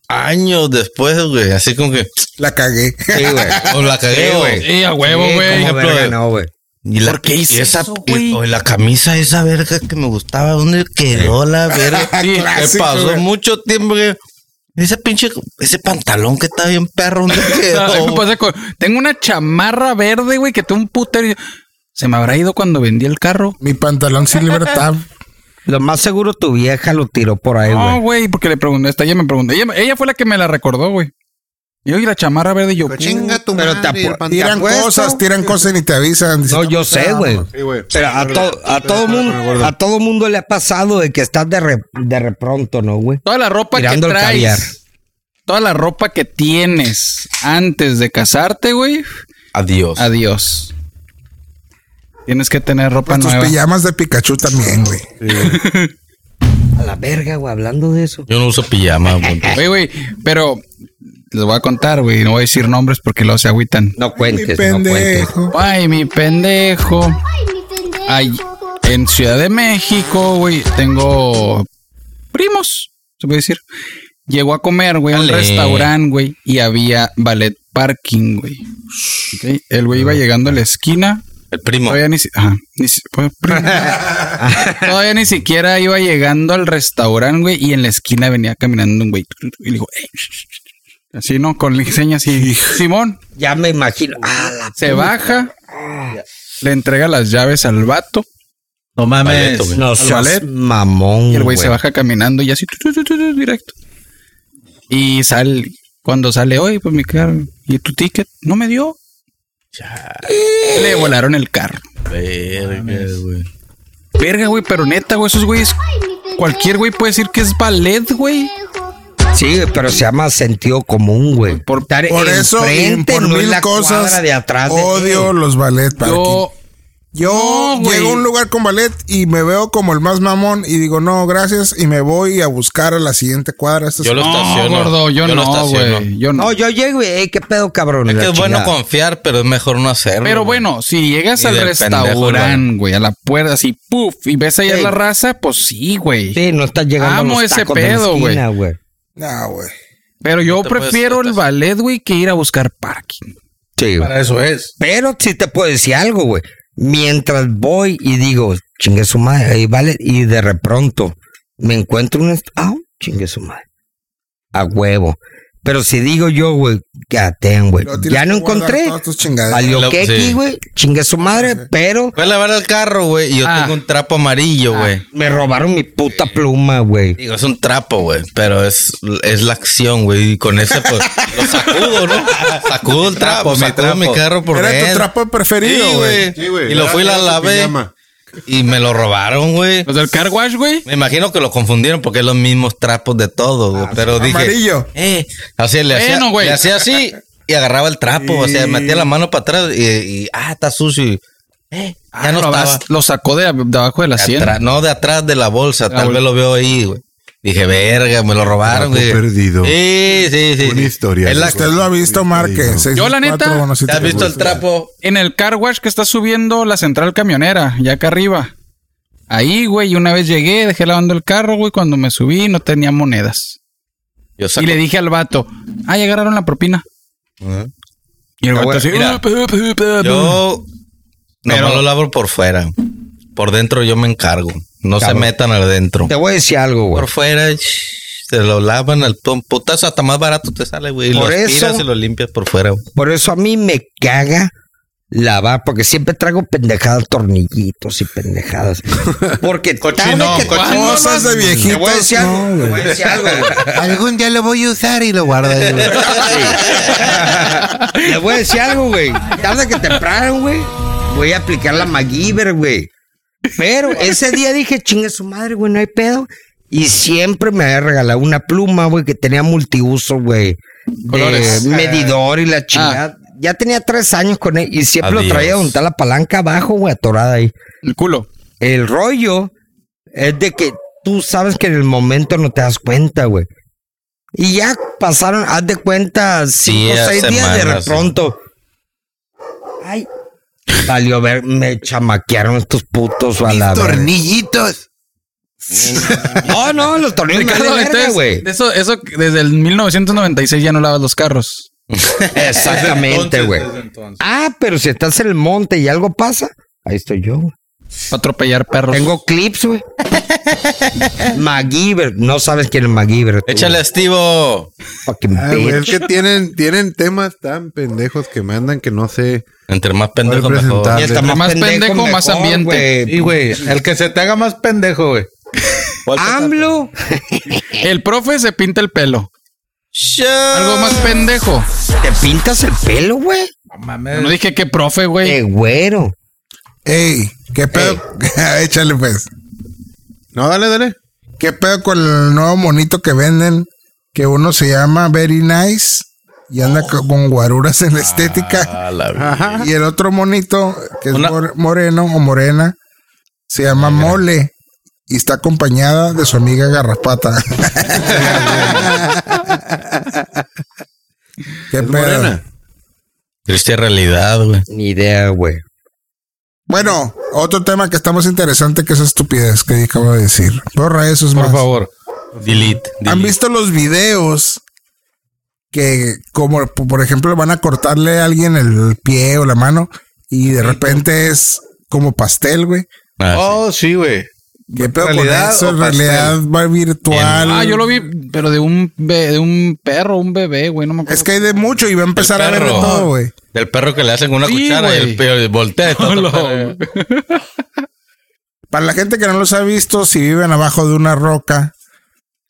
años después, güey? Así como que,
La cagué.
sí, güey.
o la cagué,
Sí,
güey.
güey.
Sí, a huevo,
Sí,
güey.
cómo
ejemplo
verga
de-
no, güey.
Y la,
qué
y
hice
esa,
eso,
y-
güey?
o la camisa esa verga que me gustaba, ¿dónde quedó la verga?
Sí,
Me
Clásico,
pasó
güey.
mucho tiempo que ese pinche, ese pantalón que está bien perro, ¿dónde
Ah, ahí me
quedó?
pasa con- Tengo una chamarra verde, güey, que tengo un putero. y- Se me habrá ido cuando vendí el carro.
Mi pantalón Silver Tab.
Lo más seguro tu vieja lo tiró por ahí,
No,
güey.
güey, porque le pregunté, hasta ella me preguntó. Ella, ella fue la que me la recordó, güey. Yo y la chamarra verde, y yo.
Chinga tu
Pero te
madre,
apu-
el pantalón.
Tiran
apuesto?
cosas, tiran cosas y ni te avisan. Dicen, pues,
No, yo sé, güey.
Sí, güey.
Pero a, to- a todo mundo, a todo mundo le ha pasado de que estás de, re- de repronto, ¿no, güey?
Toda la ropa
Tirando
que
el
traes.
caviar.
Toda la ropa que tienes antes de casarte, güey.
Adiós.
Adiós. Tienes que tener ropa
Pues tus
nueva.
pijamas de Pikachu también, güey.
A la verga, güey, hablando de eso.
Yo no uso pijama, güey.
Güey, güey, pero les voy a contar, güey. No voy a decir nombres porque luego se agüitan.
No
Mi
cuentes, no cuentes.
pendejo.
Ay, mi pendejo.
ay, mi pendejo.
Ay, en Ciudad de México, güey, tengo primos, se puede decir. Llegó a comer, güey, a un
Ale.
restaurante, güey, y había ballet parking, güey. Ok, El güey iba llegando a la esquina.
El primo.
Todavía ni, si- ajá, ni si- pues, primo. Todavía ni siquiera iba llegando al restaurante, güey, y en la esquina venía caminando un güey. Y le dijo, "Ey, sh- sh- sh". así, ¿no? Con la seña así. Simón,
Ya me imagino. Ah, la
se baja, le entrega las llaves al vato.
No mames.
Paleto, güey.
No
Eh.
seas mamón,
Y el güey se baja caminando y así, tu, tu, tu, tu, tu, directo. Y sale, cuando sale, oye, pues mi carro, ¿y tu ticket? No me dio. Le volaron el carro.
Verga, güey.
Verga, güey, pero neta, güey, esos güeyes, cualquier güey puede decir que es ballet, güey.
Sí, pero se llama sentido común, güey. Por, estar
Por eso, y
enfrente,
por
no en
mil
la
cosas,
cuadra de atrás de ti.
odio los ballet parking.
Yo
Yo
No, güey.
llego a un lugar con ballet y me veo como el más mamón y digo, no, gracias, y me voy a buscar a la siguiente cuadra. Esto es-
Yo lo
No,
estaciono.
gordo, yo,
lo
no,
estaciono.
güey. Yo no.
No, yo llego y, "Ey, ¿qué pedo, cabrón?
Es
La
que es bueno
chingada.
confiar, pero es mejor no hacerlo.
Pero
güey.
bueno, si llegas
Y
al
del
restaurante,
pendejo,
güey, a la puerta, así, puff, y ves ahí a
Sí.
la raza, pues sí, güey.
Sí, no estás llegando
Amo
a los
ese
tacos de la
pedo, güey.
esquina, güey.
Nah, güey.
Pero yo
te puedes
prefiero el ballet, güey, que ir a buscar parking.
Sí, güey.
Para eso es.
Pero sí te puedo decir algo, güey. Mientras voy y digo, chingue su madre, ahí vale, y de repronto me encuentro un... est- Ah, chingue su madre. A huevo. Pero si digo yo, güey, ya ten, güey.
Luego tienes
Ya
que
no
guardar
encontré.
todas tus chingaderas.
Valió
Lo-
que
sí.
aquí, güey. Chingue su madre, pero
Voy a lavar el carro, güey, y yo
Ah.
tengo un trapo amarillo, güey.
me robaron mi puta pluma, güey.
Digo, es un trapo, güey, pero es, es la acción, güey, y con ese, pues, lo sacudo, ¿no? Sacudo el trapo,
Trapo, mi
sacudo
trapo.
mi carro por
Era tu
dentro.
trapo preferido,
Sí,
güey.
güey. Y lo fui, la lavé, y me lo robaron, güey.
Los del car wash, güey.
Me imagino que lo confundieron porque es los mismos trapos de todo, güey. pero dije.
amarillo.
Eh, así le hacía,
Bueno, güey.
le hacía así y agarraba el trapo. O sea, metía la mano para atrás y, y, ah, está sucio. y, eh, ya
Ah,
no
lo,
estaba.
vas- lo sacó de, de abajo de la
De
sien.
atrás- no, de atrás de la bolsa.
La
tal
bolsa.
vez lo veo ahí, güey. Dije, verga, me lo robaron,
Trapo
güey.
perdido.
Sí, sí, sí.
Una
sí.
historia.
Es la-
Usted lo ha visto, Marque.
Yo, la neta,
664-1714.
¿Te has visto el trapo?
En el car wash que está subiendo la central camionera, ya acá arriba. Ahí, güey, una vez llegué, dejé lavando el carro, güey, cuando me subí no tenía monedas.
Yo
Y
saco.
le dije al vato, ah, ya agarraron la propina. Y el
Ah,
vato
bueno,
así,
mira,
"Ah, pu, pu, pu, pu".
Yo nomás lo lavo por fuera. Por dentro yo me encargo. No se
Cabrón.
metan al dentro.
Te voy a decir algo, güey.
Por fuera shh, te lo lavan al pum- putazo, hasta más barato te sale, güey. Y Lo
Por eso-
aspiras y lo limpias por fuera. güey.
Por eso a mí me caga lavar, porque siempre traigo pendejadas, tornillitos y pendejadas. Porque
Cochinón,
tarde que
cochinón.
temprano-
Cosas de
Te voy a decir
viejitos.
algo,
No,
te
güey.
voy a decir algo, güey.
Algún día lo voy a usar y lo guardo ahí, güey.
Le voy a decir algo, güey. Tarde que temprano, güey. Voy a aplicar la MacGyver, güey. Pero ese día dije, chingue su madre, güey, no hay pedo. Y siempre me había regalado una pluma, güey, que tenía multiuso, güey. de
Colores.
medidor y la chingada. Ya tenía tres años con él y siempre lo
Adiós.
traía donde está la palanca abajo, güey, atorada ahí.
el culo.
El rollo es de que tú sabes que en el momento no te das cuenta, güey. Y ya pasaron, haz de cuenta, cinco
Días,
o seis días de
semanas, sí.
pronto. Ay, valió ver, me chamaquearon estos putos a la verga.
Tornillitos.
No, no, los tornillos me
Ricardo,
valen verga,
entonces,
güey.
de eso, eso que desde el 1996 ya no lavas los carros.
Exactamente, güey. Ah, pero si estás en el monte y algo pasa, ahí estoy yo, güey.
Para atropellar perros.
Tengo clips, güey. MacGyver, no sabes quién es MacGyver. tú,
Échale a Estivo.
Fucking
Ah, güey, es
bitch.
que tienen, tienen temas tan pendejos que me andan que no sé.
Entre más pendejo,
Voy a
mejor.
presentar.
Y está
Entre más pendejo, más
mejor,
ambiente.
güey.
Y, güey, el que se te haga más pendejo, güey.
AMLO.
El profe se pinta el pelo. Algo más pendejo.
¿Te pintas el pelo, güey?
No dije que profe,
Eh,
güey.
güero.
Ey, ¿qué pedo? Échale, pues.
No, dale, dale.
¿Qué pedo con el nuevo monito que venden? Que uno se llama Very Nice y anda co- con guaruras en la estética. Y el otro monito, que es
Una-
more- moreno o morena, se llama Mole y está acompañada de su amiga Garrapata. ¿Qué pedo?
Morena.
Triste realidad, güey.
Ni idea, güey.
Bueno, otro tema que estamos interesante que es estupidez que acabo de decir. Borra eso, es
Por
más.
favor.
Delete. delete.
¿Han visto los videos que, como p- por ejemplo, van a cortarle a alguien el pie o la mano y de repente es como pastel, güey?
Ah,
Oh, sí, güey.
¿Qué pedo con
¿Realidad
eso?
o
En
pastel?
realidad va virtual.
Ah, yo lo vi, pero de un, be- de un perro, un bebé, güey. No me acuerdo.
Es que hay de mucho y va a empezar a ver de
perro.
todo, güey.
sí. Del perro que le hacen una
Sí,
cuchara y el
güey.
perro voltea. y todo
Hola,
el perro.
güey.
Para la gente que no los ha visto, si viven abajo de una roca,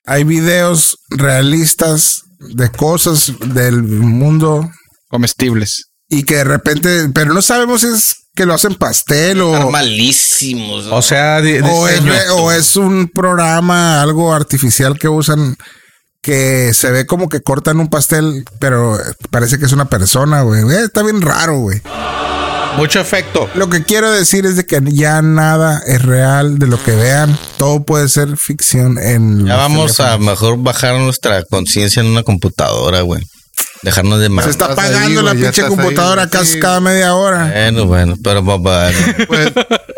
hay videos realistas de cosas del mundo
Comestibles.
y que de repente, pero no sabemos si es que lo hacen pastel o,
malísimos.
O sea, di-
o es,
diseño.
re- o es un programa, algo artificial que usan que se ve como que Eh, cortan un pastel, pero parece que es una persona, güey. Eh, Está bien raro, güey.
Mucho efecto.
Lo que quiero decir es de que ya nada es real de lo que vean. Todo puede ser ficción en...
Ya vamos a mejor bajar nuestra conciencia en una computadora, güey. Dejarnos
Pues
de más.
Se está
Estás ahí,
apagando la
güey, ya
pinche
estás ahí,
computadora casi
sí. Eh.
cada media hora.
Bueno, bueno, pero papá.
Pues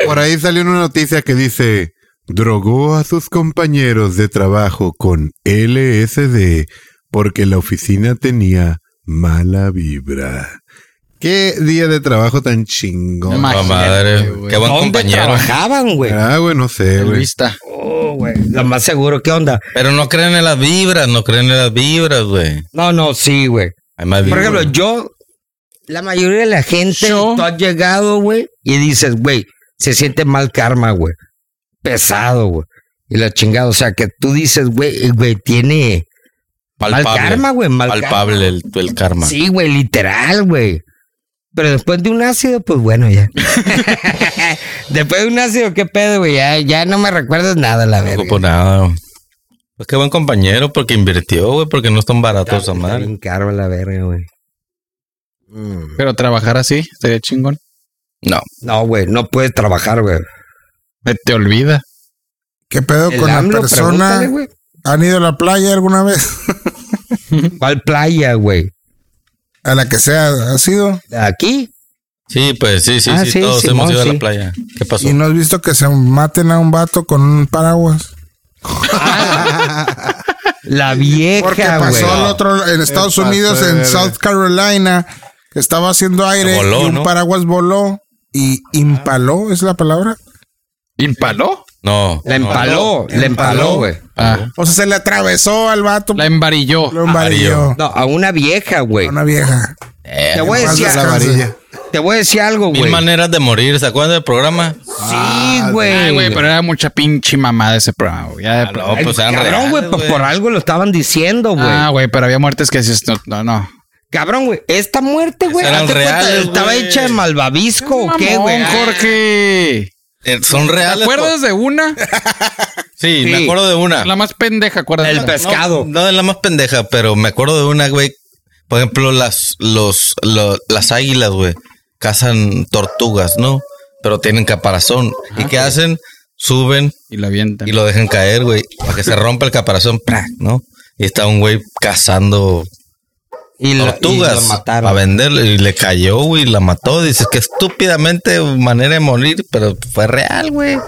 por ahí salió una noticia que dice, drogó a sus compañeros de trabajo con LSD porque la oficina tenía mala vibra. Qué día de trabajo tan chingón.
Ma-
no, madre.
güey.
Qué buen
¿Dónde
compañero.
trabajaban, güey?
Ah, güey, no sé,
El
güey.
vista.
Oh, güey. Lo más seguro, ¿qué onda?
Pero no creen en las vibras, no creen en las vibras, güey.
No, no, sí, güey.
Hay más
Por
vibras.
ejemplo, yo, la mayoría de la gente,
Yo-
tú has llegado, güey, y dices, güey, se siente mal karma, güey. Pesado, güey. Y la chingada, o sea, que tú dices, güey, eh, güey, tiene
palpable.
mal karma, güey, mal karma.
palpable el, el karma.
Sí, güey, literal, güey. Pero después de un ácido, pues bueno, ya. después de un ácido, qué pedo, güey. Ya, ya no me recuerdas nada, la
No
verga.
ocupo nada. Pues qué buen compañero, porque invirtió, güey, porque no están baratos esa
Está
madre.
bien caro la verga, güey.
Pero trabajar así sería chingón.
No.
No, güey, no puedes trabajar, güey.
Se Te olvida.
¿Qué pedo
El
con la
AMLO,
persona?
pregúntale, güey.
¿Han ido a la playa alguna vez?
¿Cuál playa, güey?
A la que sea, ha sido.
¿Aquí?
Sí, pues sí, sí,
Ah,
sí,
sí,
todos hemos
Simón,
ido a
sí.
la playa. ¿Qué pasó?
Y no has visto que se maten a un vato con un paraguas.
La vieja,
Porque
güey.
pasó al otro en Estados
pasó
Unidos,
de
en
verga.
South Carolina, que estaba haciendo aire
voló,
y un
¿no?
paraguas voló y impaló, es la palabra.
¿Impaló?
No.
La empaló, la empaló, güey.
Ah,
O sea, se le atravesó al vato,
la embarilló.
lo embarilló.
No, a una vieja, güey.
Una vieja.
Te voy a
Paz
decir,
La
descanse.
varilla.
te voy a decir algo,
Mil Ah,
güey.
maneras de morir, ¿se acuerdan del programa?
Sí,
Ay, güey,
güey.
pero era mucha pinche mamada ese programa, güey. Ya de pro-
No, pues eran
Cabrón,
reales,
güey, pues,
güey.
por algo lo estaban diciendo, güey.
Ah, güey, pero había muertes que decías, no, no, no.
Cabrón, güey, esta muerte, güey,
Eran
hazte cuenta,
reales,
estaba
güey.
hecha de malvavisco o qué, güey.
Mamón, Jorge.
Eh, Son
¿Te
reales.
acuerdas de una?
po- Sí, me
Sí.
acuerdo de una.
La más pendeja, acuérdate.
El pescado.
No de la más pendeja, pero me acuerdo de una, güey. Por ejemplo, las, los, lo- las águilas, güey, cazan tortugas, ¿no? Pero tienen caparazón. ¿Y qué hacen? Suben
Y la avientan.
y lo dejan caer, güey, para que se rompa el caparazón, ¡prac! ¿no? Y está un güey cazando
Y la- y
tortugas
la
para
mataron.
venderlo y le cayó, güey, y la mató. Dices que estúpidamente manera de morir, pero fue real, güey.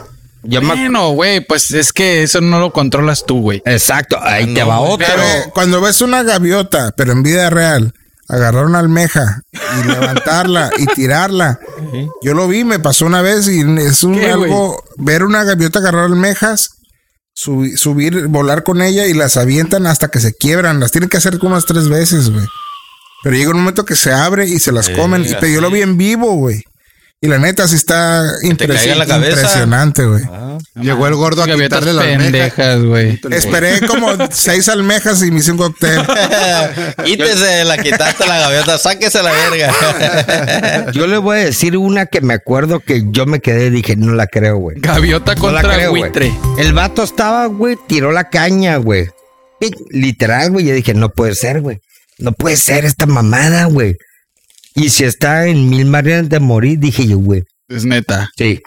Yo me-
Bueno, güey, pues es que eso no lo controlas tú, güey.
Exacto, ahí
Ah,
te va otro.
Pero cuando ves una gaviota, pero en vida real, agarrar una almeja y levantarla y tirarla. Yo lo vi, me pasó una vez y es un
¿Qué, güey?
algo ver una gaviota agarrar almejas, subi- subir, volar con ella y las avientan hasta que se quiebran. Las tienen que hacer como unas tres veces, güey. Pero llega un momento que se abre y se las comen. Y- pero yo lo vi en vivo, güey. Y la neta sí está
te caiga en la
impresi-
cabeza. Ah,
impresionante, güey.
Llegó el gordo a
Gaviotas
quitarle la almeja.
pendejas, güey.
Esperé como seis almejas y me hice un cóctel.
Quítese, la quitaste la gaviota, sáquese la verga.
Yo le voy a decir una que me acuerdo que yo me quedé y dije, no la creo, güey.
Gaviota
No la
contra
creo, güey.
buitre.
El vato estaba, güey, tiró la caña, güey. Pic, Literal, güey. Yo dije, no puede ser, güey. No puede ser esta mamada, güey. Y si está en mil maneras de morir, dije yo, güey.
Es neta.
Sí.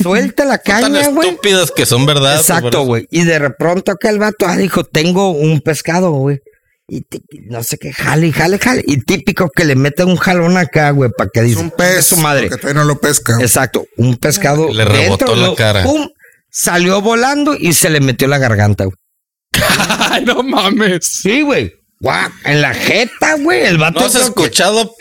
Suelta la
Tan
caña, güey.
estúpidas que son, ¿verdad? Pues,
Exacto, güey. Y de pronto acá el vato, ah, dijo, tengo un pescado, güey. Y ti- no sé qué, jale, y jale, jale. Y típico que le meten un jalón acá, güey, para que
Es
dice.
un pez.
su madre.
Que todavía no lo pesca.
Exacto, un pescado.
Le rebotó la
luego,
cara.
pum, salió volando y se le metió la garganta, güey.
Ay, no mames.
Sí, güey. Guau, en la jeta, güey. El vato
¿No has
creo que-
escuchado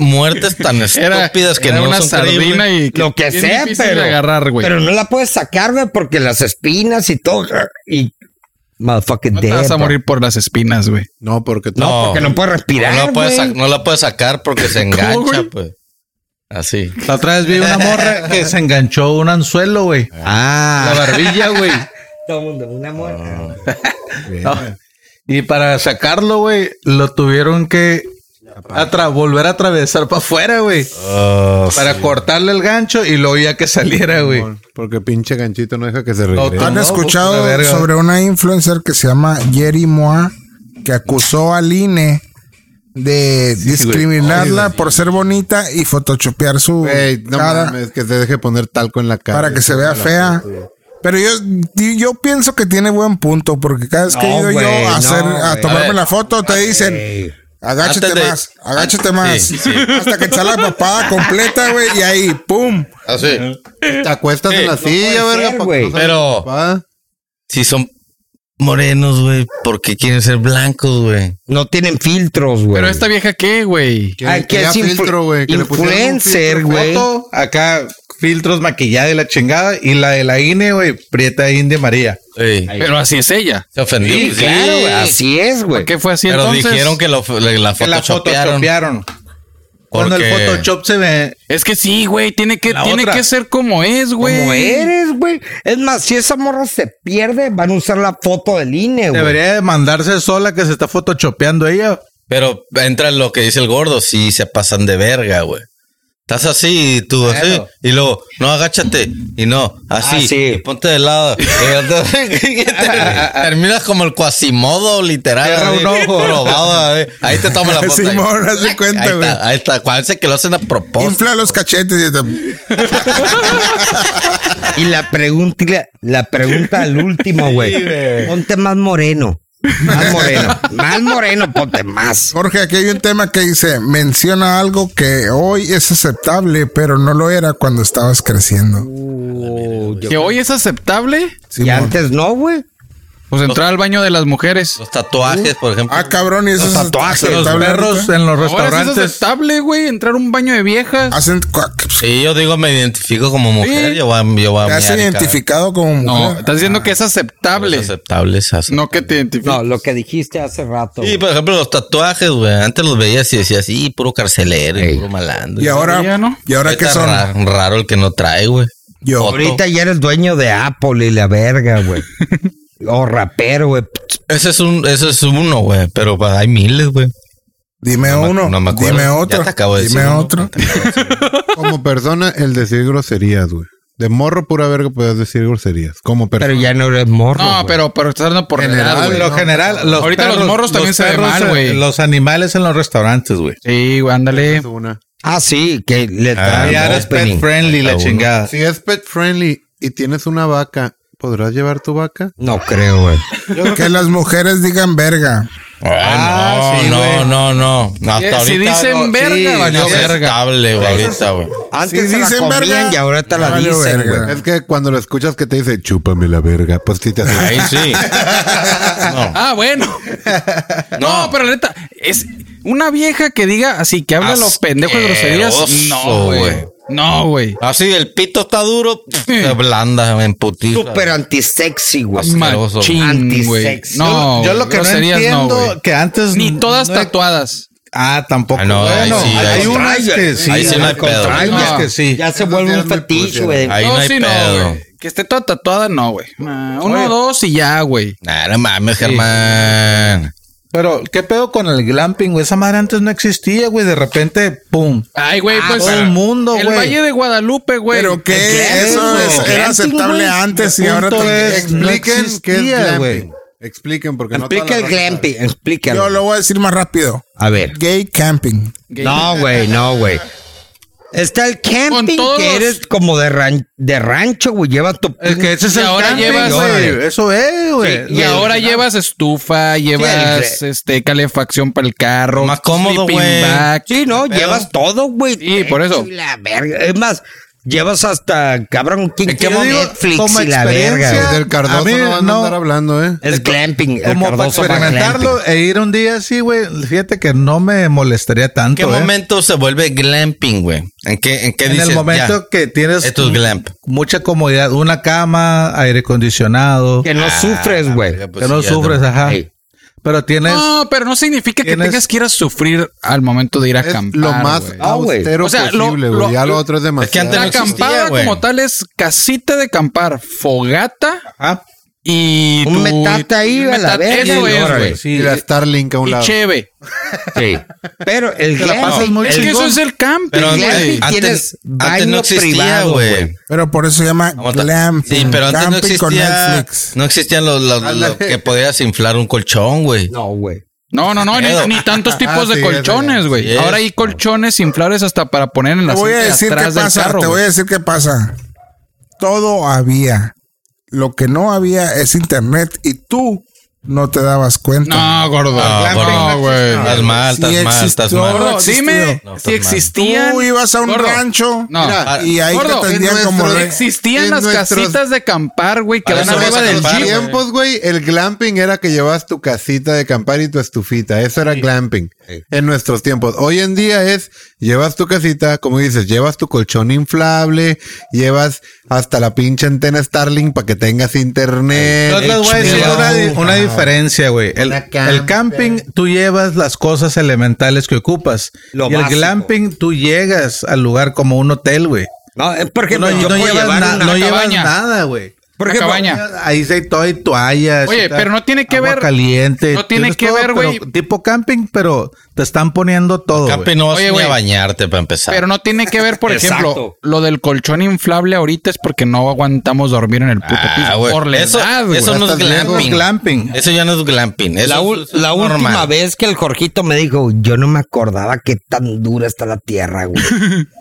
muertes tan
Era,
estúpidas que
era
no
una
son
sardina
creíbles?
y
lo que
bien
sea,
difícil de
pero,
agarrar, güey.
pero no la puedes sacar, güey, porque las espinas y todo. Y motherfucking
No te vas
dead,
a
bro.
morir por las espinas, güey.
No, porque
No,
No.
porque no puedes respirar.
No, la puedes
güey.
sac- no la puedes sacar porque se engancha,
güey?
pues. Así.
La otra vez vi una morra que se enganchó a un anzuelo, güey. La
Ah,
barbilla, güey.
todo el mundo, una muerta.
Y para sacarlo, güey, lo tuvieron que atra- volver a atravesar para afuera, güey. para cortarle el gancho y luego ya que saliera, güey.
Porque pinche ganchito no deja que se
No,
regrese.
¿Han
No, pues,
escuchado
la verga.
sobre una influencer que se llama Jerry Moa que acusó al INE E de discriminarla por ser bonita y photoshopear su
Güey, no
cara
mames, que te deje poner talco en la cara.
para que se vea fea. Pero yo, yo pienso que tiene buen punto, porque cada vez que he
No,
ido yo
güey,
a,
no,
hacer,
güey.
a
A
tomarme
ver.
la foto, te dicen,
Ey.
agáchate
Antes de-
más, agáchate más.
Sí, sí.
Hasta que te sale la papada completa, güey, y ahí, ¡pum!
Así.
Te acuestas en la silla,
puede
verga,
ser,
pa'
güey.
que no salga
Pero-
tu papada.
Si son morenos, güey, porque quieren ser blancos, güey.
No tienen filtros, güey.
Pero este esta vieja, ¿qué, güey?
Que-
Ay,
que
que
haya
es influ-
filtro, güey, que le pusieran un
influencer,
filtro
güey.
foto.
Foto, acá filtros, maquillada y la chingada. Y la de la INE, güey, Prieta India María.
Ey,
Pero así es ella.
se ofendió.
Sí, claro, güey, así es, güey.
¿Qué fue así
Pero
entonces?
dijeron que lo- le- la
Que la
photoshopearon.
photoshopearon. Cuando el
Porque-
Photoshop se ve.
Es que sí, güey, tiene que,
La
tiene
otra.
que ser como es, güey.
Como eres, güey. Es más, si esa morra se pierde, van a usar la foto del INE, güey.
Debería de mandarse sola que se está photoshopeando ella.
Pero entra lo que dice el gordo, sí se pasan de verga, güey. Estás así y tú así, y luego, no, agáchate, y no, así,
Ah, sí.
y ponte de lado. Y ter- Terminas como el cuasimodo, literal.
Cierra
así,
un ojo.
jorobado, así. Ahí te toma la foto. ahí.
Simón, haz de cuenta,
ahí
güey.
está, ahí está. Acuérdense que lo hacen a propósito.
Infla los cachetes y te-
Y la pregunta, y la, la pregunta al último, güey. ponte más moreno. Más moreno. Más moreno, ponte más.
Jorge, aquí hay un tema que dice, menciona algo que hoy es aceptable, pero no lo era cuando estabas creciendo.
Que hoy es aceptable,
y
Simón.
antes no, güey.
pues entrar al baño de las mujeres.
Los tatuajes, por ejemplo.
Ah, cabrón, y eso es
Tatuajes. Los
aceptable
perros
eh.
ahorita?
en los
Ahora sí es
restaurantes.
aceptable, güey, entrar a un baño de viejas.
Hacen cuac, pues,
Sí, yo digo, me identifico como mujer, yo voy a, yo voy a
te has
miar y cada-
identificado como
No,
mujer.
estás diciendo que es aceptable.
Es aceptable, es aceptable.
No que te identifiques.
No, lo que dijiste hace rato.
Sí,
güey.
por ejemplo, los tatuajes, güey. Antes los veías y decías, sí, puro carcelero, y puro malandro.
Y
Todavía
ahora,
no.
y ahora
Ahorita
que son
ra- Raro el que no trae, güey.
yo.
Foto.
Ahorita ya eres dueño de Apple y la verga, güey. o rapero, güey.
Ese es un, ese es uno, güey. Pero pa- hay miles, güey.
Dime
No me-
uno,
no me acuerdo.
dime
Ya
otro,
te acabo de
dime
decir uno.
otro.
Como persona, el decir groserías, güey. De morro pura verga podías decir groserías. Como persona.
Pero ya no eres morro.
No,
güey.
pero, pero estás hablando por
General,
general,
Ah,
güey.
lo general, los
Ahorita los
perros-
morros también se ven
perros,
mal,
eh,
güey.
Los animales en los restaurantes, güey.
Sí, güey, ándale.
Una.
Ah, sí, que le
Ah,
traen
ya eres
opening.
pet friendly, la
Cada uno.
chingada.
Si es pet friendly y tienes una vaca, ¿podrás llevar tu vaca?
No creo, güey.
Que las mujeres digan verga.
Ah, no,
sí,
no,
güey.
no, no, no.
Si
Hasta ahorita.
dicen
no,
verga,
sí,
valió
no,
verga.
aceptable, güey, ahorita, güey.
Antes
Sí,
se la
dicen
comían
verga.
y ahora te la
Vale,
dicen,
verga.
güey.
Es que cuando lo escuchas que te dice, chúpame la verga, pues sí te hace.
Ahí sí. No.
Ah, bueno. no, pero la neta, es una vieja que diga así, que habla los pendejos de groserías.
Asqueroso,
No, güey.
güey.
No, güey.
Así, Ah, el pito está duro, se blanda, en putiza.
Súper antisexy, güey.
Asqueroso, güey.
Machín, güey.
Antisexy.
No,
Yo lo que no
groserías no,
entiendo
güey.
que antes
Ni todas
no-
tatuadas.
Ah, tampoco.
Ah, no, ahí
Bueno,
sí, ahí
hay
sí.
unas que sí.
Ahí sí no hay pedo.
Hay unas
No.
que sí.
Ya se vuelve un fetiche, güey.
Ahí no, hay pedo.
güey. que esté toda tatuada, no, güey. Ah, Uno, dos y ya, güey.
Nah, no mames, Germán.
Pero, ¿qué pedo con el glamping, güey? Esa madre antes no existía, güey. De repente, pum.
Ay, güey, pues.
todo el mundo,
El
güey.
Valle de Guadalupe, güey.
Pero que
glamping,
eso
güey.
es- era
Glamping,
aceptable
güey.
antes
Mi
y ahora
punto es-
te...
no
Expliquen qué es
existía,
glamping.
güey.
Expliquen porque no
Explica
toda
el
la raza sabe.
glamping, explícalo.
Yo lo voy a decir más rápido.
A ver.
Gay camping.
No, güey, no, güey. Está el
Con
camping
todos los-
que eres como de, ran- de rancho, güey. Lleva tu.
Es que ese es
Y
el
ahora
camping,
llevas,
güey.
güey.
Eso es, güey.
Y ahora llevas estufa, llevas
Sí,
este calefacción para el carro,
Más cómodo,
sleeping
güey.
bag.
Sí, no, llevas todo, güey.
Sí, por eso.
Y la verga. Es más, llevas hasta, cabrón, ¿quién
que
quiere
yo digo,
Netflix
como
y la verga?
experiencia-
güey?
Del Cardoso
A mí,
no van a
no.
andar hablando, ¿eh?
Es glamping. el
Como para
Cardoso va
experimentarlo e ir un día así, güey. Fíjate que no me molestaría
¿En qué
tanto, eh.
momento se vuelve glamping, güey? ¿En qué, en qué
En
dices,
el momento
ya,
que tienes
Esto es glamp.
mucha comodidad, una cama, aire acondicionado,
glamping. Que no
Ah,
sufres, güey.
Ah, pues
que no sufres, ajá.
Ey.
Pero tienes
No, pero no significa que
tienes-
tengas que ir a sufrir al momento de ir a
Es
acampar.
lo más
güey.
Ah, güey.
austero
O sea, lo-
posible,
lo-
güey. Ya lo otro es
Es que
demasiado.
antes
La
no existía,
acampada
güey.
como tal es casita de acampar, fogata
ajá.
y
Un
tu-
metate ahí,
un
a la
metate,
verga,
eso
y
es,
órale.
güey.
y
Sí,
la Starlink a un
Y
lado.
cheve.
Sí. Pero el
Te la pasas
glamping.
muy
Es que eso
chingón.
es el camping.
Pero
güey.
antes,
Glamping tienes
antes, antes
baño
no existía,
privado, güey.
güey.
Pero por eso se llama
Aguanta.
glamping.
Sí, pero antes no
Camping con
existía.
Netflix.
No existían los, los- los que podías inflar un colchón, güey.
No, güey.
No, no, no, ni,
Pedo.
ni tantos tipos
Ah,
de
sí,
colchones,
sí,
güey.
sí es.
Ahora hay colchones inflables hasta para poner en
Te
la
voy a
cinta de
decir qué
atrás del
pasa,
carro,
te
güey.
voy a decir qué pasa. Todo había. Lo que no había es internet y tú no te dabas cuenta.
No, gordo.
No, gordo.
No, güey.
Estás mal, estás
Sí
mal, estás
existió.
mal.
No,
Gordo,
existió.
dime
No, estás
si
mal.
existían.
Tú ibas a un
Gordo,
rancho
No.
Mira,
y ahí
Gordo,
te atendían
en
como
nuestro
rey.
Existían
en
las
nuestros-
casitas de acampar, güey, que
Para
van
eso
arriba
vas a
del
acampar,
jeep.
güey.
tiempos, güey, el glamping era que llevabas tu casita de acampar y tu estufita. Eso era glamping en nuestros tiempos. Hoy en día es, llevas tu casita, como dices, llevas tu colchón inflable, llevas hasta la pinche antena Starlink para que tengas internet.
Yo les voy a decir
Llevas
una, di-
un-
una diferencia, güey. El,
Una camper.
el camping, tú llevas las cosas elementales que ocupas.
Lo
y el
básico.
glamping, tú llegas al lugar como un hotel, güey.
No, es porque
No,
no, yo
no
puedo
llevas,
llevar
na-
una-
no llevas
cabaña.
nada, güey.
Por
Una
ejemplo,
cabaña.
Ahí se hay todo y toallas.
Oye,
y tal.
pero no tiene que
Agua
ver-
caliente.
no tiene
Tienes
que ver,
pero
güey.
Tipo camping, pero te están poniendo todo. güey.
Capi, no vas
Oye,
ni
güey.
a bañarte para empezar.
Pero no tiene que ver, por
Exacto.
ejemplo, lo del colchón inflable ahorita es porque no aguantamos dormir en el puto
Ah,
piso.
güey.
Por la
Eso-
edad, güey.
eso no es
Estás
glamping.
lejos.
Eso es glamping.
Eso ya no es glamping. Eso
La, ul-
es- es
la
normal.
última vez que el Jorgito me dijo, yo no me acordaba qué tan dura está la tierra, güey.
Sí,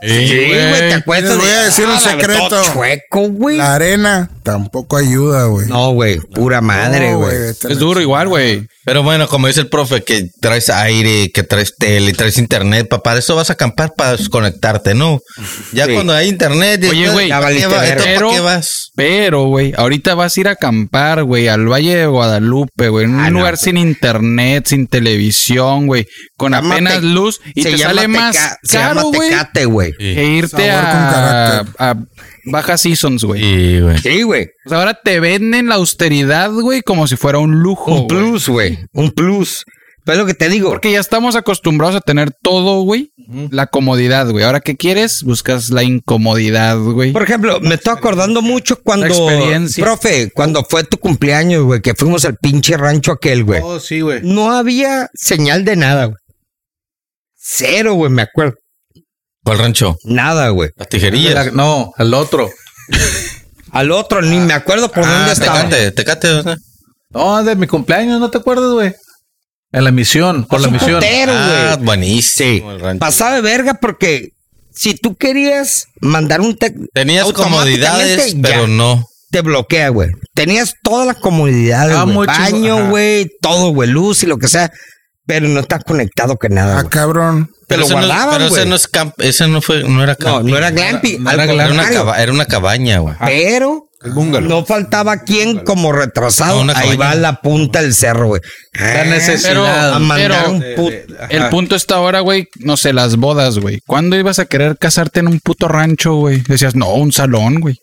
Sí,
güey.
güey, te acuerdas.
Les voy a decir un
la verdad,
secreto.
todo chueco, güey.
La arena tampoco ayuda, güey.
No, güey, pura madre,
No,
güey.
vete a
Es
la
duro igual, güey.
Pero bueno, como dice el profe, que traes aire, que traes tele, traes internet, pa- para eso vas a acampar para desconectarte, ¿no? Ya
Sí.
cuando hay internet,
Oye,
ya-
güey,
ya valiste
pero-
verga. ¿Esto pa'
pero-
qué vas?
Pero, güey, ahorita vas a ir a acampar, güey, al Valle de Guadalupe, güey, en un
Ah, no,
lugar
güey.
sin internet, sin televisión, güey, con
Llama
apenas
Tec-
luz y
se
te
llama
sale más
Teca- se llama
caro, güey,
Tecate, güey.
que irte
Sabor con
a,
carácter.
a bajas seasons, güey.
Sí, güey.
Sí, güey.
O sea, ahora te venden la austeridad, güey, como si fuera un lujo.
Un
Oh, güey.
plus, güey. Un plus. Pero es lo que te digo.
Porque ya estamos acostumbrados a tener todo, güey. La comodidad, güey. Ahora, ¿qué quieres? Buscas la incomodidad, güey.
Por ejemplo, me estoy acordando mucho cuando.
La experiencia.
Profe, cuando fue tu cumpleaños, güey, que fuimos al pinche rancho aquel, güey.
Oh, sí, güey.
No había señal de nada, güey. Cero, güey, me acuerdo.
¿Cuál rancho?
Nada, güey.
Las tijerillas.
La- no, al otro.
Al otro ni me acuerdo por dónde
Ah,
estaba.
Tecate, Tecate. ¿no?
No, de mi cumpleaños, ¿no te acuerdas, güey? En la misión, por la
un
misión.
putero,
Ah,
güey.
buenísimo. el rancho.
Pasaba de verga porque si tú querías mandar un te
Tenías
automáticamente
comodidades,
ya
pero no.
te bloquea, güey. Tenías todas las comodidades,
Ah,
güey.
muy chingón.
baño,
Ajá.
güey, todo, güey, luz y lo que sea, pero no estás conectado con nada,
Ah,
güey.
cabrón.
Te lo
ese no-
guardaban,
Pero
güey.
ese no
No,
es camp, ese no fue, no era
no,
camping.
era glamping,
no
al
era
Era una,
contrario.
caba- era una cabaña, güey.
pero no faltaba quien como
No,
retrasado,
una
ahí va
cabaña.
a la punta del cerro, güey. Ah,
La necesidad.
a mandar
pero-
un put-
El punto está ahora, güey, no sé, las bodas, güey. ¿Cuándo ibas a querer casarte en un puto rancho, güey? Decías, no, un salón, güey.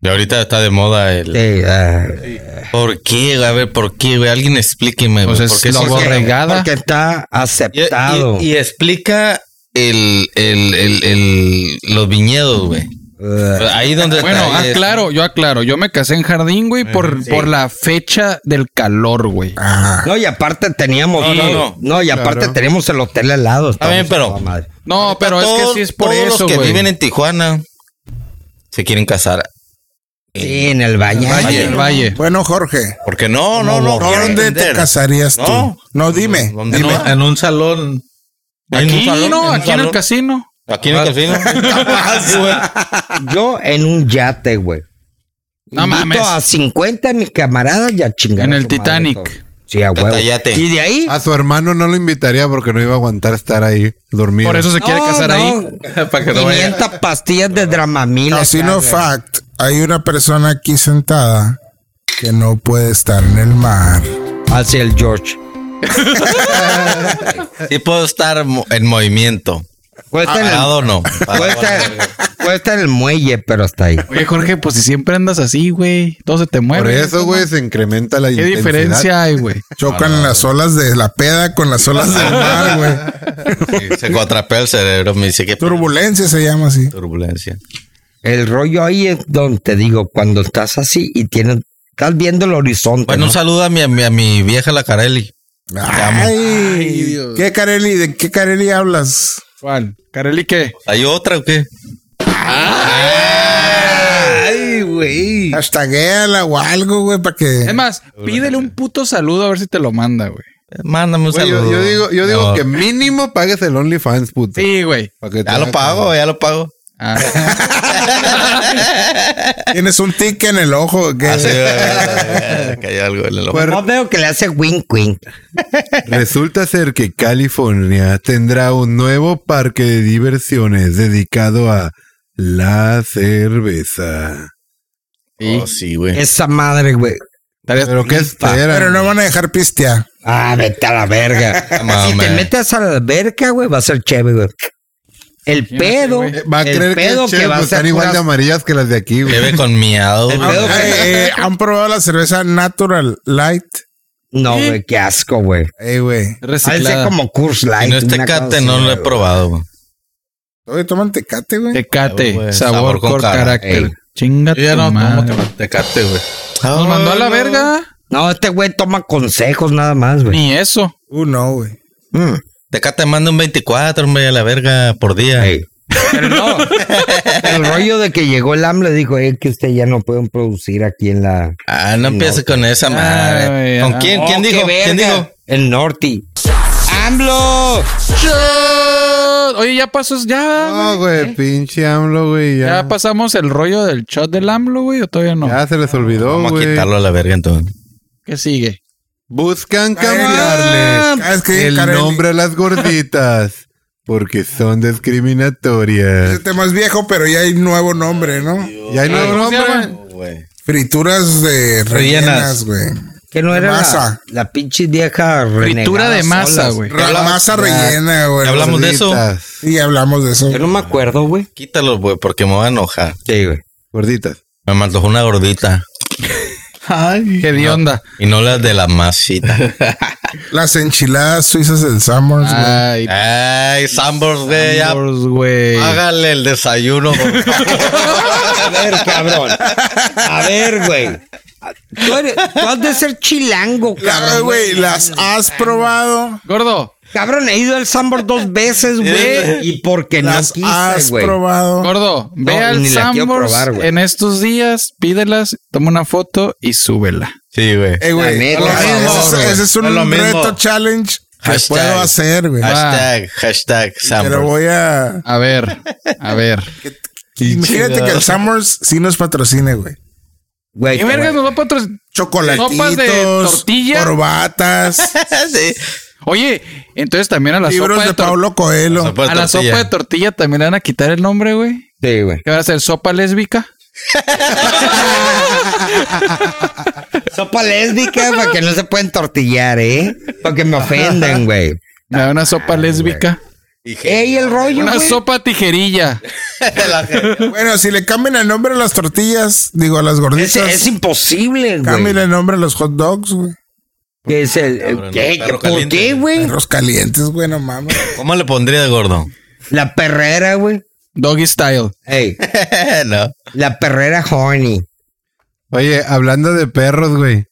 Y ahorita está de moda el...
Sí, ah,
¿Por qué? güey? A ver, ¿por qué, güey? Alguien explíqueme, güey.
O sea,
¿por
es
qué
la
se-
borregada.
porque está
Y, y-
aceptado.
y explica el, el, el, el- los viñedos, güey.
Ah.
Ahí donde eh,
Bueno, ah,
traes-
aclaro, yo aclaro. Yo me casé en jardín, güey, por, por la fecha del calor, güey.
Ah.
No, y aparte teníamos.
No,
No,
no, no.
y aparte teníamos el hotel al lado.
Está bien, pero-
Estamos- madre.
No, pero es que
Todos-
sí es por
todos
eso,
los que
güey.
viven en Tijuana se quieren casar.
Sí, en el baño.
Valle, el Valle.
Bueno, Jorge,
Porque no, no, no. quieren
¿dónde te
vender.
casarías
No.
tú? No, dime.
¿Dónde
En,
no?
un- en un salón.
En un
Aquí,
salón,
no,
un
aquí en el
salón.
casino.
Aquí en el casino.
Yo en un yate, güey.
No
Invito
mames.
a 50 de mis camaradas y a chingar.
En
a
el
su madre
Titanic.
todo. Sí, a huevo.
Catayate.
Y de ahí.
A su hermano no lo invitaría porque no iba a aguantar estar ahí dormido.
Por eso se quiere
No,
casar ahí.
no,
para que no vaya.
500 pastillas de Dramamil.
Casino Fact, hay una persona aquí sentada que no puede estar en el mar.
Hacia el George.
Sí puedo estar mo- en movimiento.
Cuesta en el-
Parado no.
cuesta- cuesta en el muelle, pero hasta ahí.
Oye, Jorge, pues si siempre andas así, güey, todo se te mueve.
Por eso, güey, se incrementa la
¿Qué
intensidad.
diferencia hay, güey?
Chocan las olas de la peda con las olas del mar, güey.
Se cuatrapea el cerebro, me dice que
Turbulencia se llama así.
turbulencia.
El rollo ahí es donde te digo, cuando estás así y tienes, estás viendo el horizonte.
Bueno,
¿no?
un saludo a mi, a mi, a mi vieja la Carelli.
Ay, ¿qué Carelli? ¿De qué Carelli hablas?
Juan, Carelli, ¿qué?
¿Hay otra o qué?
Ay, güey.
Hashtaguéala o algo, güey, para
Es
que.
más, pídele un puto saludo a ver si te lo manda, güey.
Mándame un
Güey,
saludo.
yo, yo digo, yo digo
No.
que mínimo pagues el OnlyFans, puto.
Sí, güey.
Pa' que te
Ya lo
haga-
pago, ya lo pago.
Ah,
Tienes un tic en el ojo. ¿qué?
Ah, sí, güey, cayó algo en el ojo.
Pues
No veo que le hace wink wink.
resulta ser que California tendrá un nuevo parque de diversiones dedicado a la cerveza.
sí.
Oh, sí, güey.
Esa madre, güey.
Pero qué esperan.
Pero no van a dejar pistear.
Ah, vete a la verga.
Mame.
si te metes a la alberca, güey, va a ser chévere, güey. El pedo,
güey.
eh, Va a
el
creer que,
pedo que,
che,
va
pues,
a ser
están igual de
puras-
amarillas que las de aquí, güey.
Bebe con miado. güey.
pedo que-
Eh, eh, ¿Han probado la cerveza Natural Light?
No, güey, qué asco, güey.
Ey, güey.
Ha de ser
Reciclada.
como Curse Light.
Si no es
una cosa
tecate,
así,
no lo he
güey.
probado. güey.
Oye, toman tecate, güey.
Tecate.
Güey,
sabor,
sabor con
con
cara-
Ey.
carácter. Chinga
Yo ya
tu
no tomo
madre.
te- tecate, güey.
Nos mandó a la verga.
No, este güey toma consejos nada más, güey.
Ni eso.
Uh, no, güey.
Tecate manda un 24, hombre, a la verga por día.
Ey. Pero no, el rollo de que llegó el AM le dijo, es que usted ya no pueden producir aquí en la...
Ah, no empieces con esa madre.
Ay,
¿Con
ah.
quién?
Oh,
¿Quién
qué
dijo? ¿Quién
verga.
dijo?
El Norte. AMLO.
Shot. Oh, Oye, ya pasó, ya.
No,
güey.
güey, pinche AMLO, güey.
ya.
Ya,
pasamos el rollo del shot del AMLO, güey, o todavía no.
ya se les olvidó,
Vamos a
güey.
quitarlo a la verga entonces.
¿Qué sigue?
Buscan
Ah, es
cambiarles
que,
el
Kareli.
nombre a las gorditas porque son
Ese
discriminatorias.
tema es viejo, pero ya hay nuevo nombre, ¿no?
¿Ya hay nuevo
¿Cómo se
nombre?
llama?
Frituras de
Rellenas.
rellenas, güey.
Que no era la,
Masa.
la pinche vieja
Fritura
renegada
de masa,
solas.
güey.
Ra- Masa rellena, güey.
Ya hablamos de eso.
Gorditas.
Y hablamos de eso.
Yo no me acuerdo, güey.
Quítalo, güey, porque me voy a enojar.
Sí, güey.
Gorditas.
Me mandó una gordita.
Qué de onda.
Y no las de la masita.
Las enchiladas suizas del Summers, güey.
Ay,
Ay, Sambors, güey, ya
Sambors, güey.
págale el desayuno. por favor.
A ver, cabrón. A ver, güey. Tú, eres- tú has de ser chilango,
Ay,
cabrón.
güey, ¿las has probado?
Gordo,
Cabrón, he ido al Sambor dos veces, güey. Y porque no
¿Las has
quise, güey.
probado?
gordo, ve
No,
al
ni la quiero
Sambors
probar, güey.
en estos días, pídelas, toma una foto y súbela.
Sí, güey.
Eh,
La
güey.
neta,
por
por
favor,
favor,
Ese ese es
güey. Es lo
un
mismo.
reto challenge que
Hashtag.
puedo hacer, güey.
Ah.
Hashtag, hashtag
Pero
Sambors.
voy a...
A ver, a ver.
Imagínate que el Summers sí nos patrocine, güey.
Güey,
¿Qué
te
vergas
voy-
nos va a patrocinar? Sopas de
Chocolatitos,
tortilla.
corbatas,
Sí.
Oye, entonces también a la
libros
sopa de,
de
tor-
Pablo Coelho.
Sopa de
a la
tortilla.
sopa de tortilla también le van a quitar el nombre, güey.
Sí, güey.
¿Qué van a hacer? ¿Sopa lésbica?
Sopa lésbica para que no se pueden tortillar, ¿eh? Porque me ofenden, güey.
Me da Ah, una sopa lésbica.
Ey, el rollo,
Una
güey.
sopa tijerilla.
Bueno, si le cambian el nombre a las tortillas, digo a las gorditas,
Es, es imposible,
cambian
güey.
el nombre a los hot dogs, güey.
Que es el...
Cabrón,
¿Qué?
el perro
¿Por
caliente,
qué, güey?
Perros calientes, güey, no mames.
¿Cómo le pondría de gordo?
La perrera, güey.
Doggy style.
Ey,
no.
la perrera horny.
Oye, hablando de perros, güey.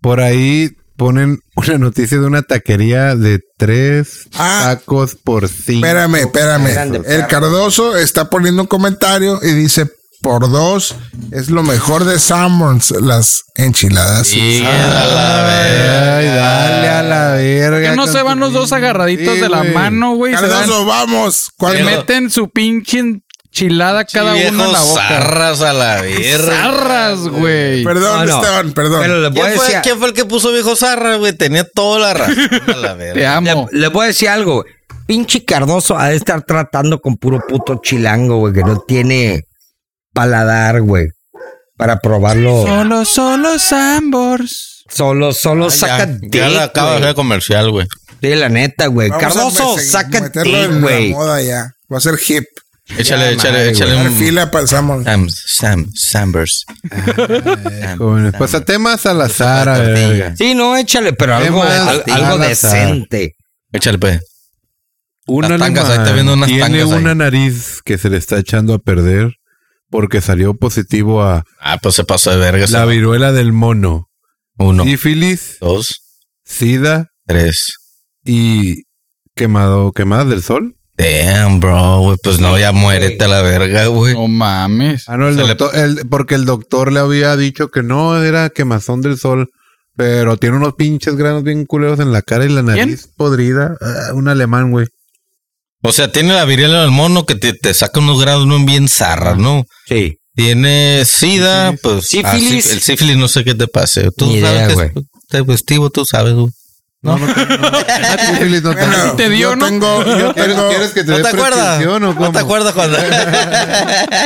Por ahí ponen una noticia de una taquería de tres
Ah.
tacos por cinco.
Espérame,
Grande,
espérame. El
perro.
Cardoso está poniendo un comentario y dice, por dos, es lo mejor de Summers, las enchiladas.
Sí,
Ah,
a la verga.
Ay, dale a la verga.
Que no se
con
van
tu
los dos
pinche-
agarraditos
Sí,
de la
güey.
mano, güey. Se dan-
Cardoso, vamos. ¿Cuál
le
Pero-
meten su pinche enchilada cada uno en la
Viejos
boca.
zarras a la verga.
Zarras, güey.
Perdón,
Ah, No, no.
Esteban, perdón.
Pero le voy a
¿Quién fue,
decir...
quién fue el que puso viejo zarra, güey? Tenía toda la razón. a la
Te
verga.
amo.
Le voy a decir algo. güey. Pinche Cardoso ha de estar tratando con puro puto chilango, güey, que no tiene paladar, güey. Para probarlo.
Solo, solo Sambors.
Solo, solo
Ya,
saca
ya la
dick,
acabo de
güey.
hacer comercial, güey.
Sí, la neta, güey.
Vamos a
Cardoso,
mese-
saca
meterlo
dick,
en la
güey.
moda ya. Va a ser hip.
Échale,
Ya,
échale,
madre,
échale
Dar
un...
fila para el Summers.
Sam, Sam, Sambers.
Jóvenes, Pues a temas al azar, a ver, verga.
Sí, no, échale, pero
¿Qué
algo,
más?
al- algo
Nada,
decente.
Échale, pues.
Un
Las tangas, ahí
alemán
está viendo unas
tiene
tangas ahí.
una nariz que se le está echando a perder porque salió positivo a
Ah, pues se pasó de verga.
la
ese.
viruela del mono,
Uno,
sífilis,
dos,
sida
tres.
y quemado, quemadas del sol.
Damn, bro, güey. Pues no, ya muérete a la verga, güey.
No mames.
Ah, no, el
Se le-
doctor, el- porque el doctor le había dicho que no era quemazón del sol Pero tiene unos pinches granos bien culeros en la cara y la nariz podrida. Ah, un alemán, güey.
O sea, tiene la viruela del mono que te, te saca unos grados ¿no? bien zarras, ¿no?
Sí.
Tiene sida, pues.
Sífilis.
ah, sí, el sífilis no sé qué te pase. Tú
Ni
sabes
idea,
que
güey.
es tempestivo, tú sabes, güey.
Ah, tú, Félix, no te-
Bueno,
te dio,
yo
¿no?
Tengo, yo
¿Quieres-
tengo,
¿Quieres que te
¿No
dé
te acuerdas?
prescripción o
¿No
cómo?
te acuerdas cuando?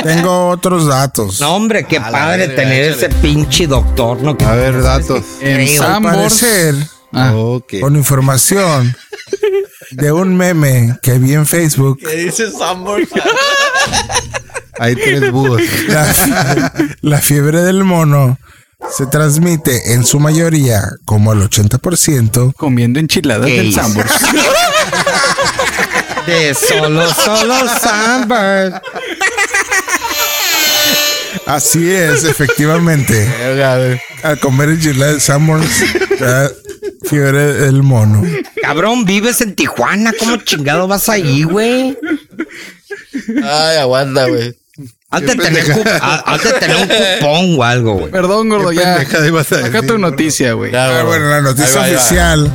tengo otros datos.
No, hombre, qué
la
padre
verga,
tener
échale.
ese pinche doctor, ¿no?
A ver, datos.
En
Creo.
Al
Sambors.
parecer,
Ah.
Eh, Ok.
Eh.
con información de un meme que vi en Facebook,
dice Sambor?
Hay tres búhos.
la, fie- la fiebre del mono se transmite en su mayoría, como al 80%,
Comiendo enchiladas
¿Qué
del
hizo?
Sambors.
De solo, solo samba.
Así es, efectivamente. Al comer el chile de Sanborns, ya fiebre del mono.
Ah,
Cabrón, vives en Tijuana. ¿Cómo chingado vas ahí, güey?
Ay, aguanta, güey.
Has de,
Qué
tener
pendeja.
cu- ha- has de tener un cupón o algo, güey.
Perdón, gordo, ya.
pendejada ibas a
Acá
decir,
tu noticia, güey.
Ah, bueno, la noticia
Ahí va, ahí va.
oficial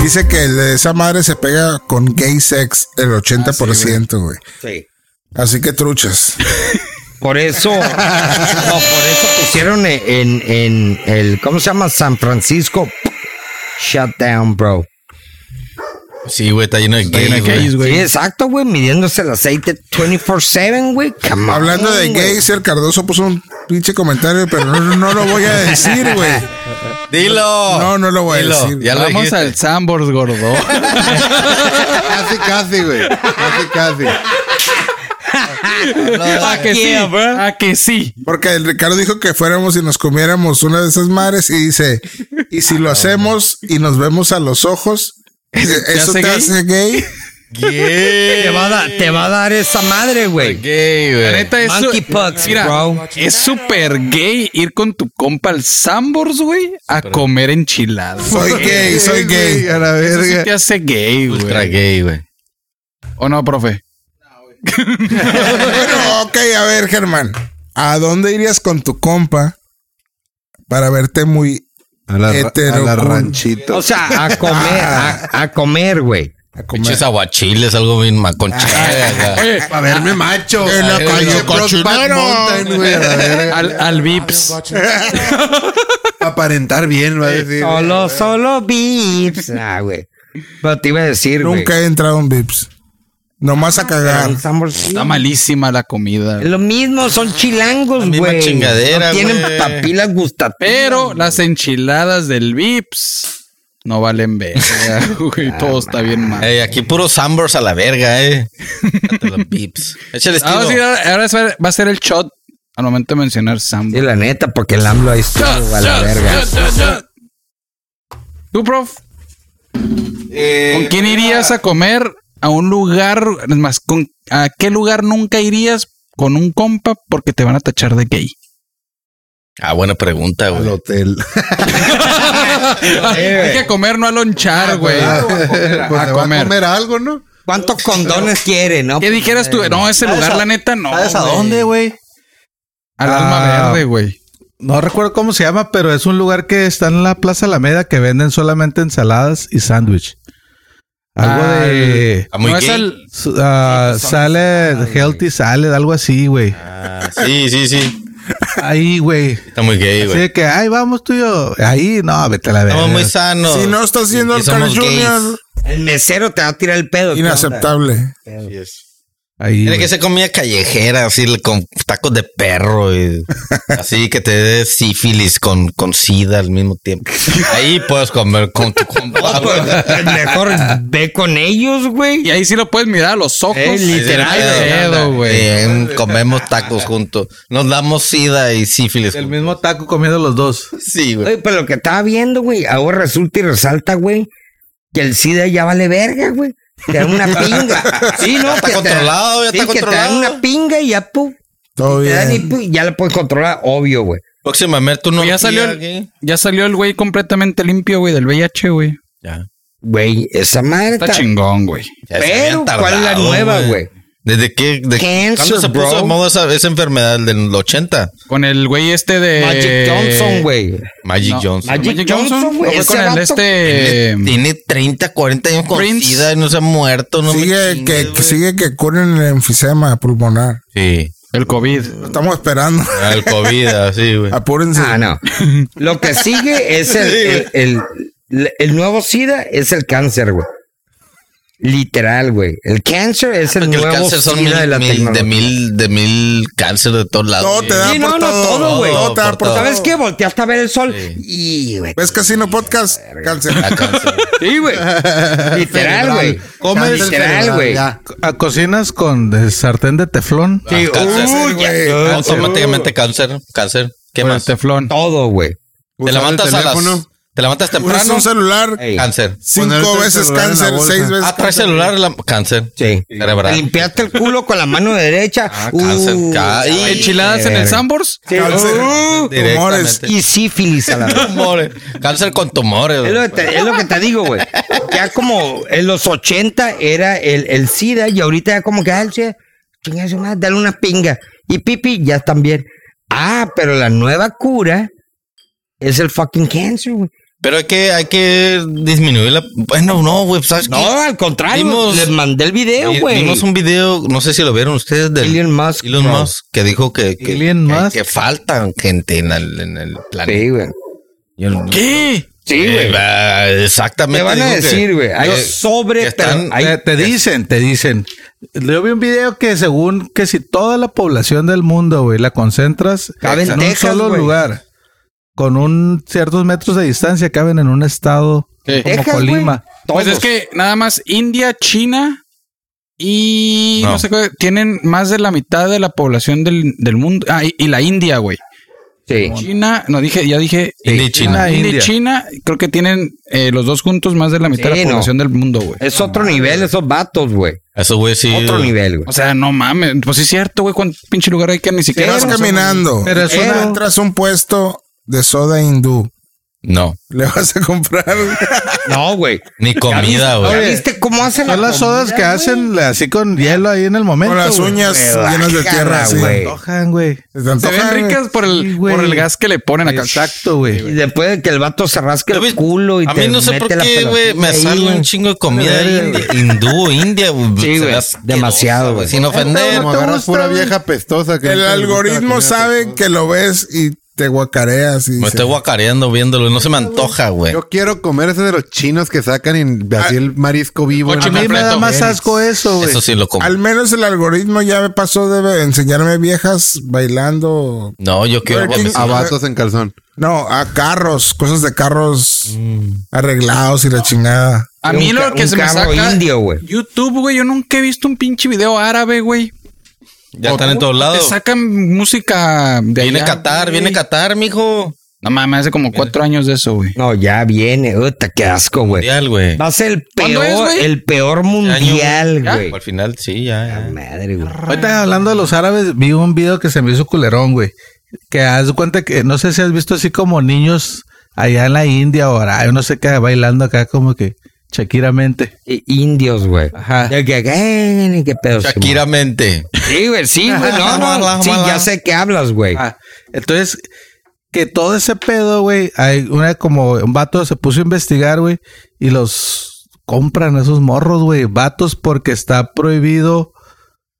dice que el de esa madre se pega con gay sex
Ah,
el 80%, güey.
Sí.
Así que truchas.
Por eso, no, por eso pusieron en, en- en el, ¿cómo se llama? San Francisco. Shutdown, bro.
Sí, güey, está lleno de gays, güey.
Sí, exacto, güey, midiéndose el aceite 24-7, güey. Come on,
Hablando de
güey.
gays, el Cardoso puso un pinche comentario, pero no, no lo voy a decir, güey.
Dilo.
No, no lo voy a decir.
Ya lo
Vamos
dijiste.
al Sambors, gordo.
Casi, casi, güey. Casi, casi.
¿A que sí? ¿A que sí?
Porque el Ricardo dijo que fuéramos y nos comiéramos una de esas madres y dice, y si lo hacemos y nos vemos a los ojos, dice, ¿eso
hace
te
gay?
hace gay?
Te va a dar, te va a dar esa madre, güey.
Gay,
La
güey.
neta es. su-
Monkeypox,
Mira,
bro.
Es súper gay ir con tu compa al Sambors, güey, a comer enchiladas.
Soy gay, soy gay.
A la
Eso sí
verga.
te hace gay,
Ultra
güey.
gay, güey.
¿O no, profe?
Bueno, ok, a ver, Germán. ¿A dónde irías con tu compa para verte muy
A la, a la
Heterocul.
ranchito.
O sea, a comer, a, a comer, güey.
a comer?
Pinches aguachiles, algo bien maconchada.
Oye,
Para verme macho.
En la
Ay,
calle
güey, Brokeback
cochinero.
Mountain, güey. a la verga.
al, al Vips.
Aparentar bien, va a decir.
Solo, solo beeps. Ah, güey. Pero te iba a decir, güey.
Nunca he entrado en Vips. Nomás a cagar.
en San Borja-
Está malísima la comida.
Lo mismo, son chilangos,
misma
güey.
chingadera,
No tienen
güey.
papilas gustativas.
Pero las enchiladas del Vips no valen ver. Güey, todo está bien mal.
Ey, aquí puro Sambors a la verga, eh. Date los pips. Échale estilo.
Ahora Ah, sí, ahora ahora se va va a ser el shot al momento de mencionar Sambo.
Sí, la neta, porque el AMLO ahí estuvo a la verga.
¿Tú, prof?
Eh,
¿Con quién irías a comer a un lugar? Es más, ¿con, ¿a qué lugar nunca irías con un compa porque te van a tachar de gay?
Ah, buena pregunta,
Al
güey.
hotel.
Eh,
Hay que comer, no a
Ah,
lonchar, güey.
Pues
A
se va a
comer.
comer algo, ¿no?
¿Cuántos condones quiere, no?
¿Qué dijeras tú? No, ese lugar, la neta, no.
¿Sabes a dónde, güey?
Al alma
Ah.
verde, güey.
No recuerdo cómo se llama, pero es un lugar que está en la Plaza Alameda que venden solamente ensaladas y sándwich. Algo
Al-
de...
Ah, muy
no es
gay.
al-
s- ah, salad, healthy salad, algo así, güey.
Ah, sí, sí, sí.
Ahí, güey.
Está muy gay,
Así
güey.
de que, ay, vamos tú y yo. Ahí, no, vete a la verga.
Estamos muy sanos.
Si no estás siendo
Y
el Carl
somos
Jr.,
El mesero te va a tirar el pedo.
inaceptable.
Así es.
Ahí,
Tiene
güey.
que ser comida callejera, así le- con tacos de perro y así que te dé sífilis con, con sida al mismo tiempo. Ahí puedes comer con tu compa. güey.
pues. Mejor ve con ellos, güey.
Y ahí sí lo puedes mirar a los ojos.
Eh, literal,
Ay,
güey.
pedo, güey.
Bien, comemos tacos juntos. Nos damos sida y sífilis.
El
juntos.
mismo taco comiendo los dos.
Sí, güey.
Oye, pero lo que estaba viendo, güey, ahora resulta y resalta, güey, que el SIDA ya vale verga, güey. Te dan una pinga. Sí, no,
Está
que te-
controlado, ya
sí,
está
que
controlado.
te dan una pinga y ya, pu,
Todo
te dan y
bien.
pu, ya la puedes controlar, obvio, güey.
Próximamente tú no.
¿Pues Ya salió, el,
aquí.
ya salió el güey completamente limpio, güey, del VIH, güey.
Ya.
Güey, esa madre
Está
está...
chingón, güey.
Ya se habían
Pero, ¿cuál es la
tardado,
nueva, güey?
¿Desde qué? De,
Cancer,
¿Cuándo se puso
bro.
de moda esa, esa enfermedad? ¿El del 80?
Con el güey este de.
Eh,
Magic Johnson, güey.
Magic
No,
Johnson.
Magic
Magic Johnson,
Johnson,
¿no
güey.
fue
ese
con el
vato.
este.
Tiene 30, 40 años con
Prince.
sida y no se ha muerto. No me
Sigue
chingues,
que,
güey.
sigue que curen el enfisema pulmonar.
Sí.
El COVID.
Lo estamos esperando.
El COVID, así, güey.
Apúrense.
Ah, no. Lo que sigue es el, el, el- el nuevo SIDA, es el cáncer, güey. Literal, güey. El cáncer es el
Ah, Porque el
nuevo
cáncer son
SIDA
mil,
de la
mil- de
tecnología.
mil, de mil cáncer de todos lados.
Todo
Ah, güey.
te da
Sí, no,
por
no, todo, güey.
Todo te da
Por
por
todo.
todo.
Pues, ¿Sabes qué? Volteaste a ver el sol. Y, güey.
¿Ves Casino Podcast? Cáncer.
Da cáncer.
Sí, güey. Literal, güey.
Comes el
Literal, güey.
A cocinas con de sartén de teflón.
Sí,
Cáncer,
uy,
güey.
ya-
Ah, Automáticamente cáncer, cáncer. ¿Qué
Por el
más?
teflón.
Todo, güey.
Te levantas a las... Te levantas
Usas
temprano, Ah,
un celular,
Ey,
cáncer.
cinco
Ponerte el
veces
celular en la
cáncer,
bolsa.
seis veces.
Ah, traes celular, la- cáncer.
Sí. Te
Cerebral.
Limpiaste el culo con la mano derecha.
Ah, cáncer.
Uh,
Ca- y
Enchiladas en el Sambors.
sí,
Cáncer.
uh,
Tumores.
Directamente.
y sífilis a la vez.
Tumores. Cáncer con tumores.
Es lo,
güey.
que te, es lo que te digo, güey. Ya como en los 80 era el, el SIDA y ahorita ya como que, ah, el SIDA, chingada su madre, dale una pinga. Y pipi, ya están bien. Ah, pero la nueva cura es el fucking cancer, güey.
Pero hay que, hay que disminuir la... Bueno, no, güey, ¿sabes qué?
No, al contrario.
Vimos-
les mandé el video,
Vi-
güey.
Vimos un video, no sé si lo vieron ustedes, del
Elon Musk.
Elon
bro.
Musk, que dijo que, que,
Elon
que-
Musk.
que faltan gente en el, en el planeta.
Sí, güey.
Yo-
¿Qué?
Sí,
Eh,
güey.
va, exactamente.
Me van a
dijo que-
decir, güey. Hay
que-
sobre,
que están-
pero
te,
hay-
te dicen, te dicen. Yo vi un video que según que si toda la población del mundo, güey, la concentras
Cabe en
en
Texas,
un solo
güey.
lugar, con un ciertos metros de distancia, caben en un estado
Sí.
como
Texas, güey.
Colima.
Pues es
Todos.
que nada más India, China y no,
No.
sé qué, tienen más de la mitad de la población del, del mundo. Ah, y, y la India, güey.
Sí.
China, no dije, ya dije.
India y China.
India y
India.
China, creo que tienen eh, los dos juntos más de la mitad
Sí,
de la
no.
población del mundo, güey.
Es otro nivel esos vatos, güey.
Eso, güey, sí.
Otro nivel, güey.
O sea, no mames. Pues sí es cierto, güey, cuánto pinche lugar hay que ni
Te
siquiera.
vas
conocemos.
caminando.
Pero es una-
Entras a un puesto de soda hindú.
No.
Le vas a comprar.
No, güey.
Ni comida,
¿Ya
güey.
¿Viste cómo hacen
Son
la
las sodas
comida,
que
güey?
hacen así con hielo ahí en el momento.
Con las
güey.
uñas llenas de tierra,
Relaja,
así.
güey.
Antojan, güey.
Se te
Se
antoja,
ven
güey.
ricas por el,
Sí, güey.
por el gas que le ponen acá.
Exacto, güey.
Y después de que el vato se rasque
Yo vi-
el culo y
a
te
mí no sé
mete
por
la
qué, güey,
pelotita
me
ahí,
sale
güey.
un chingo de comida india- hindú, india, güey.
Sí,
Se
güey,
ve asquerosa,
demasiado, güey.
Sin ofender.
Como
te
agarras
gusta,
pura
güey?
vieja pestosa.
El algoritmo sabe que lo ves y te guacareas. Y
Me
dice,
estoy guacareando viéndolo. No se me antoja, güey.
Yo quiero comer ese de los chinos que sacan y así el marisco vivo.
A mí me da más asco eso, güey.
Eso sí lo como.
Al menos el algoritmo ya me pasó de enseñarme viejas bailando.
No, yo quiero...
Working-
A vatos en calzón.
No, a carros, cosas de carros
Mm.
arreglados y la chingada.
A mí
Un
lo
ca-
que
un
se me
carro
saca
indio, güey.
YouTube, güey, yo nunca he visto un pinche video árabe, güey.
Ya están en todos
Te
lados.
sacan música de
Viene
allá,
Qatar,
güey.
viene Qatar, mijo.
No mames, hace como cuatro años de eso, güey.
No, ya viene. Uta, qué asco, güey.
Mundial, güey.
Va a ser el
¿Cuándo es,
peor,
güey?
el peor
¿Este
mundial, güey.
Al final, sí, ya. ya.
Madre, güey.
Ahorita hablando de los árabes, vi un video que se me hizo culerón, güey. Que haz de cuenta que, no sé si has visto así como niños allá en la India o ahora, no sé qué, bailando acá como que Shakiramente.
Eh, Indios, güey.
Ah.
Ajá.
De que, eh, ni qué pedo. Simón.
Shakiramente.
Sí, güey, sí,
Ah,
güey. No, no. Sí, ya sé que hablas, güey.
Ah, entonces, que todo ese pedo, güey, hay una como un vato se puso a investigar, güey, y los compran a esos morros, güey, vatos porque está prohibido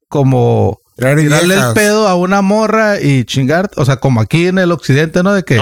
como
Traer
tirarle
viejas.
el pedo a una morra y chingar, o sea, como aquí en el occidente, ¿no? De que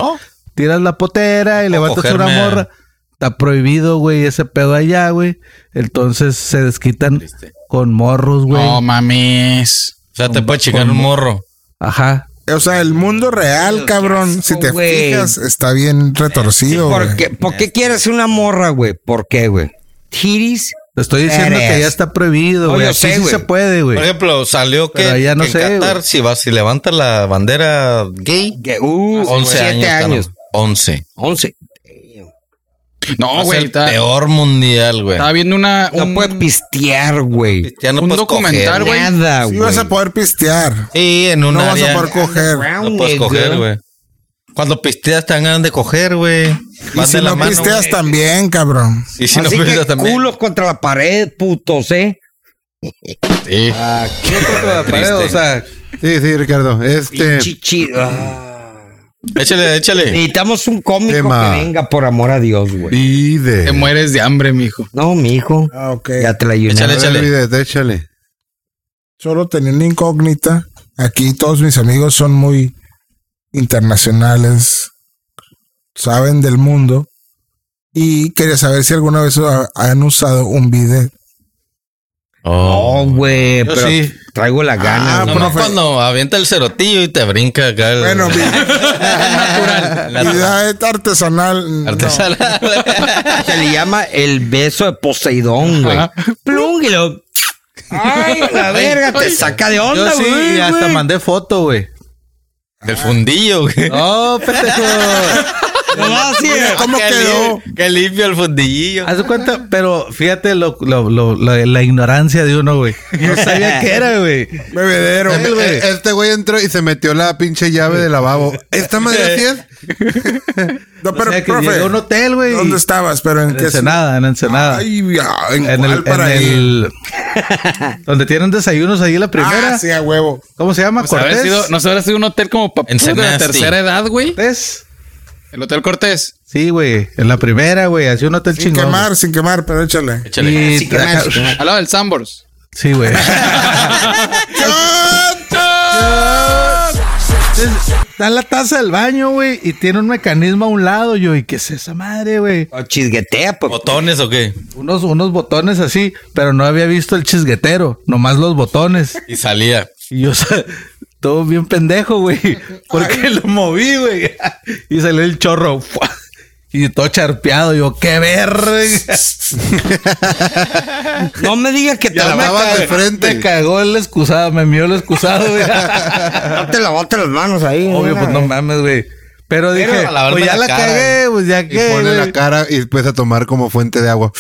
tiras la potera y levantas una
cogerme a-
morra. Está prohibido, güey, ese pedo allá, güey. Entonces se desquitan con morros, güey.
No mames.
O sea, te puede chingar un morro.
Ajá.
O sea, el mundo real, cabrón, si te
güey.
fijas, está bien retorcido.
¿Por
güey.
qué, ¿Por qué quieres una morra, güey? ¿Por qué, güey? Tiris.
Te estoy diciendo
Eres.
que ya está prohibido,
No,
güey.
yo
Aquí
sé,
sí
güey.
se puede, güey.
Por ejemplo, salió que,
Pero allá no
que en
sé,
Qatar,
güey.
si, vas si levanta la bandera gay,
Que, Uh,
11
siete
años.
años.
11.
11.
Va
No,
a
güey.
ser
está-
peor mundial, güey.
Estaba viendo una.
No
un-
puedes pistear, güey.
Ya no
un
puedes
documental,
coger.
güey.
Nada,
Sí
güey.
vas a poder pistear.
Sí, en un
No vas
área-
a poder coger.
Brown,
No puedes
nigga.
coger, güey. Cuando pisteas te dan ganas de coger, güey.
Y
Vas
si
de la
no
mano,
pisteas
güey.
también, cabrón.
Y si no
Así que
pisteas también.
culos contra la pared, putos, ¿eh?
Ah, Contra la pared, o sea,
Sí, sí, Ricardo.
Eh,
Este.
Chichi- ah.
Échale, échale.
Necesitamos un cómico
Tema.
que venga, por amor a Dios, güey.
Pide.
Te mueres de hambre, mijo.
No, mi hijo.
Ah, ok.
Ya te la ayuné.
A
Échale.
ver, Vides, échale.
Solo tenía una incógnita. Aquí todos mis amigos son muy internacionales, saben del mundo. Y quería saber si alguna vez ha- han usado un bidet.
No, güey,
Oh. Yo
pero
sí.
traigo la gana.
Ah,
güey.
Nomás
profe.
cuando avienta el cerotillo y te brinca acá. el-
Bueno, bi-
La-
bidet artesanal. no.
artesanal.
Se le llama el beso de Poseidón, güey. Plum, y lo- Ay, la verga, te saca de
yo
onda,
sí,
güey.
y hasta
güey.
mandé foto, güey.
Del fundillo, güey.
Oh, pendejo.
No, así es.
¿Cómo
Qué
quedó? Ah,
lim- Qué limpio el fundillillo.
Haz de cuenta, pero fíjate lo, lo- lo- la, la ignorancia de uno, güey. No sabía qué era, güey.
Bebedero.
Eh, eh, Este güey entró y se metió la pinche llave del lavabo. ¿Esta madre así es?
No, pero,
o sea, que
profe,
llegué a un hotel, güey.
¿dónde estabas? Pero en
En
qué
Ensenada, en Ensenada.
Ay, ya, en,
en
cuál
el, en
para ir?
el- donde tienen desayunos ahí la primera.
Ah, sí, a huevo.
¿Cómo se llama?
Pues habrá
Cortés.
sido- no se habrá sido un hotel como para
En
de la
Senasti.
tercera edad, güey.
Cortés.
El Hotel Cortés.
Sí, güey. En la primera, güey. Así un hotel
Sin
chingón.
quemar, sin quemar, pero échale.
Échale.
Y
Así que
traja-
más, más.
Al lado del Sambors.
Sí, güey. Entonces, Está la taza del baño, güey, y tiene un mecanismo a un lado, yo, ¿y qué es esa madre, güey?
O chisguetea, pues.
¿Botones o qué?
Unos, unos botones así, pero no había visto el chisguetero, nomás los botones.
Y salía.
Y yo, o sea, todo bien pendejo, güey, porque lo moví, güey, y salió el chorro, ¡fua! y todo charpeado, yo, qué verga.
No me digas que te
Ya
la
la
va-
lavabas de
Me
frente.
cagó el excusado, me mió el excusado, güey.
no te lavaste las manos ahí.
Obvio, pues no mames, güey. Pero dije,
a lavarme
pues ya
la
la,
cara,
cagué, pues ya
Y
que.
pone
güey.
la cara y empieza a tomar como fuente de agua.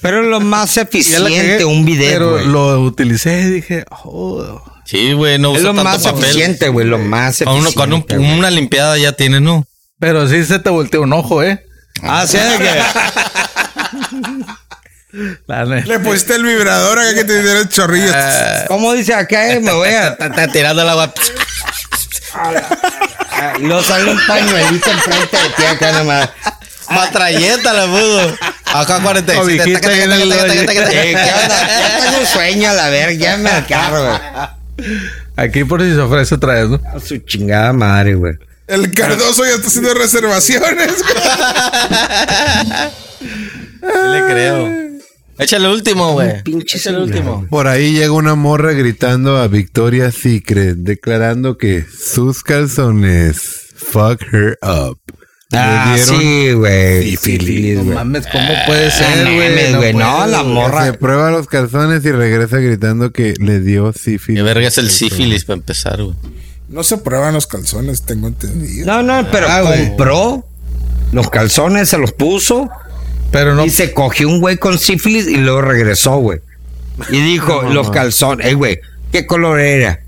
Pero es lo más
Ya la cagué,
eficiente, un video,
Pero
güey.
lo utilicé y dije, oh,
Sí, güey, no
Es
usa tanto
lo más
papel.
eficiente, güey. Lo más
Con, uno-
eficiente.
con un-
güey.
una limpiada ya tiene, ¿no?
pero sí se te volteó un ojo, ¿eh?
Ah, sí, de que.
La neta.
Le pusiste el vibrador acá que te dieron chorrillos.
Ah.
¿Cómo dice acá? eh? Me voy a.
Está tirando el agua.
a- Y luego sale un pañuelito enfrente de ti acá nomás.
Matralleta la pudo. Acá 47.
Ovejita
Taca, taca,
en
taca,
el
taca, taca, taca,
Eh, ¿Qué
taca.
onda? Ya tengo sueño a la verga. Ya me agarro, güey.
Aquí por si se ofrece otra vez, ¿no?
A su chingada madre, güey.
El Cardoso ya está haciendo reservaciones.
Le creo. Échale el último, güey.
Ah. Pinche
Échale el último.
Por ahí llega una morra gritando a Victoria Secret, declarando que sus calzones fuck her up. Le
Ah,
dieron- Ah,
sí, güey. Sífilis,
No
güey.
mames, ¿cómo puede ser,
No
güey?
mames,
No
güey.
puede.
No, la
Se
morra.
prueba los calzones y regresa gritando que le dio
Qué
sífilis.
verga es el sífilis para empezar, güey.
No se prueban los calzones, tengo entendido.
No, no, pero compró los calzones, se los puso
Pero no,
y se cogió un güey con sífilis y luego regresó, güey. Y dijo, los calzones, ey, güey, ¿qué color era?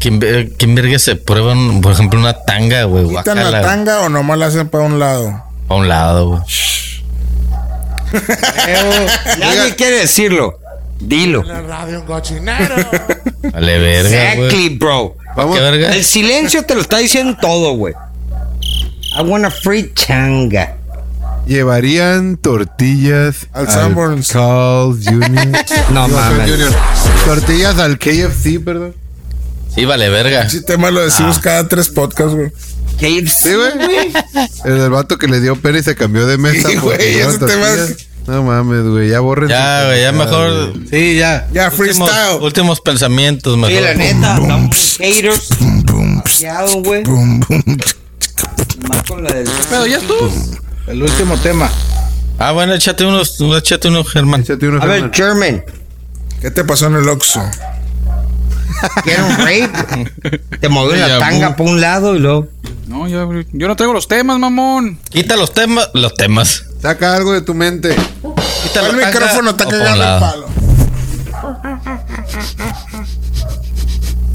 ¿Quién, ver- quién verga se prueba, un- por ejemplo, una tanga, güey?
¿Quitan la
Guácala, güey.
tanga o nomás la hacen para un lado?
A un lado, güey.
Nadie quiere decirlo. Dilo.
Vale, verga, güey.
Exactly, bro.
Vamos,
¿Qué verga?
El silencio te lo está diciendo todo, güey. I want a free changa.
llevarían tortillas
Al Sanborns.
Carl Jr.
No mames.
tortillas al KFC, perdón.
Sí, vale, verga.
Ese tema lo
Ah.
decimos cada tres podcasts, güey.
Sí,
KFC.
güey. El del vato que le dio pena y se cambió de mesa.
Sí,
porque
güey,
llevan
ese tema es-
tortillas. No mames, güey. Ya borren.
Ya, güey, ya mejor.
Ah,
sí, ya.
Ya,
Últimos,
freestyle.
últimos pensamientos,
Oye, la
mejor.
neta, estamos haters.
Pum, pum, pss,
Demasiado, güey.
pum, pum.
Más con la del-
Pero ya estuvo.
El último tema.
Ah, bueno, échate unos, échate unos, Germán.
Échate uno,
A ver,
Germán.
German.
¿Qué te pasó en el Oxxo?
Quiero un rape. Te movió la
Déjà vu.
tanga por un lado y luego.
No, yo, yo no traigo los temas, mamón.
Quita los temas, los temas.
Saca algo de tu mente.
Quita
El
la tanga
micrófono está
o pa' un
cagando el
lado.
palo.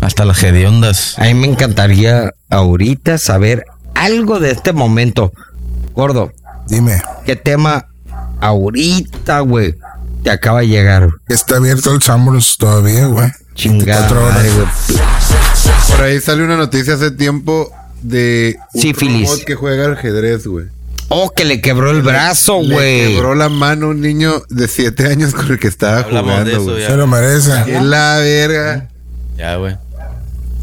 Hasta las hediondas.
A mí me encantaría ahorita saber algo de este momento. Gordo,
Dime.
¿qué tema ahorita, güey? te acaba de llegar. güey.
Está abierto el Sambros todavía, güey.
Chingada
24 horas.
madre, güey.
Por ahí sale una noticia hace tiempo de un
Sífilis.
robot que juega ajedrez, güey.
Oh, que le quebró el brazo,
Le
güey.
quebró la mano a un niño de 7 años con el que estaba
Hablamos de
jugando,
eso
güey.
Se
ya.
lo merece.
Qué la verga.
Ya, güey.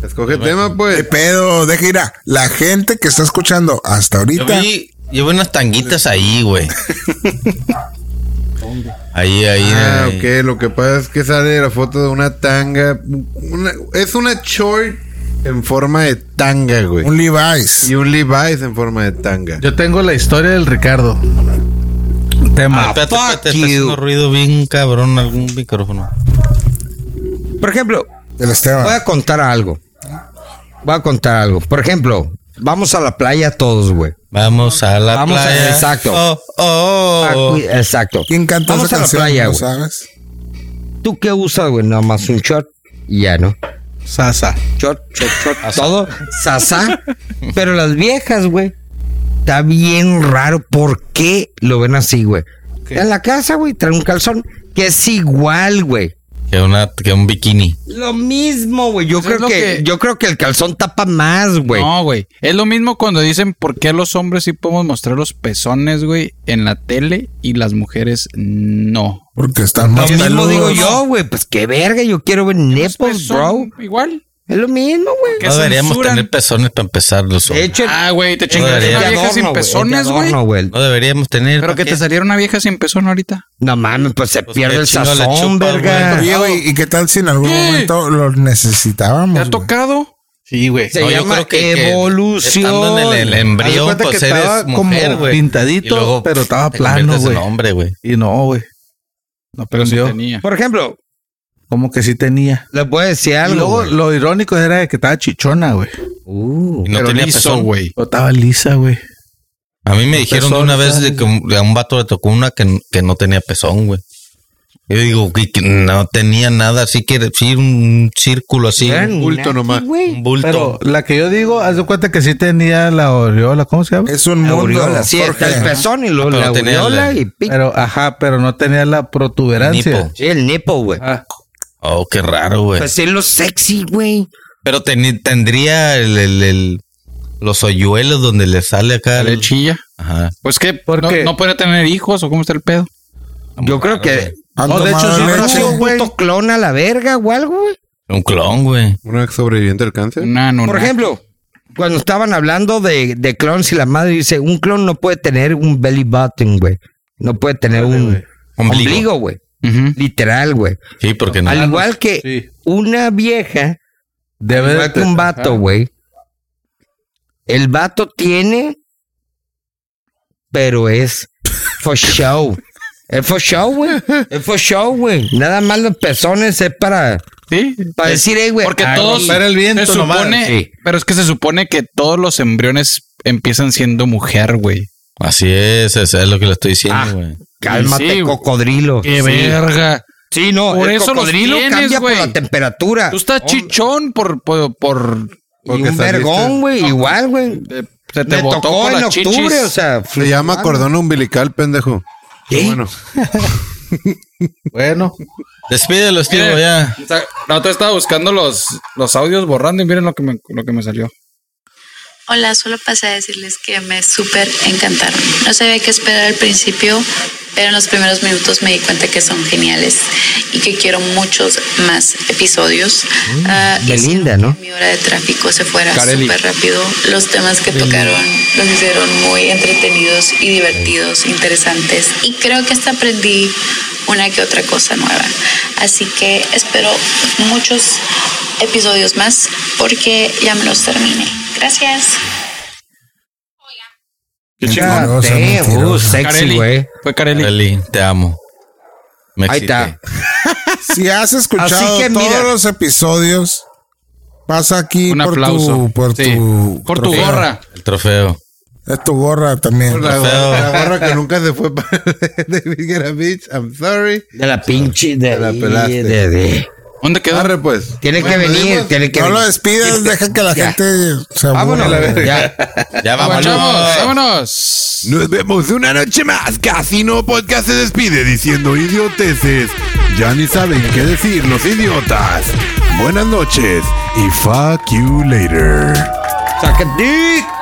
Escoge tema,
¿Qué
pues.
pedo? Deja ir a la gente que está escuchando hasta
Yo
ahorita.
vi, yo vi unas tanguitas ahí, güey. Ahí, ahí.
Ah,
ahí.
ok. Lo que pasa es que sale la foto de una tanga. una- es una short en forma de tanga, güey.
Un Levi's.
Y un Levi's en forma de tanga.
Yo tengo la historia del Ricardo. Tema.
Ah, Espérate, espérate, está
you.
haciendo ruido bien cabrón algún micrófono.
Por ejemplo,
El
voy
Esteban.
a contar algo. Voy a contar algo. Por ejemplo, vamos a la playa todos, güey.
Vamos a la
Vamos a-
playa.
exacto.
Oh, oh,
Ah,
oh.
cu- Exacto.
¿Quién canta
Vamos
esa
a la
canción?
playa,
¿No
güey.
sabes?
¿Tú qué usas, güey? Nada más un short y ya, ¿no?
Sasa.
Short, short, short, todo. Sasa. Pero las viejas, güey. Está bien raro. ¿Por qué lo ven así, güey? En la casa, güey, traen un calzón que es igual, güey.
Que, una, que un bikini.
Lo mismo, güey. Yo
Eso es lo
creo que,
que-
yo creo que el calzón tapa más, güey.
No, güey. Es lo mismo cuando dicen por qué los hombres sí podemos mostrar los pezones, güey, en la tele y las mujeres no.
Porque están más
Lo mismo
peludos.
digo yo, güey. Pues qué verga, yo quiero ver nipples,
Pues
bro.
son Igual.
Es lo mismo, güey.
¿Qué
No deberíamos
censuran?
tener pezones para empezar los
De
hombres.
hecho,
Ah, güey, te chingas
debería.
una
Es de
vieja sin pezones, güey.
No, güey.
No deberíamos tener.
Pero que te saliera una vieja sin pezón ahorita.
No mames, pues se pierde
qué
el
chingo le
sazón,
chupa,
verga.
Oye, güey, ¿y qué tal si en algún
¿Qué?
momento lo
¿Te
necesitábamos?
ha
Pues, güey?
tocado?
Sí, güey.
Se
No, yo
llama
creo que- que
evolución.
Estando en el, el
Haz de
embrión,
cuenta
pues
que
eres
estaba
mujer,
como
güey.
pintadito,
Y luego
pero estaba
te
plano,
conviertes en
güey.
hombre, güey.
Y no, güey. No
Pero sí
prendió.
tenía.
Por ejemplo,
Como que sí tenía.
les voy a decir
Y
algo.
luego
güey.
lo irónico era de que estaba chichona, güey.
Uh,
Y no
pero
tenía
liso,
pezón.
güey.
O estaba lisa, güey.
A mí me dijeron de
pezón,
una vez
¿sabes?
de que un- a un vato le tocó una que, que no tenía pezón, güey. Yo digo que, que no tenía nada, así que sí, un círculo así,
Vean,
un bulto
Nati,
nomás,
güey.
un bulto.
Pero la que yo digo, haz de cuenta que sí tenía la aureola, ¿cómo se llama?
Es un
la
mundo.
aureola, sí, está el
Jorge.
pezón y luego
Ah, pero
la
tenía
aureola
el-
y pic.
Pero, ajá, pero no tenía la protuberancia.
Nipo.
Sí, el nipo, güey.
Ah,
oh, qué raro, güey.
Pues es lo sexy, güey.
Pero teni- tendría el, el- el- los hoyuelos donde le sale acá.
Le
el-
chilla.
Ajá.
Pues que
¿Por
no,
qué?
no puede tener hijos o cómo está el pedo.
Yo creo que
Han
No, de
tomado
hecho, sí,
leche.
habrá sido un
güey.
puto clon a la verga o algo, güey.
Un clon, güey.
Una ex sobreviviente del cáncer.
Una nuna.
Por ejemplo, cuando estaban hablando de, de clones y la madre dice, un clon no puede tener un belly button, güey. No puede tener un
Ombligo.
ombligo, güey.
Ujú.
Literal, güey.
Sí, porque no.
Al igual que
sí.
una vieja,
Debe
igual que
de.
un vato, güey. El vato tiene, pero es for show. Es for show, güey. Es for show, güey. Nada más los pezones es para,
Sí.
para decir, "Ey, güey.
Porque
ah,
todos.
romper el viento
se
nomás.
supone,
Sí.
Pero es que se supone que todos los embriones empiezan siendo mujer, güey.
Así es, eso es lo que le estoy
Ah.
diciendo, güey.
Cálmate,
Sí, güey.
cocodrilo.
¡Qué
Sí.
verga!
Sí, no,
Por
el
eso los
cocodrilo
tienes,
cambia
güey.
por la temperatura.
Tú estás chichón por. por, por-
Y un
Porque saliste-
vergón, güey, igual, güey.
eh, se te
Me
botó
tocó
con
en
las
octubre,
chichis.
o sea,
Se llama cordón umbilical, pendejo.
¿Qué?
Bueno,
Bueno,
Despídelo, Steve,
Mire.
ya.
O sea, La otra estaba buscando los, los audios borrando y miren lo que me, lo que me salió.
Hola, solo pasé a decirles que me súper encantaron. No sabía qué esperar al principio, pero en los primeros minutos me di cuenta que son geniales y que quiero muchos más episodios.
Mm.
Ah, y si
Belinda, ¿no?
Mi hora de tráfico se fuera
Carelli.
súper rápido. Los temas que tocaron los hicieron muy entretenidos y divertidos, interesantes. Y creo que hasta aprendí una que otra cosa nueva. Así que espero muchos episodios más porque ya me los terminé. Gracias.
Mentirosa,
Damn,
mentirosa.
uh, sexy,
Carelli.
güey.
Fue Carelli.
Eli, te amo. Me
Ahí
excité.
está.
Si has escuchado
Así que mira.
todos los episodios, pasa aquí
Un
por
aplauso.
tu por
Sí.
tu
Por tu
trofeo.
gorra.
El trofeo.
Es tu gorra también.
la,
Feo.
gorra, la gorra que nunca se fue para de Big Era Beach. I'm sorry.
De la pinche de,
la
ahí,
pelaste.
de- de-
¿Dónde quedó?
Arre, pues.
Tiene que venir, tiene que
No lo
venir.
despidas, deja que la gente se
Vámonos.
aburra.
Ya.
Ya
Vámonos,
vámonos.
vámonos.
Nos vemos una noche más. Casino Podcast se despide diciendo idioteces. Ya ni saben qué decir los idiotas. Buenas noches y fuck you later.
Saca dick.